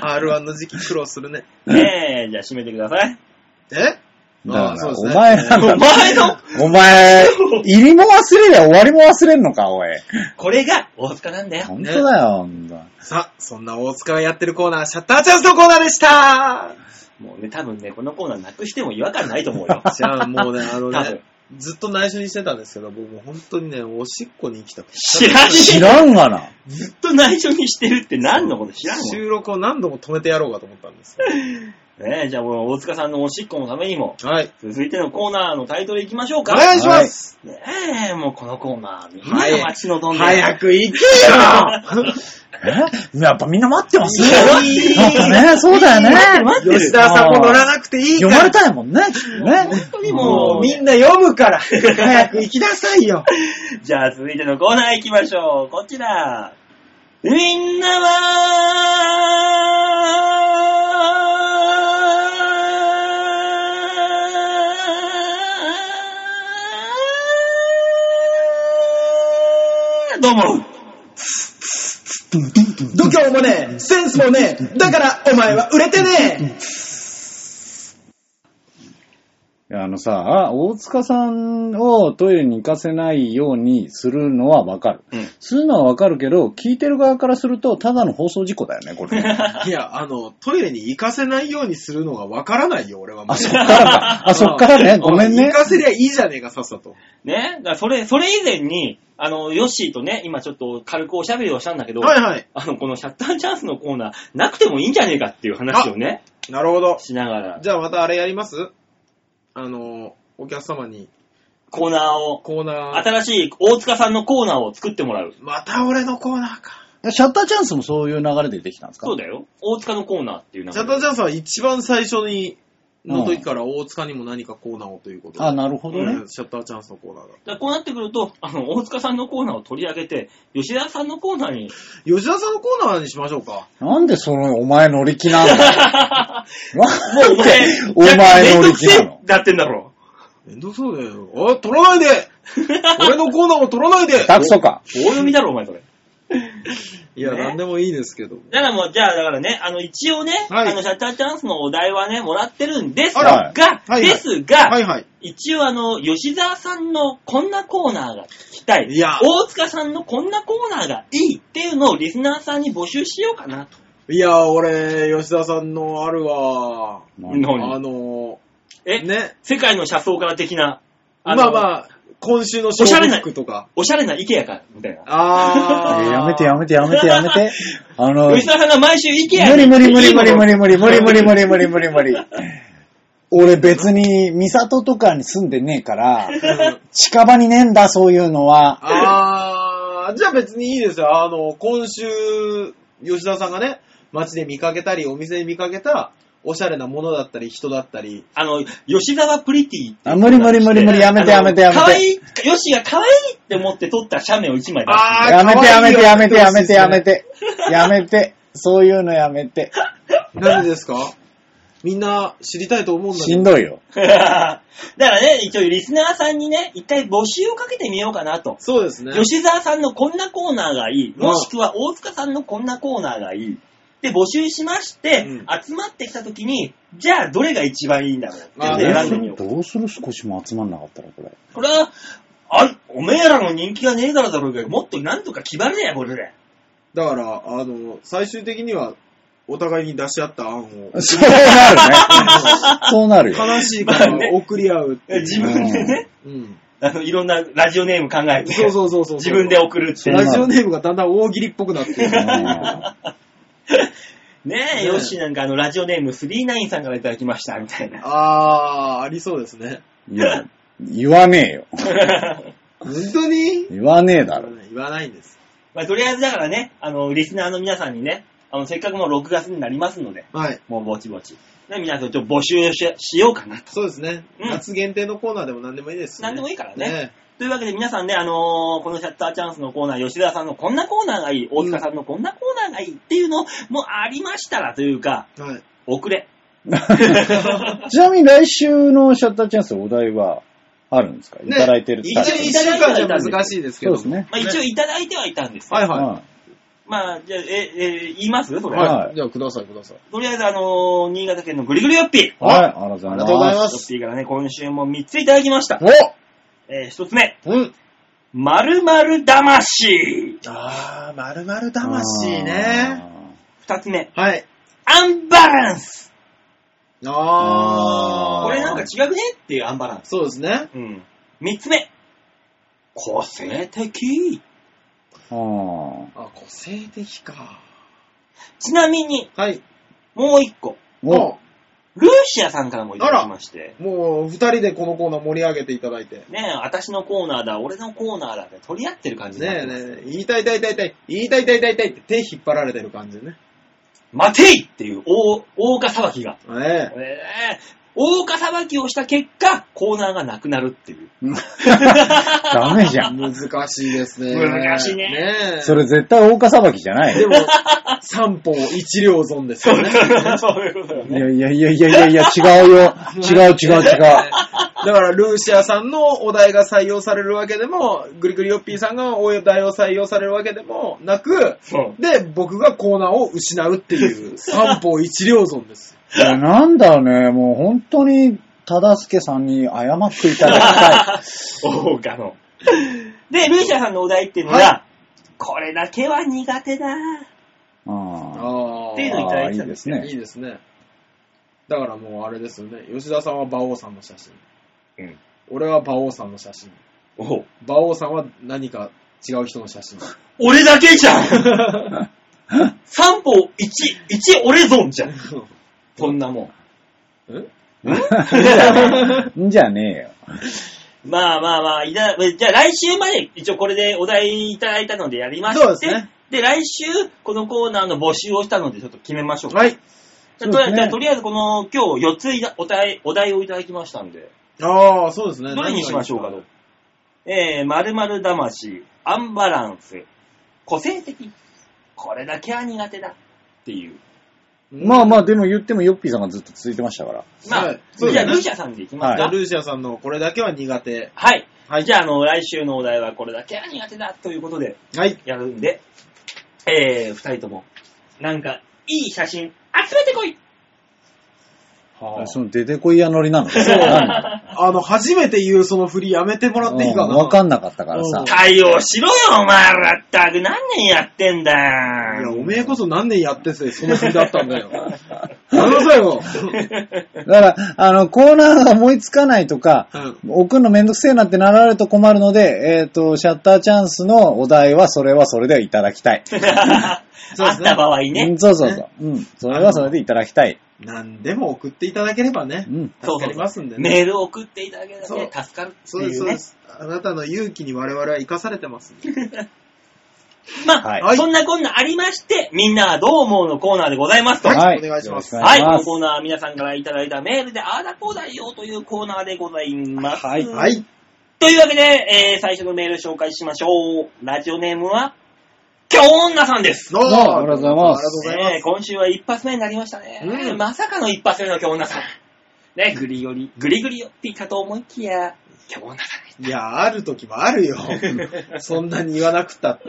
C: R1 の時期苦労するね。
B: ねえ、じゃあ締めてください。
C: え
A: だか
C: あ
A: ら、
C: そうです
A: お
C: ね
A: 前なん
B: お
A: だ。
B: 前の
A: お前、入りも忘れりゃ終わりも忘れんのか、おい。
B: これが大塚なんだよ。
A: 本当だよ、ほんと
C: さあ、そんな大塚がやってるコーナー、シャッターチャンスのコーナーでした
B: もうね、多分ね、このコーナーなくしても違和感ないと思う よ。
C: じゃあもうね、あの
B: 多分
C: ね、ずっと内緒にしてたんですけど、僕もう本当にね、おしっこに行きたくて。
B: 知らね
A: 知
B: え。
A: らんがな。
B: ずっと内緒にしてるって何のこと知らんの
C: 収録を何度も止めてやろうかと思ったんですけ
B: ねえ、じゃあもう大塚さんのおしっこのためにも、
C: どはい。
B: 続いてのコーナーのタイトルいきましょう
C: お
B: か。
C: 願いします、
B: ねえ、もうこのコーナー、みんなが待ち望んでる。
C: 早く行けよ
A: えやっぱみんな待ってますね。
C: いや待ってる
A: やっぱね、そうだよね。
B: 待ってる
C: 吉田さんも乗らなくていいか
A: 読
C: ら。
A: まれたいもんね、きっとね。
B: 本当に
C: も
B: も
C: う
B: う、
C: みんな読むから、早く行きなさいよ。
B: じゃあ続いてのコーナー行きましょう。こちら。みんなはどうも。
C: 度胸もねえ、センスもねえ、だからお前は売れてねえ。
A: あのさ、大塚さんをトイレに行かせないようにするのはわかる。
B: うん
A: するのはわかるけど、聞いてる側からすると、ただの放送事故だよね、これね。
C: いや、あの、トイレに行かせないようにするのがわからないよ、俺はもう。
A: あ、そっからか。あ、そっからね。ごめん
C: う
A: ね
C: 行。かせりゃいいじゃねえか、さっさと。
B: ね。だからそれ、それ以前に、あの、ヨッシーとね、今ちょっと軽くおしゃべりをしたんだけど、
C: はいはい。
B: あの、このシャッターチャンスのコーナー、なくてもいいんじゃねえかっていう話をね、
C: なるほど。
B: しながら、
C: じゃあまたあれやりますあの、お客様に
B: コーナーを、
C: コーナー。
B: 新しい大塚さんのコーナーを作ってもらう。
C: また俺のコーナーか。
A: シャッターチャンスもそういう流れでできたんですか
B: そうだよ。大塚のコーナーっていう名
C: シャッター
B: 前。
C: チャンスは一番最初に、の時から大塚にも何かコーナーをということで。
A: あ、なるほどね。
C: うんシャッターチャンスのコーナーだ。
B: だからこうなってくると、あの、大塚さんのコーナーを取り上げて、吉田さんのコーナーに、
C: 吉田さんのコーナーにしましょうか。
A: なんでその、お前乗り気なん だ
B: もうお前、
A: お前
B: めん
A: 乗
B: ど
A: り
B: く
A: 気
B: せ
A: な
B: え
A: の。
B: だってんだろ。
C: めんどくそうだよ。おい、撮らない で俺のコーナーも撮らないで
A: 下手くそか。
B: 大読みだろ、お前それ。
C: いや、
B: ね
C: なんでもいいですけども。
B: だからもう、じゃあ、だからね、あの、一応ね、
C: はい
B: あの、シャッターチャンスのお題はね、もらってるんです
A: あ
B: が
A: ら、
C: はいはい
B: ですが、
C: はいはい。
B: 一応あの、吉沢さんのこんなコーナーが聞きたい。
C: いや
B: 大塚さんのこんなコーナーがいいっていうのをリスナーさんに募集しようかなと。
C: いや、俺、吉田さんのあるわ。
B: 何
C: あの、
B: え、
C: ね。
B: 世界の車窓から的な。
C: まあ
B: の
C: まあ、今週の
B: おしゃれな
C: 服とか。
B: おしゃれなイケアか、みたいな。
A: え
C: あ
A: ー
C: ー。
A: やめてやめてやめてやめ て。あの、無
B: 吉沢さんが毎週イケア
A: 理無理無理無理無
B: 理。
A: 理無理無理無理無理無理無理無理。俺別に、三里とかに住んでねえから、
C: うん
A: 近場にねえんだ、そういうのは。
C: あー、じゃあ別にいいですよ。あの、今週、吉田さんがね、街で見かけたり、お店で見かけた、おしゃれなものだったり、人だったり。
B: あの、吉沢プリティっていう
A: あ無理無理無理無理やめてやめてやめて
B: あの可愛いヨシが可愛いって思って撮った写メを一枚出して。
C: あー
A: やめてやめてやめてやめてやめ
C: て。
A: て。やめて。そういうのやめて。
C: なんでですかみんな知りたいと思うんだけ
A: し
C: ど
A: ん。どいよ。
B: だからね、一応リスナーさんにね、一回募集をかけてみようかなと。
C: そうですね。
B: 吉沢さんのこんなコーナーがいい、
C: うん
B: もしくは大塚さんのこんなコーナーがいい。で、募集しまして、
C: うん
B: 集まってきたときに、じゃあどれが一番いいんだろうって
C: あ
B: いうのを
C: ね
B: 選んでみよう。
A: どうする少しも集まんなかったら、これ。
B: これは、あ、おめえらの人気がねえからだろうけど、もっとなんとか決まるねや、これで。
C: だから、あの、最終的には、お互いに出し合った案を、
A: そうなるね。そうなるよ。
C: 悲しいから送り合うっていう。
B: 自分でね、
C: うん。
B: あの、いろんなラジオネーム考えて、
C: そうそうそうそう。
B: 自分で送るって。
C: ラジオネームがだんだん大喜利っぽくなってる。
B: ねえ、
C: ね
B: ヨッシーなんかあの、ラジオネーム39さんからいただきました、みたいな。
C: あー、ありそうですね。
A: いや、言わねえよ。
C: 本当に
A: 言わねえだろ。
C: 言わないんです。
B: まあ、とりあえずだからね、あの、リスナーの皆さんにね、あの、せっかくもう6月になりますので、
C: はい。
B: もうぼちぼち。ね、皆さんちょっと募集ししようかなと。
C: そうですね。
B: うん
C: 夏限定のコーナーでも何でもいいです、
B: 何でもいいからね
C: ね
B: というわけで皆さんね、あのーこのシャッターチャンスのコーナー、吉田さんのこんなコーナーがいい、大塚さんのこんなコーナーがいいっていうのもありましたらというか、
C: はい。
B: 遅れ。
A: ちなみに来週のシャッターチャンスお題はあるんですか、いただいてる
C: 一
B: 応
C: 応一週間じゃ難しいですけ
A: そう
C: ど。
A: です。ね。
B: まあ、一応いただいてはいたんですよ。
C: はいは
A: は
B: まあ、じゃあ、え、えー言いますそ
C: い。
B: れ、
A: はい
C: じゃあ、ください、ください。
B: とりあえず、あのー新潟県のぐりぐりよっぴー。
A: い。はい。あり
C: あ
A: が
C: りがとうござい
B: ヨ
C: ま
B: ッ
C: す。
B: ピーからね、今週も3ついただきました。えー、1つ目、
C: おうん。
B: まるまる魂。
C: あー、まるまる魂ね。。
B: 2つ目、
C: はい。
B: アンバランス。
A: あー
C: あー。
B: これなんか違くねっていうアンバランス。
C: そうですね。
B: うん。三つ目。個性的。
A: あーあ
C: あ、個性的か。
B: ちなみに、
C: はい。
B: もう一個。
A: ー。お
C: も
B: ルーシアさんからもいただきまして。
C: う、もう二人でこのコーナー盛り上げていただいて。
B: ねえ、私のコーナーだ、俺のコーナーだって取り合ってる感じになって
C: ねえ
B: ます。
C: ねえ、言いたい言いたい言いたい、言いたい言いたい言いたいって手引っ張られてる感じね。
B: 待ていっていう大、大岡騒ぎが。
C: ね
B: ええ大岡騒ぎをした結果、コーナーがなくなるっていう。
A: ダメじ
C: え
A: ゃん。
C: 難しいですね。
B: 難しいね
C: ねえ。
A: それ絶対大岡裁きじゃない。
C: でも、三歩一両損ですよ ね。
B: そういうことよ
A: い。やいやいやいやいやいや、違うよ。違う違う違 う。
C: だから、ルーシアさんのお題が採用されるわけでも、グリグリヨッピーさんがお題を採用されるわけでもなく、
B: そう。
C: で、僕がコーナーを 失うっていう、三歩一両損です。
A: いや、なんだろうね、もう本当に、忠介さんに謝っていただきた い。
B: 大岡の。で、ルーシャさんのお題っていうのが、
C: は
B: これだけは苦手だ。
A: う
C: あ
A: ん
C: あ。
B: っていうのいただいてたんです
A: ね
C: いいですね。だからもうあれですよね。吉田さんは馬王さんの写真。
B: うん。
C: 俺は馬王さんの写真。
B: お
C: 馬王さんは何か違う人の 写真。
B: 俺だけじゃん 三歩一、一俺ゾンじゃん。そんなもん。
C: え
A: んじゃねえよ。
B: まあまあまあ、いなじゃあ来週まで一応これでお題いただいたのでやりまして、
C: そうですね
B: で来週このコーナーの募集をしたのでちょっと決めましょうか。
C: はい。
B: じゃあとりあえず
A: そうですね
B: じゃあとりあえずこの今日4ついだお題お題をいただきましたんで、
C: ああ、そうですね。
B: どれにしましょうか
C: 何がい
B: と
C: い。
B: えー、〇〇魂、アンバランス、個性的、これだけは苦手だっていう。
C: うん
A: まあまあ、でも言ってもヨッピーさんがずっと続いてましたから。
B: まあ、
C: はい
B: じ
C: そうですね
B: ゃあルーシャさんでいきますか。
A: はい
C: じゃあ
B: はい
C: ルーシアさんのこれだけは苦手。
B: はい。
C: はい
B: じゃあ、あの、来週のお題はこれだけは苦手だということで、
C: はい。
B: やるんで、えー、二人とも、なんか、いい写真、集めてこい
C: はあ、
A: その出てこいやノリなの。そうな
C: あの、初めて言うその振りやめてもらっていいかな。
A: わかんなかったからさ
C: うん。
B: 対応しろよ、お前らったく。何年やってん
C: い
B: だ
C: や、お
B: よ。
C: めえこそ何年やってて、その振りだったんだ よ。やめなさいよ。
A: だから、あの、コーナーが思いつかないとか、送るのめんどくせえなってなられると困るので、えっ、と、シャッターチャンスのお題は、それはそれでいただきたい。
B: あ
C: そうです
B: っ
C: ね
B: た場合
A: う
B: ね
A: ん、。そうそうそう。うん。それはそれでいただきたい。
C: 何でも送っていただければね
A: う、ん。
B: そうそ
C: 助か
B: う
C: りますんでね。
B: メール送っていただけだ
C: そう
B: け助かるって
C: そうです、
B: い
C: そううで
B: ね。
C: す。あなたの勇気に我々は生かされてますんで。
B: まあ、
A: はい
B: そんなこんなありまして、みんなはどう思うのコーナーでございますと。
C: は
B: はいい、
C: お願いします
A: よろく
B: こ
A: お願い
B: の
A: しま
B: コーナーは皆さんからいただいたメールで、ああだこうだよというコーナーでございます。
A: はい
C: は。い。
B: というわけで、えー最初のメール紹介しましょう。ラジオネームは、京女さんです。
C: ど
A: うもありがとうございます
C: ありがとうございます。
B: えー今週は一発目になりましたね。
C: うん
B: まさかの一発目の京女さん。ね、グリより、グリグリよってかと思いきや、京女さんです。
C: いや、ある時もあるよ。そんなに言わなく ったって。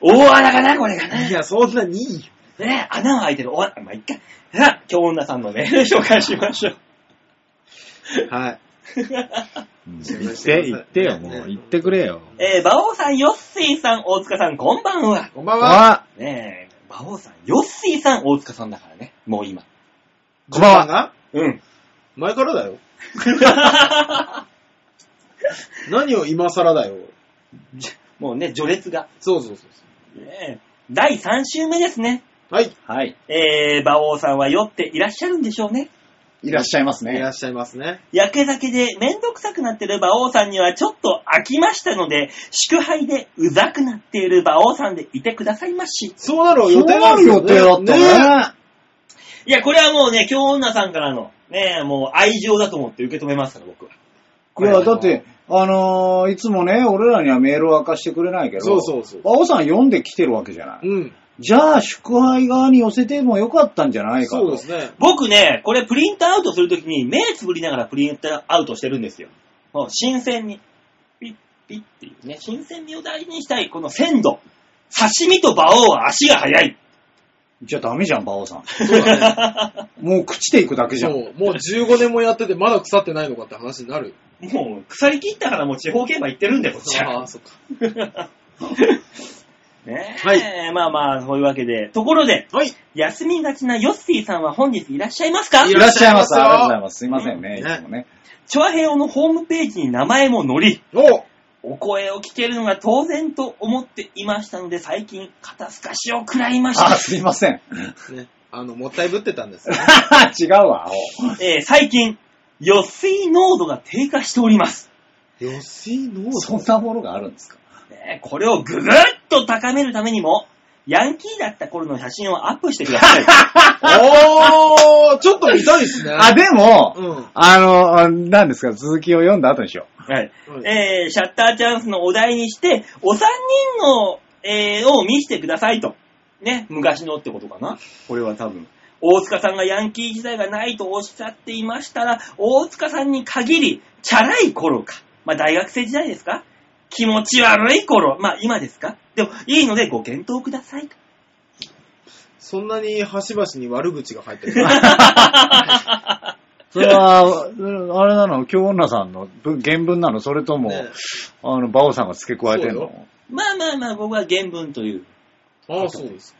B: 大穴かな、これがね
C: い。や、そんなにいいよ。
B: ね、穴が開いてる。お、まあ、いっか。さあ、京女さんのメール紹介しましょう。
C: はい。
A: うん
C: すい
A: 言
C: ま
A: っ
C: せん
A: て、言ってよ、も
C: ね
A: う。言ってくれよ。
B: えー、馬王さん、ヨッシーさん、大塚さん、こんばんは。
C: こんばんは。
A: あ
B: ねえ、馬王さん、ヨッシーさん、大塚さんだからね。もう今。
A: こんばんは
C: 順番が
B: うん。
C: 前からだよ。何を今更だよ。
B: もうね、序列が。
C: そうそうそうそ
B: ねえ、第3週目ですね。
C: う。はい。
A: はい。
B: えー、馬王さんは酔っていらっしゃるんでしょうね。
A: いらっしゃいます
C: いら
A: ね。
C: っしゃいますね。
B: 焼け酒でめんどくさくなってる馬王さんにはちょっと飽きましたので、祝杯でうざくなっている馬王さんでいてくださいまし。
C: そうなる
A: そう
C: 予定
A: なる予定だ
C: ね
A: ったね。
B: いや、これはもうね、今日女さんからの、ねえ、もう愛情だと思って受け止めますから、僕は。
A: いや、だって、あのーいつもね、俺らにはメールを明かしてくれないけど、
C: そうそうそう
A: 馬王さん読んできてるわけじゃない。
C: うん。
A: じゃあ、祝杯側に寄せてもよかったんじゃないか
C: そう
A: と。
C: ですね。
B: 僕ね、これプリントアウトするときに目つぶりながらプリントアウトしてるんですよ。もう新鮮に。ピッピッっていうね、新鮮味を大事にしたい、この鮮度。刺身と馬王は足が速い。
A: じゃあダメじゃん、馬王さん。
C: そうだね。
A: もう朽ちていくだけ じ
C: そ
A: ゃ。
C: うんもう15年もやっててまだ腐ってないのかって話になるよ。
B: もう腐り切ったからもう地方競馬行ってるんだよ、こっちは。
C: あ、そっか。
B: ねえ、
C: は
B: まあまあ、そういうわけで。ところで、
C: はい。
B: 休みがちなヨッシーさんは本日いらっしゃいますか
A: いらっしゃいます。
C: いらっしゃいますよ
A: ありがとうございます。すいませんね、い
C: ね
A: つもね。
B: チョアヘオのホームページに名前も載り、
C: お
B: お声を聞けるのが当然と思っていましたので、最近、肩透かしを食らいまし
A: あ、
B: た。
A: すいません。
C: ね。あの、もったいぶってたんですよ。
A: 違うわ、青。
B: えー最近、余水濃度が低下しております。
C: よしの
A: そんなものがあるんですか
B: ねこれをぐぐっと高めるためにも、ヤンキーだった頃の写真をアップしてください。
C: おー、ちょっと見たいですね。
A: あ、でも、
C: うん。
A: あの、あ何ですか、続きを読んだ後にしよ
B: はい
C: うん
B: えーシャッターチャンスのお題にして、お三人の、えーを見せてくださいと。ね、昔のってことかな。これは多分。大塚さんがヤンキー時代がないとおっしゃっていましたら、大塚さんに限り、チャラい頃か。まあ、大学生時代ですか気持ち悪い頃。まあ、今ですかでも、いいのでご検討くださいと。
C: そんなに端々に悪口が入ってる。
A: それは、うんあれなの、京女さんの文原文なのそれとも、
C: ね
A: あの、馬王さんが付け加えてん
C: そう
A: の
B: まあまあまあ、僕は原文という。
C: ああ、そうです。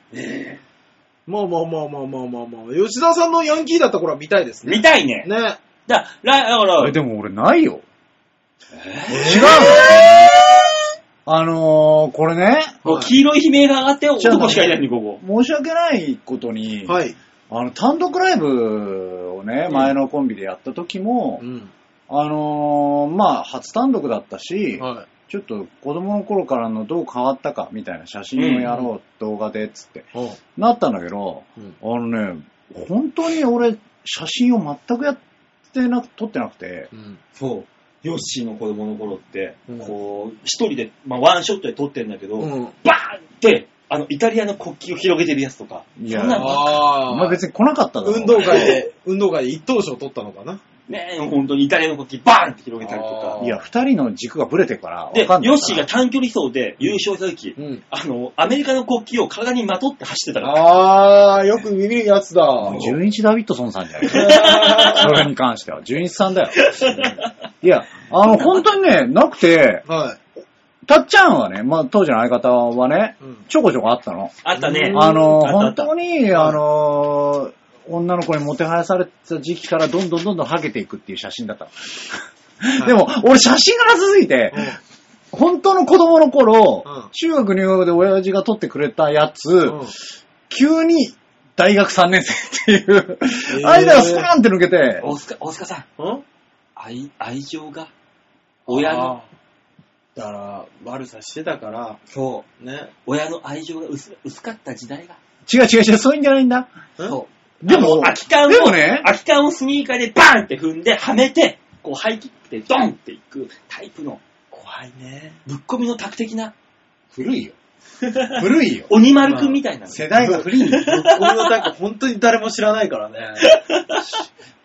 C: まあまあまあまあまあまあまあ。吉田さんのヤンキーだった頃は見たいですね。
B: 見たいね。
C: ね。
B: だら、だから、
A: え、でも俺ないよ。違うのあのー、これね、
B: もう黄色い悲鳴が上がって
A: じゃあ
B: 男しかいないのに、ここ。
A: 申し訳ないことに、
C: はい。
A: あの、単独ライブをね、
C: うん
A: 前のコンビでやった時も、
C: ん。
A: あのー、まあ、初単独だったし、
C: は
A: ちょっと子供の頃からのどう変わったかみたいな写真をやろう、動画でっつって、
C: い。
A: なったんだけど、
C: うん
A: あのね、本当に俺、写真を全くやってなく、撮ってなくて、
C: うん。
B: そう。ヨッシーの子供の頃って、
C: うん
B: こう、一人で、まあ、ワンショットで撮ってんだけど、
C: うん。
B: バーンって、あの、イタリアの国旗を広げてるやつとか。
A: いや
B: そんなの
A: お
C: あ
A: 前
C: あ。
A: 別に来なかっただろ。
C: 運動会で、運動会で一等賞取ったのかな
B: ねえ、本当にイタリアの国旗バーンって広げたりとか
C: あー。
A: いや、二人の軸がブレてるから、わ
B: で、
A: かんない。
B: ヨッシーが短距離走で優勝した時、
C: うん。
B: あの、アメリカの国旗を体にまとって走ってたから。
C: ああ、よく見るやつだ。
A: もう純一ダビッドソンさ んじゃないそれに関しては。純一さんだよ。いや、あの、本当にね、なくて、
C: は
A: たっちゃんはね、まあ、当時の相方はね
C: い。、うん。
A: ちょこちょこあったの。
B: あったね
C: う。ん
A: あの、
B: あ
A: 本
B: った
A: 当に、あの、女の子にもてはやされてた時期からどんどんどんどんハゲていくっていう写真だったの。でも、俺写真がなさすぎて、本当の子供の頃、
C: うん
A: 中学入学で親父が撮ってくれたやつ、
C: うん。うん
A: 急に大学3年生っていう、
C: ー
A: 間がスパーンって抜けて、
B: 大塚、大塚さん、
C: うん
B: 愛、愛情が、親
C: あ
B: の、
C: ーだから、悪さしてたから、
B: そ
C: ね。
B: う、親の愛情が薄薄かった時代が、
A: 違う違う違う、そういうんじゃないんだ。
C: うん
B: そう。
A: でも
B: あの空き缶を、
A: でもね
B: 空き缶をスニーカーでバーンって踏んで、はめて、こう、ハイキックでドンっていくタイプの、
C: 怖いね。
B: ぶっ込みの卓的な、
A: 古 いよ。古いよ。
B: 鬼丸くんみたいな。
A: 世代が古いよ。
C: 俺のタイプ本当に誰も知らないから ね。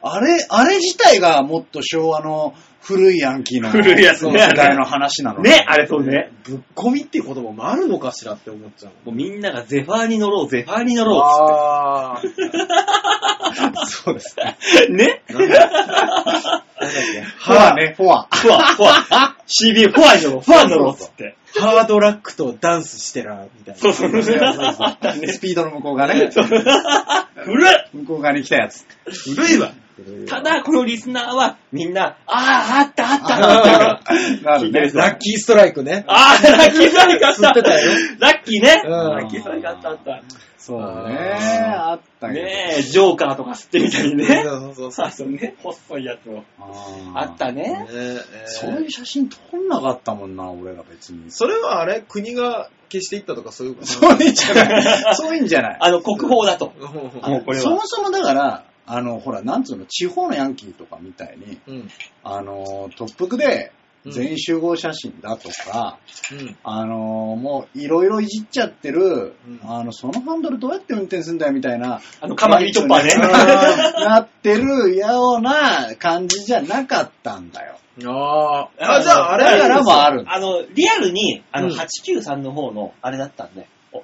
A: あれ、あれ自体がもっと昭和の古いヤンキーの
B: 古いやつね
A: その世代の話なの。
B: ね、あれそうね。
C: ぶっ込みっていう言葉もあるのかしらって思っちゃう。
B: もうみんながゼファーに乗ろう、ゼファーに乗ろ
C: ああ。
A: そうですね。
B: うっつって。ね
C: なんだなんだっけ
A: フォアね、フォア。
B: フォア、フォア。CB フォアに乗ろう、フォアに乗ろうっつって。
C: ハードラックとダンスしてら、みたいな。
B: そうそうそうあったね
A: スピードの向こう側ね。
B: 古っ
A: 向こう側に来たやつ。
B: 古いわ。ただ、このリスナーは、みんな、ああ、あった、あった、あったから。
A: なるね。
C: ラッキーストライクね。
B: ああ、ラッキーストライクあった。
C: 吸ってたよ
B: ラッキーね。
C: うん
B: ラッキーストライクあった、あった。
A: そうね。
C: あ
A: あったけど。
B: ねえ、ジョーカーとか吸ってみたりね。
C: そうそうそ
B: そううそうね、細いやつを。
A: あ
B: あ
A: ー
B: った
C: ね
B: ね。
C: え
A: そういう写真撮んなかったもんな、俺ら別に。
C: それはあれ国が消していったとかそういうこと
A: そういうんじゃ ない。そういうんじゃない。
B: あの、国宝だと。
C: う
B: もうこれ
A: そも
B: は。
A: そもだから、あの、ほら、なんつうの、地方のヤンキーとかみたいに、
C: ん。
A: あの、特服で
C: うん
A: 全員集合写真だとか、
C: うん。
A: あの、もういろいろいじっちゃってる、
C: うん
A: あの、そのハンドルどうやって運転すんだよみたいな、
B: あの、カマキリチョッパーね。
A: あーなってるような感じじゃなかったんだよ。
C: あーあ。じゃああれ
A: だからもある。
B: あの、リアルに、あの、
C: うん
B: 893の方の、あれだったんで。お
C: あ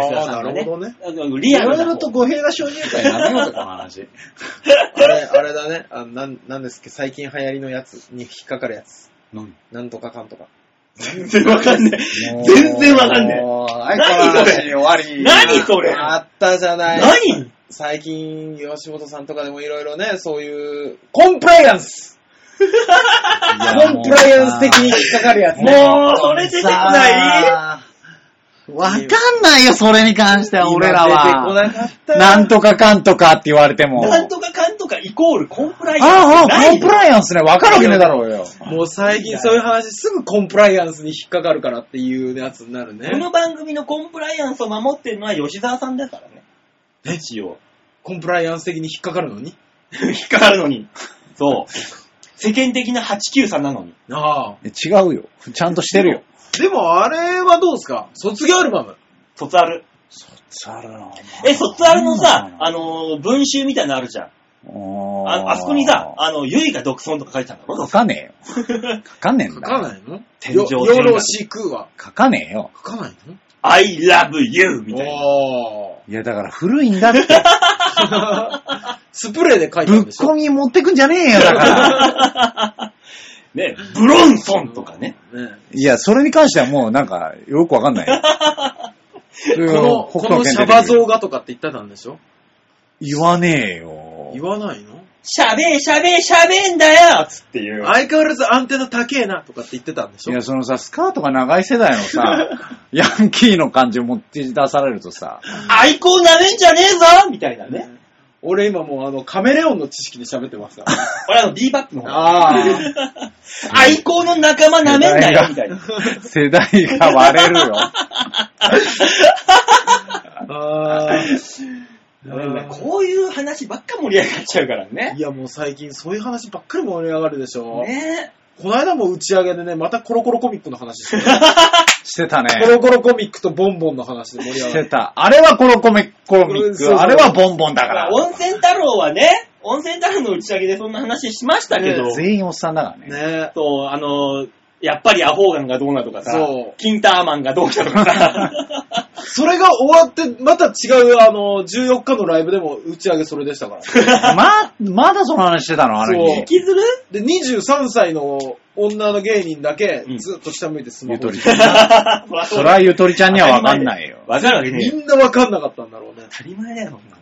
B: 吉田さ
C: あ、なん
B: がね
C: るほどね。
B: あの
A: い
B: リア
A: ろ
B: ル
A: い
B: な
A: ろと
B: 方。
A: 語弊が生じるからやめようとこの 話。
C: あれ、あれだね。あなん、なんですっけ最近流行りのやつに引っかかるやつ。
A: 何
C: なんとかかんとか。
B: 全然わかんない。全然わかんない
A: はい、
B: 何
A: この
B: そ
A: 話
B: れ
A: 終わり。
B: 何それ
C: あったじゃない。
B: 何
C: 最近、吉本さんとかでもいろいろね、そういう、コンプライアンスコンプライアンス的に引っかかるやつね。
B: もう、それ出てこない
A: いわかんないよ、それに関しては、俺ら
C: 今
A: は。
C: 出てこなかった。
A: なんとかかんとかって言われても。
B: なんとかかんとかイコールコンプライア
A: あ
B: ンス
A: あ、
B: な
A: コ
B: い
A: ンプライアンスね。わかるわけねえだろうよ。
C: もう最近そういう話すぐコンプライアンスに引っかかるからっていうやつになるね
B: こ。の番組のコンプライアンスを守ってるのは吉沢さんだからね。
C: え
B: 一応。
C: コンプライアンス的に引っかかるのに
B: 引っかかるのに。そう。世間的な893なのに。
C: ああ。
A: 違うよ。ちゃんとしてるよ。
C: でもあれはどうですか卒業アルバム。
B: 卒アル。え、
A: え
B: 卒アルのさ、あのー、文集みたいなのあるじゃん。
A: の
B: ああそこにさ、あの、ゆいが独尊とか書いてたんだろ
A: 書かね えよ。書かねえん
C: 書
A: だ
C: か
A: い。
C: ないの
B: 天井
C: よよろしくは。
A: 書かねえよ。
C: 書かないの
B: ?I love you! みたいな。
C: おー。
A: いや、だから古いんだって。
C: スプレーで書い
A: ぶ
C: た
A: っ
C: んですよ。
A: こみ持ってくんじゃねえよ、だから。
B: ね、ブロンソンとかね。
C: ね
A: いや、それに関してはもうなんか、よくわかんない。それ
C: この、
A: を
C: こ
A: 北
C: の
A: 斗
C: シ
A: 健
C: ャ
A: 出てくる
C: バ像がとかって言ってたんでしょ
A: 言わねえよ。
C: 言わないの
B: しゃべえしゃべえしゃべえんだよつっていう。
C: 相変わらずアンテナ高えなとかって言ってたんでし
A: い
C: ょ
A: や、そのさ、スカートが長い世代 のさ、ヤンキーの感じを持って出されるとさ、
B: アイコンなめんじゃねえぞみたいなね。
C: 俺今もうあの、カメレオンの知識で喋ってますから。
B: 俺あの、ビーバップの方。
C: ああ。
B: アイコンの仲間なめんなよみたいな。
A: 世代が割れるよ。
C: あ
B: うん
C: あ。
B: こういう話ばっか盛り上がっちゃうからね
C: い。やもう最近そういう話ばっかり盛り上がるでしょ。
B: ね
C: この間も打ち上げでね、またコロコロコミックの話してた。
A: してた
C: コ
A: ね。
C: ロコロコミックとボンボンの話で盛り
A: し
C: 上が
A: て
C: る。
A: た。あれはコロコミコロミ
C: うん
A: ッ
C: そうそう
A: ク、あれはボンボンだから。
B: 温泉太郎はね、温泉太郎の打ち上げでそんな話しましたけど、
A: 全員おっさんだからね。
C: ね
B: そう、あの、やっぱりアホーガンがどうなとかさ
C: そう、
B: キンターマンがどうだとか さ、
C: それが終わって、また違う、あの、14日のライブでも打ち上げそれで したから。
A: ま、まだその話してたのあ
C: そ
A: の日
C: う
B: 引。きずる
C: で、23歳の女の芸人だけ
B: うん、
C: ずっと下向いてスマホ
A: ゆとり
C: で
A: ちゃんそりゃゆとりちゃんにはわかんないよ。
B: わかるわけねえ
C: み
B: よ。
C: んなわかんなかったんだろうね。
B: 当たり前だよ、そんなの
A: だか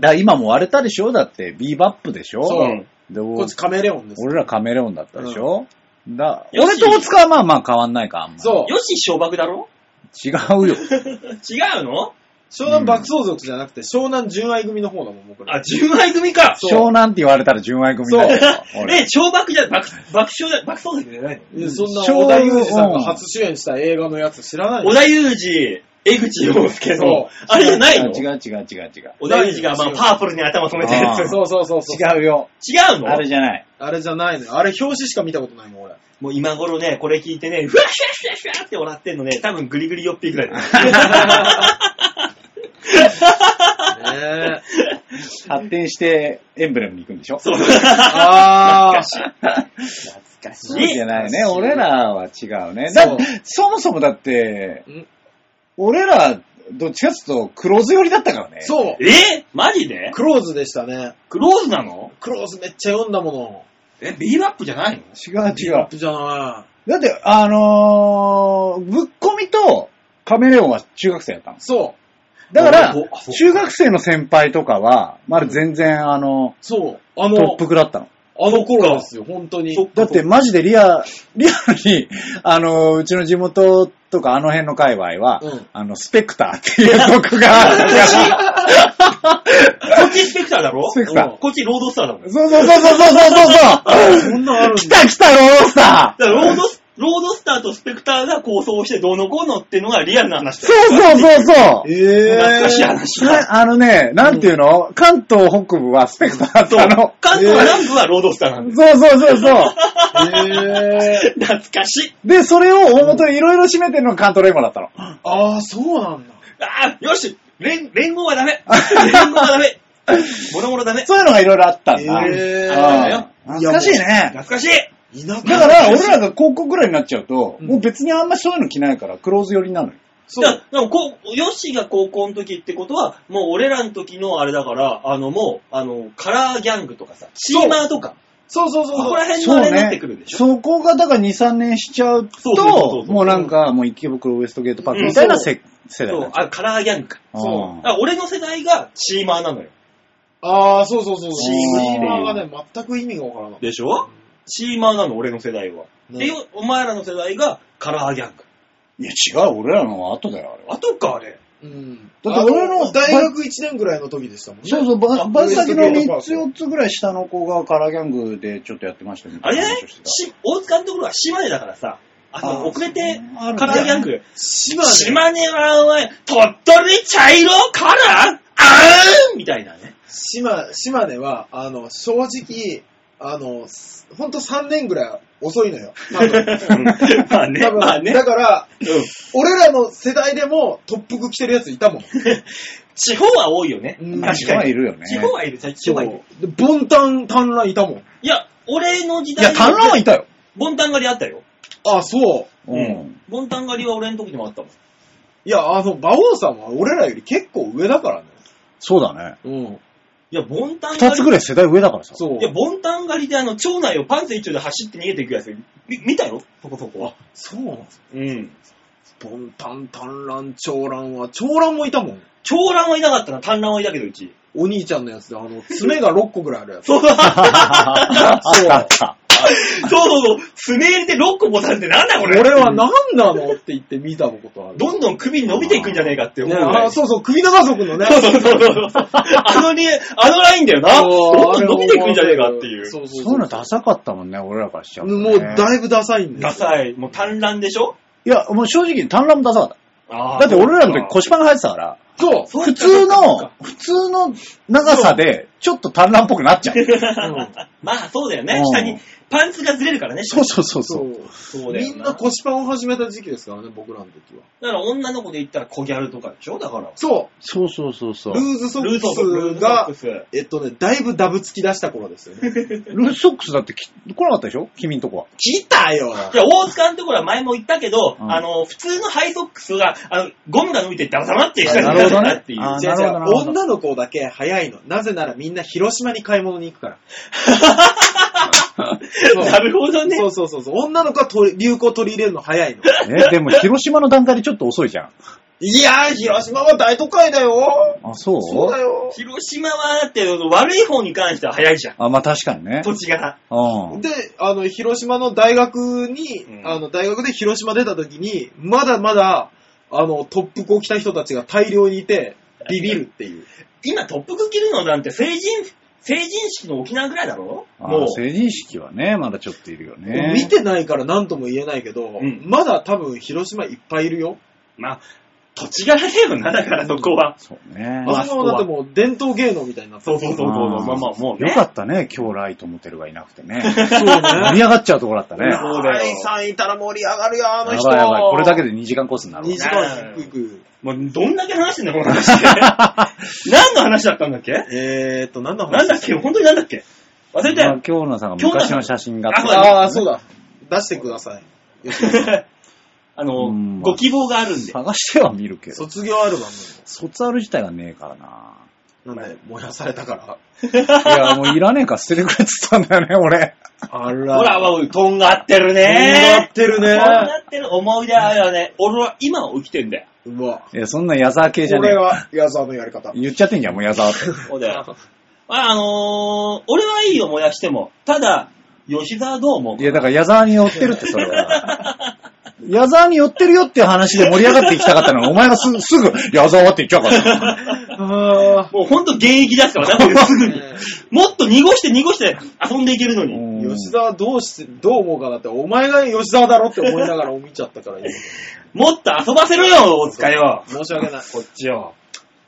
A: ら今も割れたでしょだって、ビーバップでしょ
C: そう
A: で
C: うんこっちカメレオンです。
A: 俺らカメレオンだったでしょ、だ
B: よ
A: 俺
B: し
A: と大塚はまあまあ変わんないか、あんまり。
C: そう。
B: よし、小爆だろ
A: 違う
B: 違
A: よ。
B: うの
C: 湘南爆走族じゃなくて、湘南純愛組の方だもん、僕ら。
B: あ、純愛組か。
A: 湘南って言われたら純愛組だよ。 俺
B: ね、小爆じゃ、爆、爆笑じゃ、爆走じゃない
C: えそんな
A: 湘
C: 小田裕二さんが初主演した映画のやつ知らない
B: の。小田裕二、江口洋介
C: そう
B: の、あれじゃないの
A: 違う違う違う違う。
B: 小田裕二が、まあ、
C: 違う
B: パープルに頭染めたやつ
A: あ。
C: そうそうそうそう。
A: 違うよ。
B: 違うの
A: あれじゃない。
C: あれじゃないのよ。あれ表紙しか見たことないもん、俺。
B: もう今頃ね、これ聞いてね、ふわふわふわふわって笑ってんのね、多分グリグリよっぴーぐらい だよ。
C: ねえ。
A: 発展してエンブレムに行くんでしょそう
C: ああ。
B: 懐かし
A: じゃないね。俺らは違うね。
C: そ
A: だ
C: う
A: そもそもだって
C: ん、
A: 俺ら、どっちかっていうと、クローズ寄りだったからね。う。
C: そう。
B: えマジで
C: クローズでしたね。
B: クローズなの
C: クローズめっちゃ読んだもの。
B: え、ビーバップじゃないの
A: 違う違う。
C: じゃな
A: だって、あのー、ぶっこみとカメレオンは中学生だったんで
C: い。
A: す。
C: そう。
A: だから
B: あそうあ、そう
A: 中学生の先輩とかは、まだ全然、あの、
C: そう。あ
A: トッ
C: の、
A: プクだったの。
C: あの頃ですよ、本当に。
A: だってマジでリア、 リアルに、あの、うちの地元とかあの辺の界隈は、
C: うん
A: あの、スペクターっていう曲があるから、
B: こっちスペクターだろ
A: スペクター
B: うんこっちロードスターだもん。だ
A: そうそうそうそうそうそうそう
C: そんなんあるんだ
A: 来た来たロースター
B: からロードス、ロードスターとスペクターが構想してどうのこうのってのがリアルな話だ
A: そ
B: よ。
A: うそうそうそう
C: ええ
B: 懐かしい話だ。
A: あのね、なんていうの、関東北部はスペクターだったの。
B: 関東南部はロードスターなんだよ。
A: そうそうそうそう。
C: ええ
B: 懐かしい。
A: で、それを大元にいろいろ占めてるのが関東レモン だったの。
C: ああ、そうなんだ。
B: あーよし連、連合はダ メ連合はダメもろもろダメ
A: そういうのがいろいろあったんだ。
C: えー
A: あー懐かしいね。
B: 懐かしい
C: 田舎
A: だから、俺らが高校ぐらいになっちゃうと、
C: うん
A: もう別にあんまそういうの着ないから、クローズ寄りなのよ。
C: そ
B: だ
C: う。
B: でもこう、ヨッシーが高校の時ってことは、もう俺らの時のあれだから、あのもう、あの、カラーギャングとかさ、チーマーとか、
C: そうそう
B: そ
C: そう
B: こ
C: そう。
B: ら辺のあれになってくるでしょ。
A: そこが、だから2、3年しちゃう
B: そうそうそうそう
A: と、もうなんか、もう池袋ウエストゲートパークみたいなせ
B: そ
A: 世代だ
B: う
A: ね。
B: あカラーギャングか。
A: あー
B: そう。だから俺の世代がチーマーなのよ。
C: ああ、そうそうそう。
A: チ
C: チ
A: ームっていう
C: ーマーがね、全く意味がわからない。
B: でしょチーマーなの、俺の世代は。
C: ね
B: で、お前らの世代がカラーギャング。
A: いや、違う、俺らの後だよ、あれは。
B: あとか、あれ。
C: うん。
A: だって俺の
C: あ大学1年ぐらいの時でしたもんね。
A: そうそう、ば
B: あ
A: バイト先の
C: ウエストゲートパ
A: 3
C: ー
A: つ
C: ク
A: 4つぐらい下の子がカラーギャングでちょっとやってましたみた
B: あ
A: い
B: れ
A: な
B: ね
A: 話をしてた。
B: し大塚のところは島根だからさ、あ
A: あー
B: の、遅れて
A: あるね
B: カラーギャング。
C: 島根。
B: 島根はお前、鳥取茶色カラーあーんみたいなね。
C: 島根。島根は、あの、正直、あの、すほんと3年ぐらい遅いのよ。多分
B: まあね、
C: 多分
B: まあね
C: だ。から、
B: うん
C: 俺らの世代でも、特服着てるやついたもん。
B: 地方は多いよね。
C: うん
B: 確
A: 人
B: か
A: は
B: に。
A: いるよね。
B: 地方はいる、地方はいる。
C: で、ボンタン、タンランいたもん。
B: いや、俺の時
A: い
B: 代
A: や、単ンはいたよ。
B: ボンタン狩りあったよ。
C: あ、そう。
A: う。
B: うんボンタン狩りは俺の時にもあったもん。
C: いや、あの、馬王さんは俺らより結構上だからね。
A: そうだね。
C: うん。
B: いや、ボンタン
A: 二
B: 狩
A: つ
B: り
A: ぐらい世代上だからさ。
C: そう
B: い。や、ボンタン狩りであの、町内をパンツ一丁で走って逃げていくやつ、み見たよそこそこは。
C: そうなんです
B: うん。
C: ボンタン、タンラン、長ランは、長ランもいたもん。
B: 長蘭はいなかったな、短蘭はいたけど、うち。
C: お兄ちゃんのやつで、あの、爪が6個ぐらいあるやつ。
B: そうだ、
A: あったあった。
B: そうそうそう、爪入れて6個ボタンってなんだこれ
C: 俺は何なのって言って見たことある。
B: どんどん首伸びていくんじゃねえかって思
C: ね、
B: うぐらい
C: あそうそう、首長族のね。
B: そうそうそうそうそう。あのね、あのラインだよな。どんどん伸びていくんじゃねえかっていう。
C: そうそう
A: そういうのダサかったもんね、俺らからしちゃうとね、
C: もうだいぶダサいんです
B: ダ
C: よ。い。
B: サい。もう短乱でしょ
A: いや、もう正直、単乱もダサかっ
B: あ
A: た。
B: ー
A: だって俺らの時
B: そ
A: 腰パンが入ってたから、
C: そう。
B: うか
A: 普通
B: そうか
A: の、普通の長さで、ちょっと単乱っぽくなっちゃう。
B: まあそうだよ
A: う
B: ね
A: ん。
B: 下にパンツがずれるからね。
A: そうそうそうそう。
B: そ
C: そ
B: ううだよな。
C: みんな腰パンを始めた時期ですからね、僕らの時は。
B: だから女の子で言ったら小ギャルとかでしょだから。
C: そ。
A: そうそうそうそうう
C: ル。ーズソッ
B: ルー
C: ク
B: トとルー
C: ス
B: トソッ
C: が
B: ク、ス。
C: えっとね、だいぶダブつき出した頃ですよ ね。
A: ルーズソックスだってき来なかったでしょ君んとこは。
C: 来たよ
B: いや、大塚のところは前も言ったけど、
A: うん
B: あの、普通のハイソックスが、あの、ゴムが伸びてダバダバっていう
A: あ
B: 感じ
A: な
B: になっ
A: るほど
B: た
A: ね
B: なっていう。
A: あ
C: 違う
A: なるほ
C: 違
A: どなるほ
C: う。
A: ど
C: 女の子だけ早いの。なぜならみんな広島に買い物に行くから。そう
B: なるほどね。
C: そうそうそうそう。女の子は取り流行取り入れるの早いの。
A: え、でも広島の段階でちょっと遅いじゃん。
C: いやー、広島は大都会だよ
A: あ、そう
C: そうだよ
B: 広島は、だって、悪い方に関しては早いじゃん。
A: あ、まあ確かにね。
B: 土地が。
A: うん。
C: で、あの、広島の大学に、
B: うん
C: あの、大学で広島出た時に、まだまだ、あの、トップを着た人たちが大量にいて、ビビるっていう。
B: 今、トップ服着るのなんて成人、成人式の沖縄ぐらいだろ
A: あ
B: もう。
A: 成人式はね、まだちょっといるよね。
C: 見てないから何とも言えないけど、
B: ん
C: まだ多分広島いっぱいいるよ。
B: まあ、土地柄だよな、だからそこは。
A: そうね。
B: まあ
C: あそこはだってもう伝統芸能みたいになって
B: そう
C: る
B: そうそうそう。
A: うん
B: まあまあ、もう
A: よ
B: ね。
A: かったね、今日ライトモテルがいなくてね。
C: そう
A: 盛
C: ね。
A: り上がっちゃうところだったね。や
B: そうだよ
C: 第3位いたら盛り上がるよ、あの
A: ばい
C: 人。
A: やばい、これだけで2時間コースになるわ
C: 2時間行く。
B: もうどんだけ話してんだ、この話。 何の話だったんだっけ
C: えーっと、何の話
B: なんだっけ本当になんだっけ忘れた
A: まあ
B: よ。
A: 京奈さんが昔の写真があっ
B: 京
A: て
B: 奈
C: ああ、そうだ。出してください。
B: あ
A: うん
B: の、ご希望があるんで。
A: 探しては見るけど、
C: 卒業アルバ
A: 卒アル自体がねえからな。
C: ム。なんで、燃やされたから。
A: いや、もういらねえから捨ててくれって言ったんだよね、俺。
C: あら
B: ほら、
C: わ、
B: わとんがってる
C: な
B: ね
C: ってる
B: とん
C: ね。
B: がってる思い出あるよね。俺は今を生きてんだよ。
C: うわ。
A: いや、そんな矢沢系じゃ
C: こ
A: ねえ
C: れ
A: よ。
C: は、矢沢のやり方。
A: 言っちゃってんじゃん、もう矢沢って。
B: そうだよ。ああのー、俺はいいよ、燃やしても。ただ、吉沢どう思う
A: いや、だから矢沢に寄ってるって、それは。 矢沢に寄ってるよっていう話で盛り上がっていきたかったのに、お前がすすぐ、矢沢って言っちゃう から。
C: あ
B: もうほんと現役出すからな、もうすぐに。もっと濁して濁して遊んでいけるのに。
A: うん
C: 吉沢どうして、どう思うかなって、お前が吉沢だろって思いながら見ちゃったから、今
B: もっと遊ばせろよ、大塚よ。
C: 申し訳ない。
B: こっちを。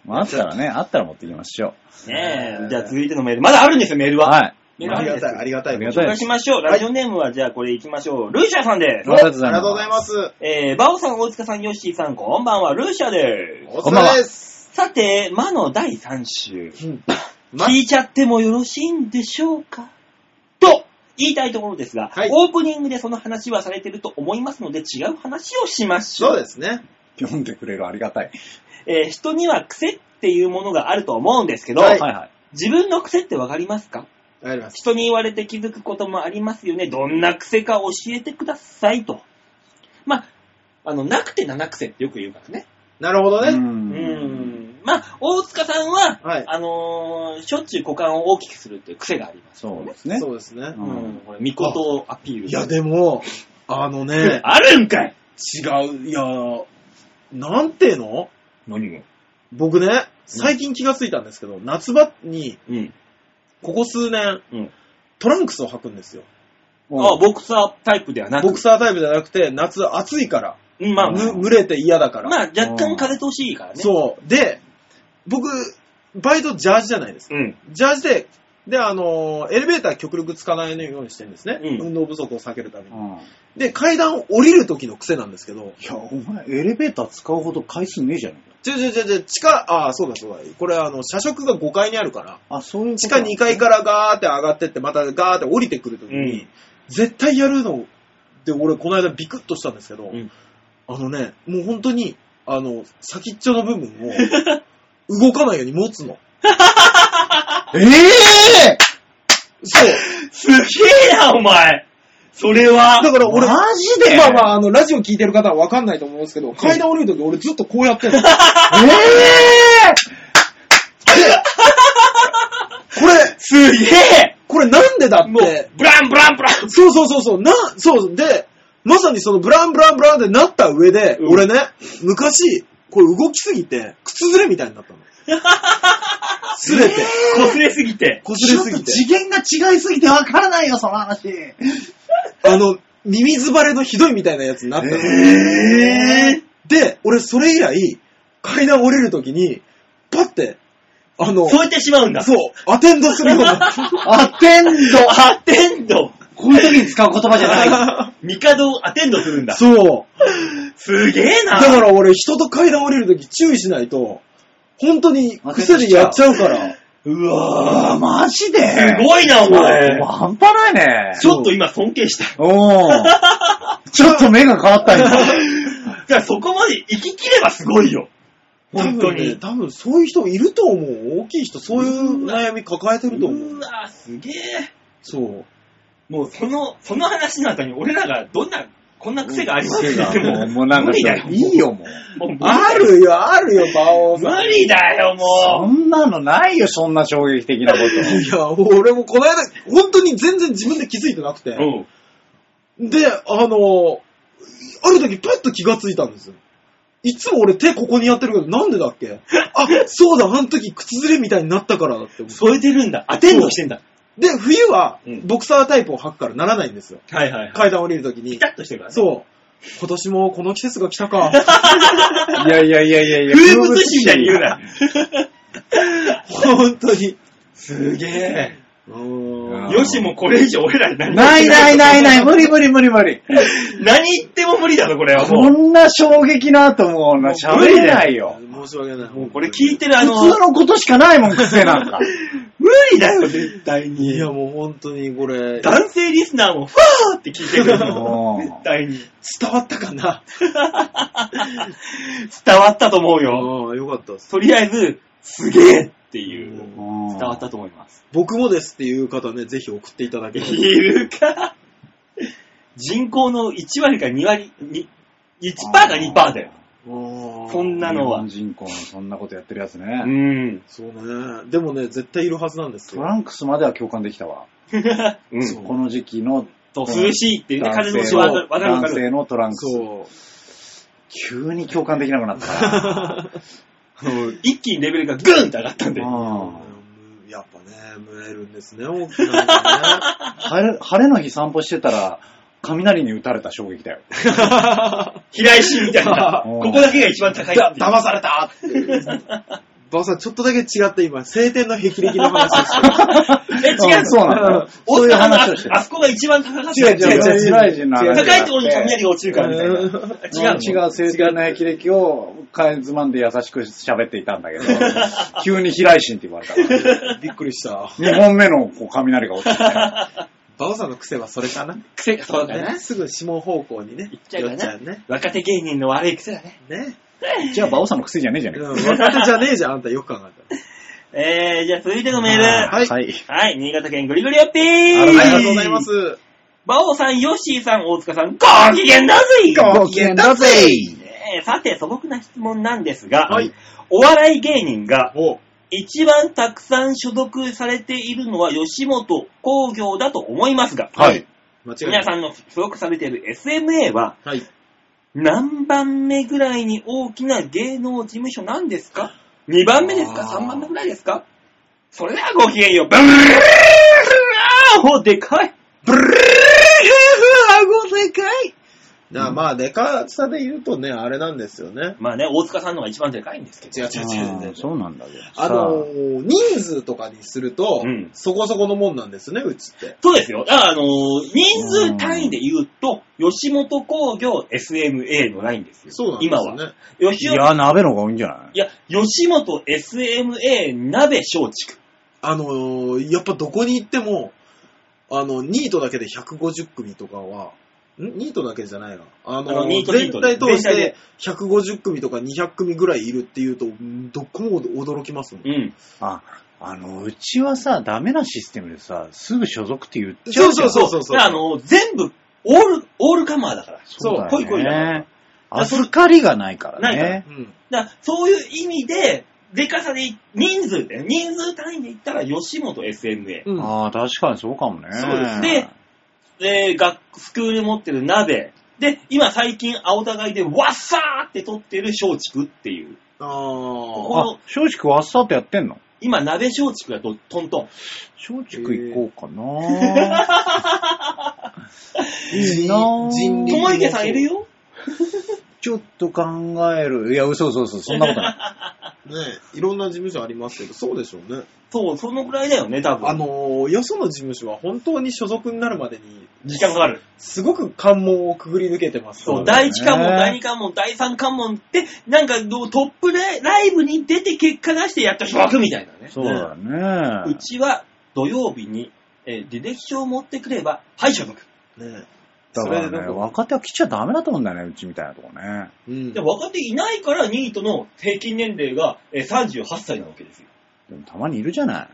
A: まあ、あったらね、あったら持ってきましょ
B: ねえ。じゃあ続いてのメール。まだあるんですよ、メール
A: う。
B: は。
A: はい。
B: メール
C: あ
B: あ
C: り
B: るん
C: が
B: です
C: たい、ありがたい。
A: ありが
B: 紹
A: たい
B: 介しましょう。ラジオネームは、じゃあこれ行きましょう。ルーシャさんです。
A: ありがとうご
C: あ
A: ざ
C: り
A: います
C: がとうございます。
B: えー、バオさん、大塚さん、ヨッシーさん、こんばんは、ルーシャで
C: お疲れです。
B: す。さて、魔の第3週、
C: ま
B: 聞いちゃってもよろしいんでしょうかと言いたいところですが、
C: はい
B: オープニングでその話はされてると思いますので、違う話をしましょ
C: そう
B: う。
C: ですね。
A: 読んでくれる、ありがたい。
B: えー、人には癖っていうものがあると思うんですけど、
C: はい
A: はいはい。
B: 自分の癖ってわかりますか
C: わかります。
B: 人に言われて気づくこともありますよね。どんな癖か教えてくださいと。まあ、あの、なくて七癖ってよく言うからね。
C: なるほど
A: う。
C: ね。
B: うんんまあ、大塚さんは、
C: はい
B: あのーしょっちゅう股間を大きくするっていう癖があります。
A: そうですね。
C: そうですね
A: う
B: うんん、これ、見事をアピール。
C: いや、でも、あのね、
B: あるんか い
C: 違う、いやー、なんていうの
B: 何が
C: 僕ね、最近気がついたんですけど、夏場に、
B: うん。
C: ここ数年、
B: うん
C: トランクスを履くんですよ。
B: あ、ボクサータイプではなく。
C: ボクサータイプじゃなくて、夏暑いから、
B: うん、まあ、
C: ぬ蒸れて嫌だから。
B: まあ、若干風通しいいからね。う。
C: そう。で、僕、バイトジャージじゃないですか。
B: うん。
C: ジャージで、で、あのーエレベーター極力使わないようにしてるんですね。
B: うん
C: 運動不足を避けるため
A: う
C: に。
A: ん。
C: で、階段を降りる時の癖なんですけど、
A: いや、お前、エレベーター使うほど回数ねえじゃねえか。
C: ちょちょちょちょ、地下、ああ、そうだそうだ。これ、あの、社食が5階にあるから、
A: あ、そういうこと
C: 地下2階からガーって上がってって、またガーって降りてくるときに、
B: うん
C: 絶対やるので、俺、この間ビクッとしたんですけど、
B: うん
C: あのね、もう本当に、あ の、先っちょの部分を動かないように持つの。
A: ええ
C: そう。
B: すげえな、お前。それは。
C: だから俺、
A: マジで
C: まあまあ、あの、ラジオ聞いてる方はわかんないと思うんですけど、階段降りるとき俺ずっとこうや ってるの。
A: え
C: これ、
B: すげえ
C: これなんでだっ
B: も
C: て
B: う、、ブランブランブラン
C: そうそうそうそう、な、そう、で、まさにそのブランブランブランでなった上で、
B: うん
C: 俺ね、昔、これ動きすぎて、靴ずれみたいになったの。すれて、
B: 擦れすぎて。
C: 擦れす
A: ちょっ
C: ぎ
A: と
C: て、
A: 次元が違いすぎてわからないよ、その話。え
C: あの、耳ズバレのひどいみたいなやつになったの。
A: え
C: で、俺それ以来、階段降りるときに、パッて、あの、
B: そうやってしまうんだ。
C: そう、アテンドするようになった。
A: アテンド
B: アテン ド
A: こういう時に使う言葉じゃない。
B: 帝をアテンドするんだ。
C: そう。
B: すげえな
C: だから俺、人と階段降りるとき注意しないと、本当に癖でやっちゃうから。
B: う
A: あ
B: わ
A: ーマジで
B: ぁ。すごいな、お前。
A: 半端ない ね。
B: ちょっと今尊敬した。
A: おー。ちょっと目が変わったよ。
B: だからそこまで生ききればすごいよ。本当に。
C: 多分ね、多分そういう人いると思う。大きい人、そういう悩み抱えてると思
B: う
C: う。
B: わぁ、すげえ。
C: そう。
B: もうその、その話の後に俺らがどんな、こんな癖がありますって言って も、
A: もうなんか
B: 無理だよ。
A: いいよ、もう。
B: もう無理だよ
C: あるよ、あるよ、馬王さん。
B: 無理だよ、
A: そ
B: も
A: んなのないよ、そんな衝撃的な こと。
C: いや、俺もこの間、本当に全然自分で気づいてなく
B: う。
C: て。
B: うん。
C: で、あの、ある時パッと気がついたんですよ。いつも俺手ここにやってるけど、なんでだっけあ、そうだ、あの時靴ずれみたいになったからだって思う
B: 添えてるんだ。アテンドしてんだ。
C: で、冬は
B: うん
C: ボクサータイプを履くからならないんですよ。
B: はいはいはい。
C: 階段降りる時に
B: ピ タ。ッとしてるからね。
C: そう。今年もこの季節が来たか。
A: いやいやいやいやいや。
B: 風物詩みたいに言う な。
C: 本当に。
B: すげえ。
C: うー
A: あ
C: ん。
A: ー
B: よしもこれ以上俺らに何も
A: ないないないない、無理無理無理無理。
B: 何言っても無理だろ、これは
A: こ
B: もう。
A: んな衝撃の後もうな、喋れないよ。
C: 申し訳ない。もう
B: これ聞いてるあ
A: 普
B: の、
A: 通のことしかないもん、癖なん か。
B: 無理だよ、絶対
C: い
B: に。
C: やもう本当にこれ、伝
B: 男性リスナーも、ふわーって聞いてくれる の。
A: うん
B: 絶対に。
C: わったかな
B: 伝わったと思うよ。
C: ああ、よかったです。
B: とりあえず、すげえっていう、
C: うん
B: 伝わったと思います。
C: 僕もですっていう方ね、ぜひ送っていただけ
B: い
C: れば
B: るか。人口の1割か2割、に1%か2%だよ。
C: ああ
B: そんなのは。
A: 日本人口のそんなことやってるやつ
B: う
A: ね。
B: ん。
C: そうね。でもね、絶対いるはずなんです
A: ト
C: よ。
A: ランクスまでは共感できたわ。
B: うん
C: そう
A: この時期の
B: そう、涼しいっていうね、
A: 男
B: 風の
A: 性
B: しわかる
A: の
B: わかるわか
A: 男
B: る。
A: 性のトランクス。
C: そう。
A: 急に共感できなくなったから。
B: うん一気にレベルがグーンって上がったんで。
A: うん
C: やっぱね、群れるんですね、大きなのが
A: 晴れ晴れの日散歩してたら、雷に打たれた衝撃だよ。
B: 平石みたいな。
A: うん
B: ここだけが一番高い
C: ね。
B: っていう。
C: だ、騙されたっていう。馬王さん、ちょっとだけ違って今、晴天の霹靂の話をしてる。
B: え、違う。
A: んそうなん だよ。
B: 大
A: そういう
B: 阪の
A: 話をして
B: ああ
A: る。
B: そこが一番高かった。
C: 違う違う
A: ユダヤ人の話じゃなくて
B: 高いところに雷が落ちるからみ たいな。違う。
A: 違う。青天の霹靂をかえずまんで優しく喋っていたん だけど、急に飛来心って言われたから、
C: びっくりした。
A: 2本目のこう雷が落ちてきた。
C: 馬王さんの癖はそれかな。
B: 癖がそうだね
C: ね。すぐ下方向にね、
B: 行っちゃう
C: 寄
B: か
C: っち
B: ら
C: ゃうね。
B: 若手芸人の悪い癖だね。
C: ね。
A: じゃあ、馬王さんの癖じゃねえじゃねえか。
C: うん若手じゃねえじゃん、あんたよ く考え
B: えー、じゃあ続いてのメー
A: あ
B: ル。
A: ーはい。
B: はい、新潟県ぐりぐりやっぴー
C: たら。ありがとうございま。す。
B: バオさん、ヨッシーさん、大塚さん、ご機嫌だぜ
A: ご機嫌だぜ
B: えーさて、素朴な質問なんですが、
C: はい
B: お笑い芸人が
C: お
B: 一番たくさん所属されているのは吉本興業だと思いますが、
A: はい。
C: 間違いな
B: 皆
C: い。
B: さんの所属されている SMA は
C: はい。
B: 何番目ぐらいに大きな芸能事務所なんですか ?2 番目ですか
C: あー
B: ?3 番目ぐらいですかそれではごきげんよう。ブルーフもうでかい。
C: ブルーフ顎でかいだからまあ、でかさで言うとね、あれなんですよね。
B: まあね、大塚さんのが一番でかいんですけど。
C: 違う違う違う違
A: あ
C: う
A: ー。そうなんだけど。
C: あのー人数とかにすると、
B: うん
C: そこそこのもんなんですね、うちって。
B: そうですよ。だから、あのー人数単位で言うと、吉本興業 SMA のラインですよ。
C: そうなんですよね。
B: 今は。吉
A: さ
B: 本
A: あいや、鍋の方が多いんじゃない
B: いや、吉本 SMA 鍋松竹。
C: あのーやっぱどこに行っても、あの、ニートだけで150組とかは、んニートだけじゃないな。あのー
B: あのニート
C: 全体通
B: 全
C: し
B: 体で
C: て150組とか200組ぐらいいるっていうと、どこも驚きますもん。
B: うん。
A: あ、あの、うちはさ、ダメなシステムでさ、すぐ所属って言っちゃ
C: そうそうそうそうそう。
B: だからあの、全部、オール、オールカマーだから。
C: そう
A: だよね
B: こいこいだから。
A: 預かりがないから
B: ないか
A: ね。
C: うん。
B: だからそういう意味で、でかさで、人数で、人数単位で言ったら、吉本 SMA。
C: うん。
A: ああ、確かにそうかもね。
B: そうですねで、学、スクール持ってる鍋。で、今最近、青互いで、わっさーって取ってる松竹っていう。
C: あ
B: こ
C: ー
A: あ、松竹はあっさってやってんの
B: 今、鍋松竹がどトントン。
A: 松竹行こうかな。いいなぁ
C: 人
B: と
C: 力
B: もいけさんいるよ
A: ちょっと考える。いや、嘘嘘嘘、そんなことない。
C: ねいろんな事務所ありますけど、そうでしょうね。
B: そう、そのくらいだよね、多分。
C: あのー、よその事務所は本当に所属になるまでに、
B: 時間かかる。
C: すごく関門をくぐり抜けてますから
B: そう、
C: ね
B: 第1関門、
A: ね
B: 第2関門、第3関門って、なんかどうトップでライブに出て結果出してやっと開くみたいな ね。
A: そうだね。
B: うちは土曜日に、えー履歴書を持ってくれば、はい、所属。
C: ね
A: だか
C: そ
A: ら
C: れ
A: ね、
C: でも
A: 若手は来ちゃダメだと思うんだよね、うちみたいなとこね。
C: うん
B: で、若手いないから、ニートの平均年齢が、えー38歳なわけですよ。
A: でもたまにいるじゃない。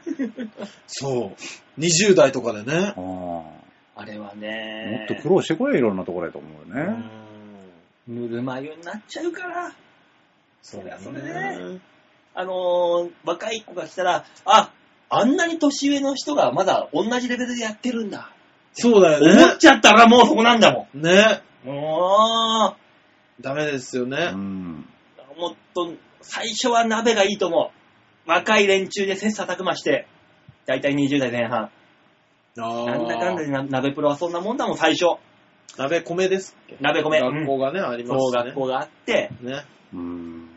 C: そう。20代とかでね
A: あ。ーも
B: あれは
A: っ
B: ね、
A: と苦労してこいよ、いろんなところでと思うよ
C: う
A: ね。
B: ぬ
C: ん
B: るま湯になっちゃうから、
C: そう
B: り
C: だ
B: ゃそうだね。あのー若い子が来たら、あ、あんなに年上の人がまだ同じレベルでやってるんだ。
C: そうだ
B: 思
C: よ
B: っちゃったらもうそこなんだもん。
C: ね。ね。
B: も
C: ダメですよ
A: う
C: ね。
A: ん。
B: う、もっと、最初は鍋がいいと思う。若い連中で切磋琢磨して、だいたい20代前半。
C: あ
B: なんだかんだで
C: ー。
B: な鍋プロはそんなもんだもん、最初。
C: 鍋米ですっけ
B: 鍋米。
C: 学校がね、あり
B: うん
C: ま
B: そう、
C: す
B: 学
C: ね。
B: 校があって。
C: ね。
A: うん。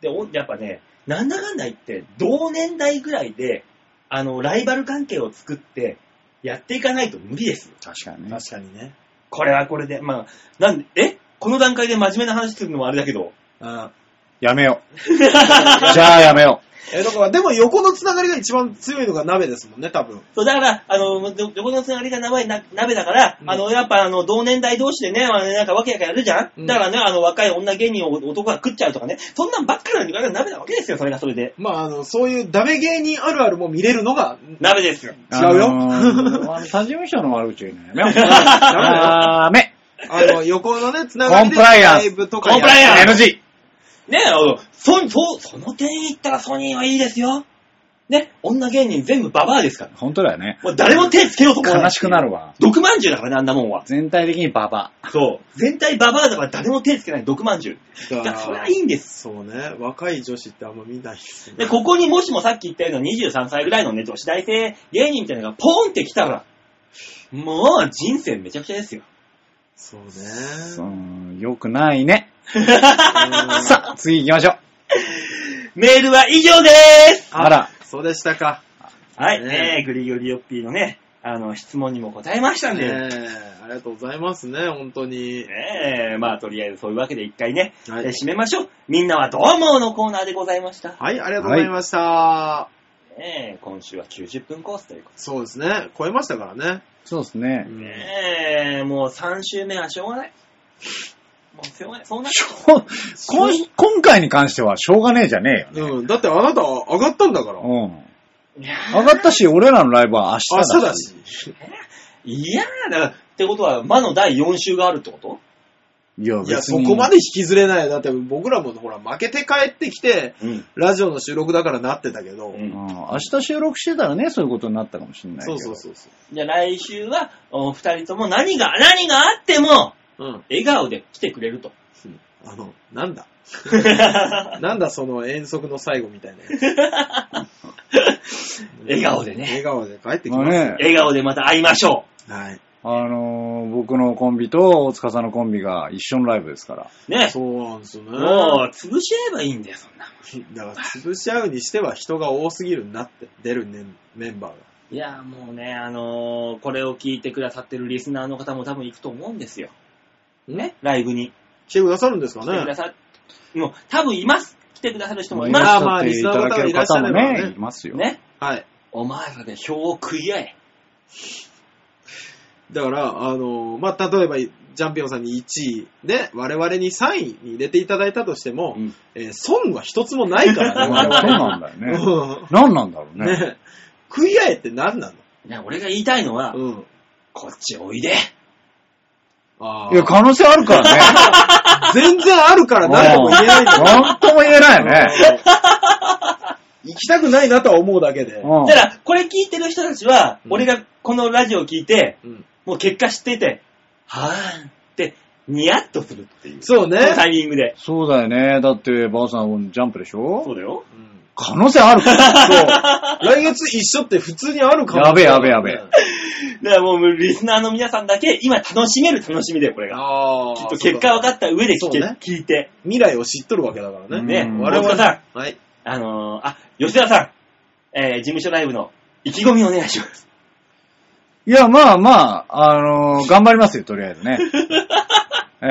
B: で、おやっぱね、なんだかんだ言って、同年代ぐらいで、あの、ライバル関係を作って、やっていかないと無理です。
A: 確かにね。
C: 確かにね。
B: これはこれで。まあ、なんで、えこの段階で真面目な話するのもあれだけど。
C: うん。
A: やめよう。じゃあやめよ
C: え、だから、でも横のつながりが一番強いのが鍋ですもんね、多分。
B: そう、だから、あの、ど横のつながりが名前な、鍋だから、
C: うん
B: あの、やっぱ、あの、同年代同士でね、あのなんかわけやかやるじゃん、
C: うん
B: だからね、あの、若い女芸人を男が食っちゃうとかね、そんなんばっかりの鍋なわけですよ、それがそれで。
C: まあ、あの、そういうダメ芸人あるあるも見れるの が、
B: 鍋ですよ。
A: う。
C: 違うよ
A: あのー他事務所の悪口言うのやめよう。ダメ
C: あの、横のね、つながりで
A: コンプライアンス
C: ライブとかや
B: コンプライアンス
A: だめ !NG!
B: ねえ、あのそ、そ、その点言ったらソニーはいいですよ。ね、女芸人全部ババアですから。
A: 本当だよね。
B: もう誰も手つけようと思わない
A: 悲しくなるわ。
B: 毒まんじゅうだからね、あんなもんは。
A: 全体的にババ
B: そう。全体ババアだから誰も手つけない毒まんじゅう。だからそれはいいんです。
C: そうね、若い女子ってあんま見ないっすね。
B: で、ここにもしもさっき言ったような23歳ぐらいのね、女子大生芸人みたいなのがポンって来たら、もう人生めちゃくちゃですよ。
C: そうね。
A: ア。うん、よくないね。
C: うん
A: さあ、次行きましょう。
B: メールは以上でーす
A: あら。
C: そうでしたか。
B: はい、
C: ね
B: ねえ、グリグリヨッピーのね、あの、質問にも答えましたん
C: ね
B: で、ね
C: え、ありがとうございますね、本当に。
B: え、まあとりあえずそういうわけで一回ね、
C: はい
B: え締めましょう。みんなはどう思うのコーナーでございました。
C: はい、ありがとうございました。
B: ねえ、今週は90分コースというこ
C: そうですね、超えましたからね。
A: そうですね。
B: とで、ねえ、もう3週目はしょうがない。もうしょうがない、そうなっちゃう
A: こ今今回に関してはしょうがねえじゃねえよね。
C: うん、だってあなた上がったんだから。明
A: うん。
B: いやー
A: 上がったし、俺らのライブは明
C: 日
A: 日
C: だ
A: だし。
C: し。
B: いやー、だから、ってことは、魔の第4週があるってこと
A: いや、
C: いや、
A: 別
C: そ
A: に。
C: こまで引きずれないよ。だって僕らもほら、負けて帰ってきて、
B: うん。
C: ラジオの収録だからなってたけど。
A: うん。明日収録してたらね、そういうことになったかもしれないけ
C: そ
A: ど。
C: うそうそうそ
B: じゃあ来週は、お二人とも何が、何があっても、
C: う。うん。
B: 笑顔で来てくれると。
C: あの、なんだなんだその遠足の最後みたいな。
B: 笑顔でね
C: 笑顔で帰ってき
A: まあ
C: ます。
A: ね、
B: 笑顔でまた会いましょ
C: はい。
A: あのー僕のコンビと大塚さんのコンビが一緒のライブですから。
B: う。ね。
C: そうなんですよね。
B: もう、潰し合えばいいんだよ、そんな。
C: だから潰し合うにしては人が多すぎるなって、出る、ね、メンバーが。
B: いやー、もうね、あのーこれを聞いてくださってるリスナーの方も多分行くと思うんですよ。ね、ライブに。
C: 来てくださるんですか
B: 来てくだ
C: ね
B: さ、もう、多分います。来てくださる人もい
C: ま
B: ま
C: あまあ
A: いらっしゃっていただける方も
C: リスナーの方がいらっしゃれば
A: ね、
C: ね
A: います
B: す。
A: よ。
B: ね。
C: はい。
B: お前らで票を食い合え。
C: だから、あのーまあ、例えば、ジャンピオンさんに1位、で、我々に3位に入れていただいたとしても、
B: うん
C: えー損は一つもないからね、
A: ま あそう
C: 我
A: なんだよ ね。
C: 々。
A: 何なんだろう
C: うん
A: ね。
C: ね食い合えって何なの
B: いや俺が言いたいのは、
C: うん。
B: こっちおいで。
C: あー
A: いや、可能性あるからね。
C: 全然あるから何とも言え ないんだよ
A: なんとも言えないね。
C: 行きたくないなとは思うだけで。
A: うん
B: だから、これ聞いてる人たちは、
C: うん
B: 俺がこのラジオを聞いて、
C: うん
B: もう結果知ってて、はぁーって、ニヤッとするっていう。
C: そうね
B: このタイミングで。
A: そうだよね。だって、ばあさんジャンプでし
B: そう
A: ょ
B: だよ。
C: うん
A: 可能性あるから。
C: そう。来月一緒って普通にあるかも。
A: やべえやべえやべえ
B: だからもう、リスナーの皆さんだけ、今楽しめる楽しみだよ、これが。
C: ああ。
B: きっと結果
C: そうだ
B: 分かった上で聞け、
C: そうね
B: 聞いて。
C: 未来を知っとるわけだからね。
B: ね、
A: うん
B: 大塚さん、
C: はい。
B: あのー、あ、吉田さん、えー、事務所ライブの意気込みをお願いします。
A: いや、まあまあ、あのー頑張りますよ、とりあえ ずね。え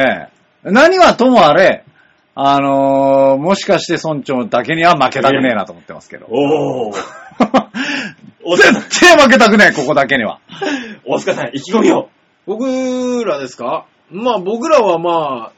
A: え。何はともあれ、あのーもしかして村長だけには負けたくねえなと思ってますけど。
B: おー。 大塚さん、
A: 絶対負けたくねえ、ここだけには。
B: 大塚さん、意気込みを。
C: 僕らですかまあ僕らはまあ、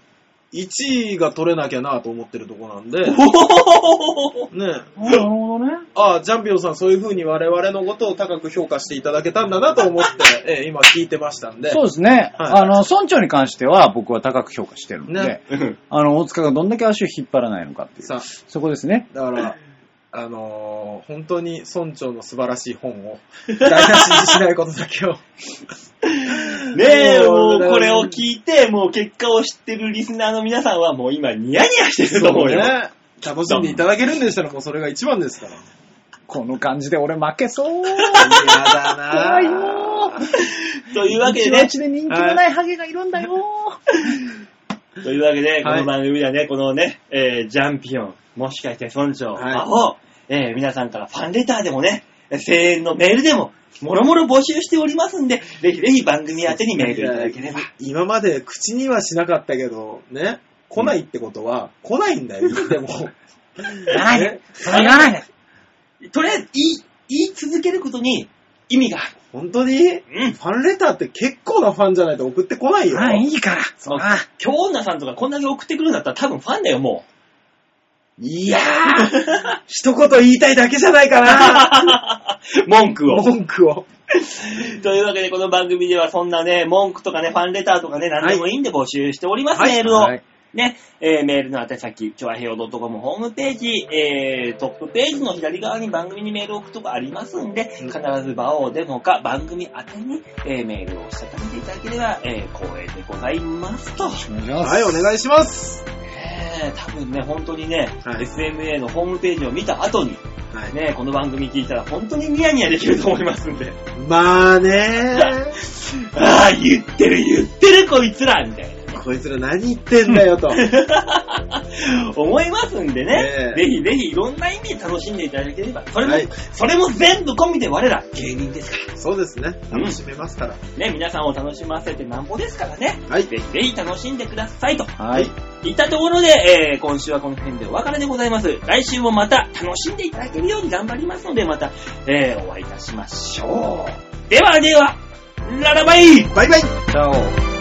C: 1位が取れなきゃなと思ってるとこなんで、
B: おー
C: ね
A: なるほどね。
C: ああ、ジャンピオンさんそういう風に我々のことを高く評価していただけたんだなと 思って、ええ今聞いてましたんで。
A: そうですね。
C: はい
A: あの、村長に関しては僕は高く評価してるんで、
C: ね
B: うん
A: あの、大塚がどんだけ足を引っ張らないのかっていう。
C: さあ、
A: そこですね。
C: だから、あのー本当に村長の素晴らしい本 を、台無しにしないことだけを。
B: ねえ、もう
C: だから
B: これを聞いて、もう結果を知ってるリスナーの皆さんはもう今ニヤニヤしてると思うよ。
C: ね。 楽しんでいただけるんでしたらもうそれが一番ですから。
A: この感じで俺負けそう。
C: 嫌だな
A: 怖いよ
B: というわけで
A: うちのう
B: ね、
A: ちで人気のないハゲがいるんだよ
B: というわけで、こ
C: はい
B: の番組ではね、このね、えージャンピオン、もしかして村長、
C: はい
B: 魔法、えー皆さんからファンレターでもね、声援のメールでも、もろもろ募集しておりますんで、ぜひぜひ番組宛てにメールいただければ。
C: 今まで口にはしなかったけど、ね、来ないってことは、来ないんだよ、でも。
A: 言わないで
C: ね
A: それ言わないで
B: とりあえず、言い、言い続けることに意味がある。
C: 本当にフ
B: うん。
C: ァンレターって結構なファンじゃないと送ってこないよ。
A: まあいいから。
B: そう
A: あ
B: 京女さんとかこんだけ送ってくるんだったら多分ファンだよ、も
C: いやー、一言言いたいだけじゃないかな
B: う。 文句を。
C: 文句を。
B: というわけで、この番組ではそんなね、文句とかね、ファンレターとかね、何でもいいんで募集しております、
C: はい
B: メールを。
A: はい
B: ね、えーメールの宛先、ちょあへよ .com ホームページ、えー、トップページの左側に番組にメールを置くとこありますんで、
C: うん
B: 必ず場をでもか番組宛てに、えーメールをしたためていただければ、えー光栄でございますと。
A: お願いします。
C: はい、お願いします。
B: えー、多分ね、本当にね、
C: はい
B: SMA のホームページを見た後に、
C: はい
B: ね、この番組聞いたら本当にニヤニヤできると思いますんで。
C: まあね
B: ああ、言ってる言ってるこいつらみたいな
C: ー、こいつら何言ってんだよと。
B: 思いますんでね
C: ね、
B: ぜひぜひいろんな意味で楽しんでいただければ、それも、
C: はい
B: それも全部込みで我ら芸人ですから、
C: そうですね、
B: うん
C: 楽しめますから。
B: ね、皆さんを楽しませてなんぼですからね、
C: はい
B: ぜひぜひ楽しんでくださいと。
A: はい。
B: いったところで、えー今週はこの辺でお別れでございます。来週もまた楽しんでいただけるように頑張りますので、また、えーお会いいたしましょう。ではでは、ララバイ
C: バイバイ
A: チャオ。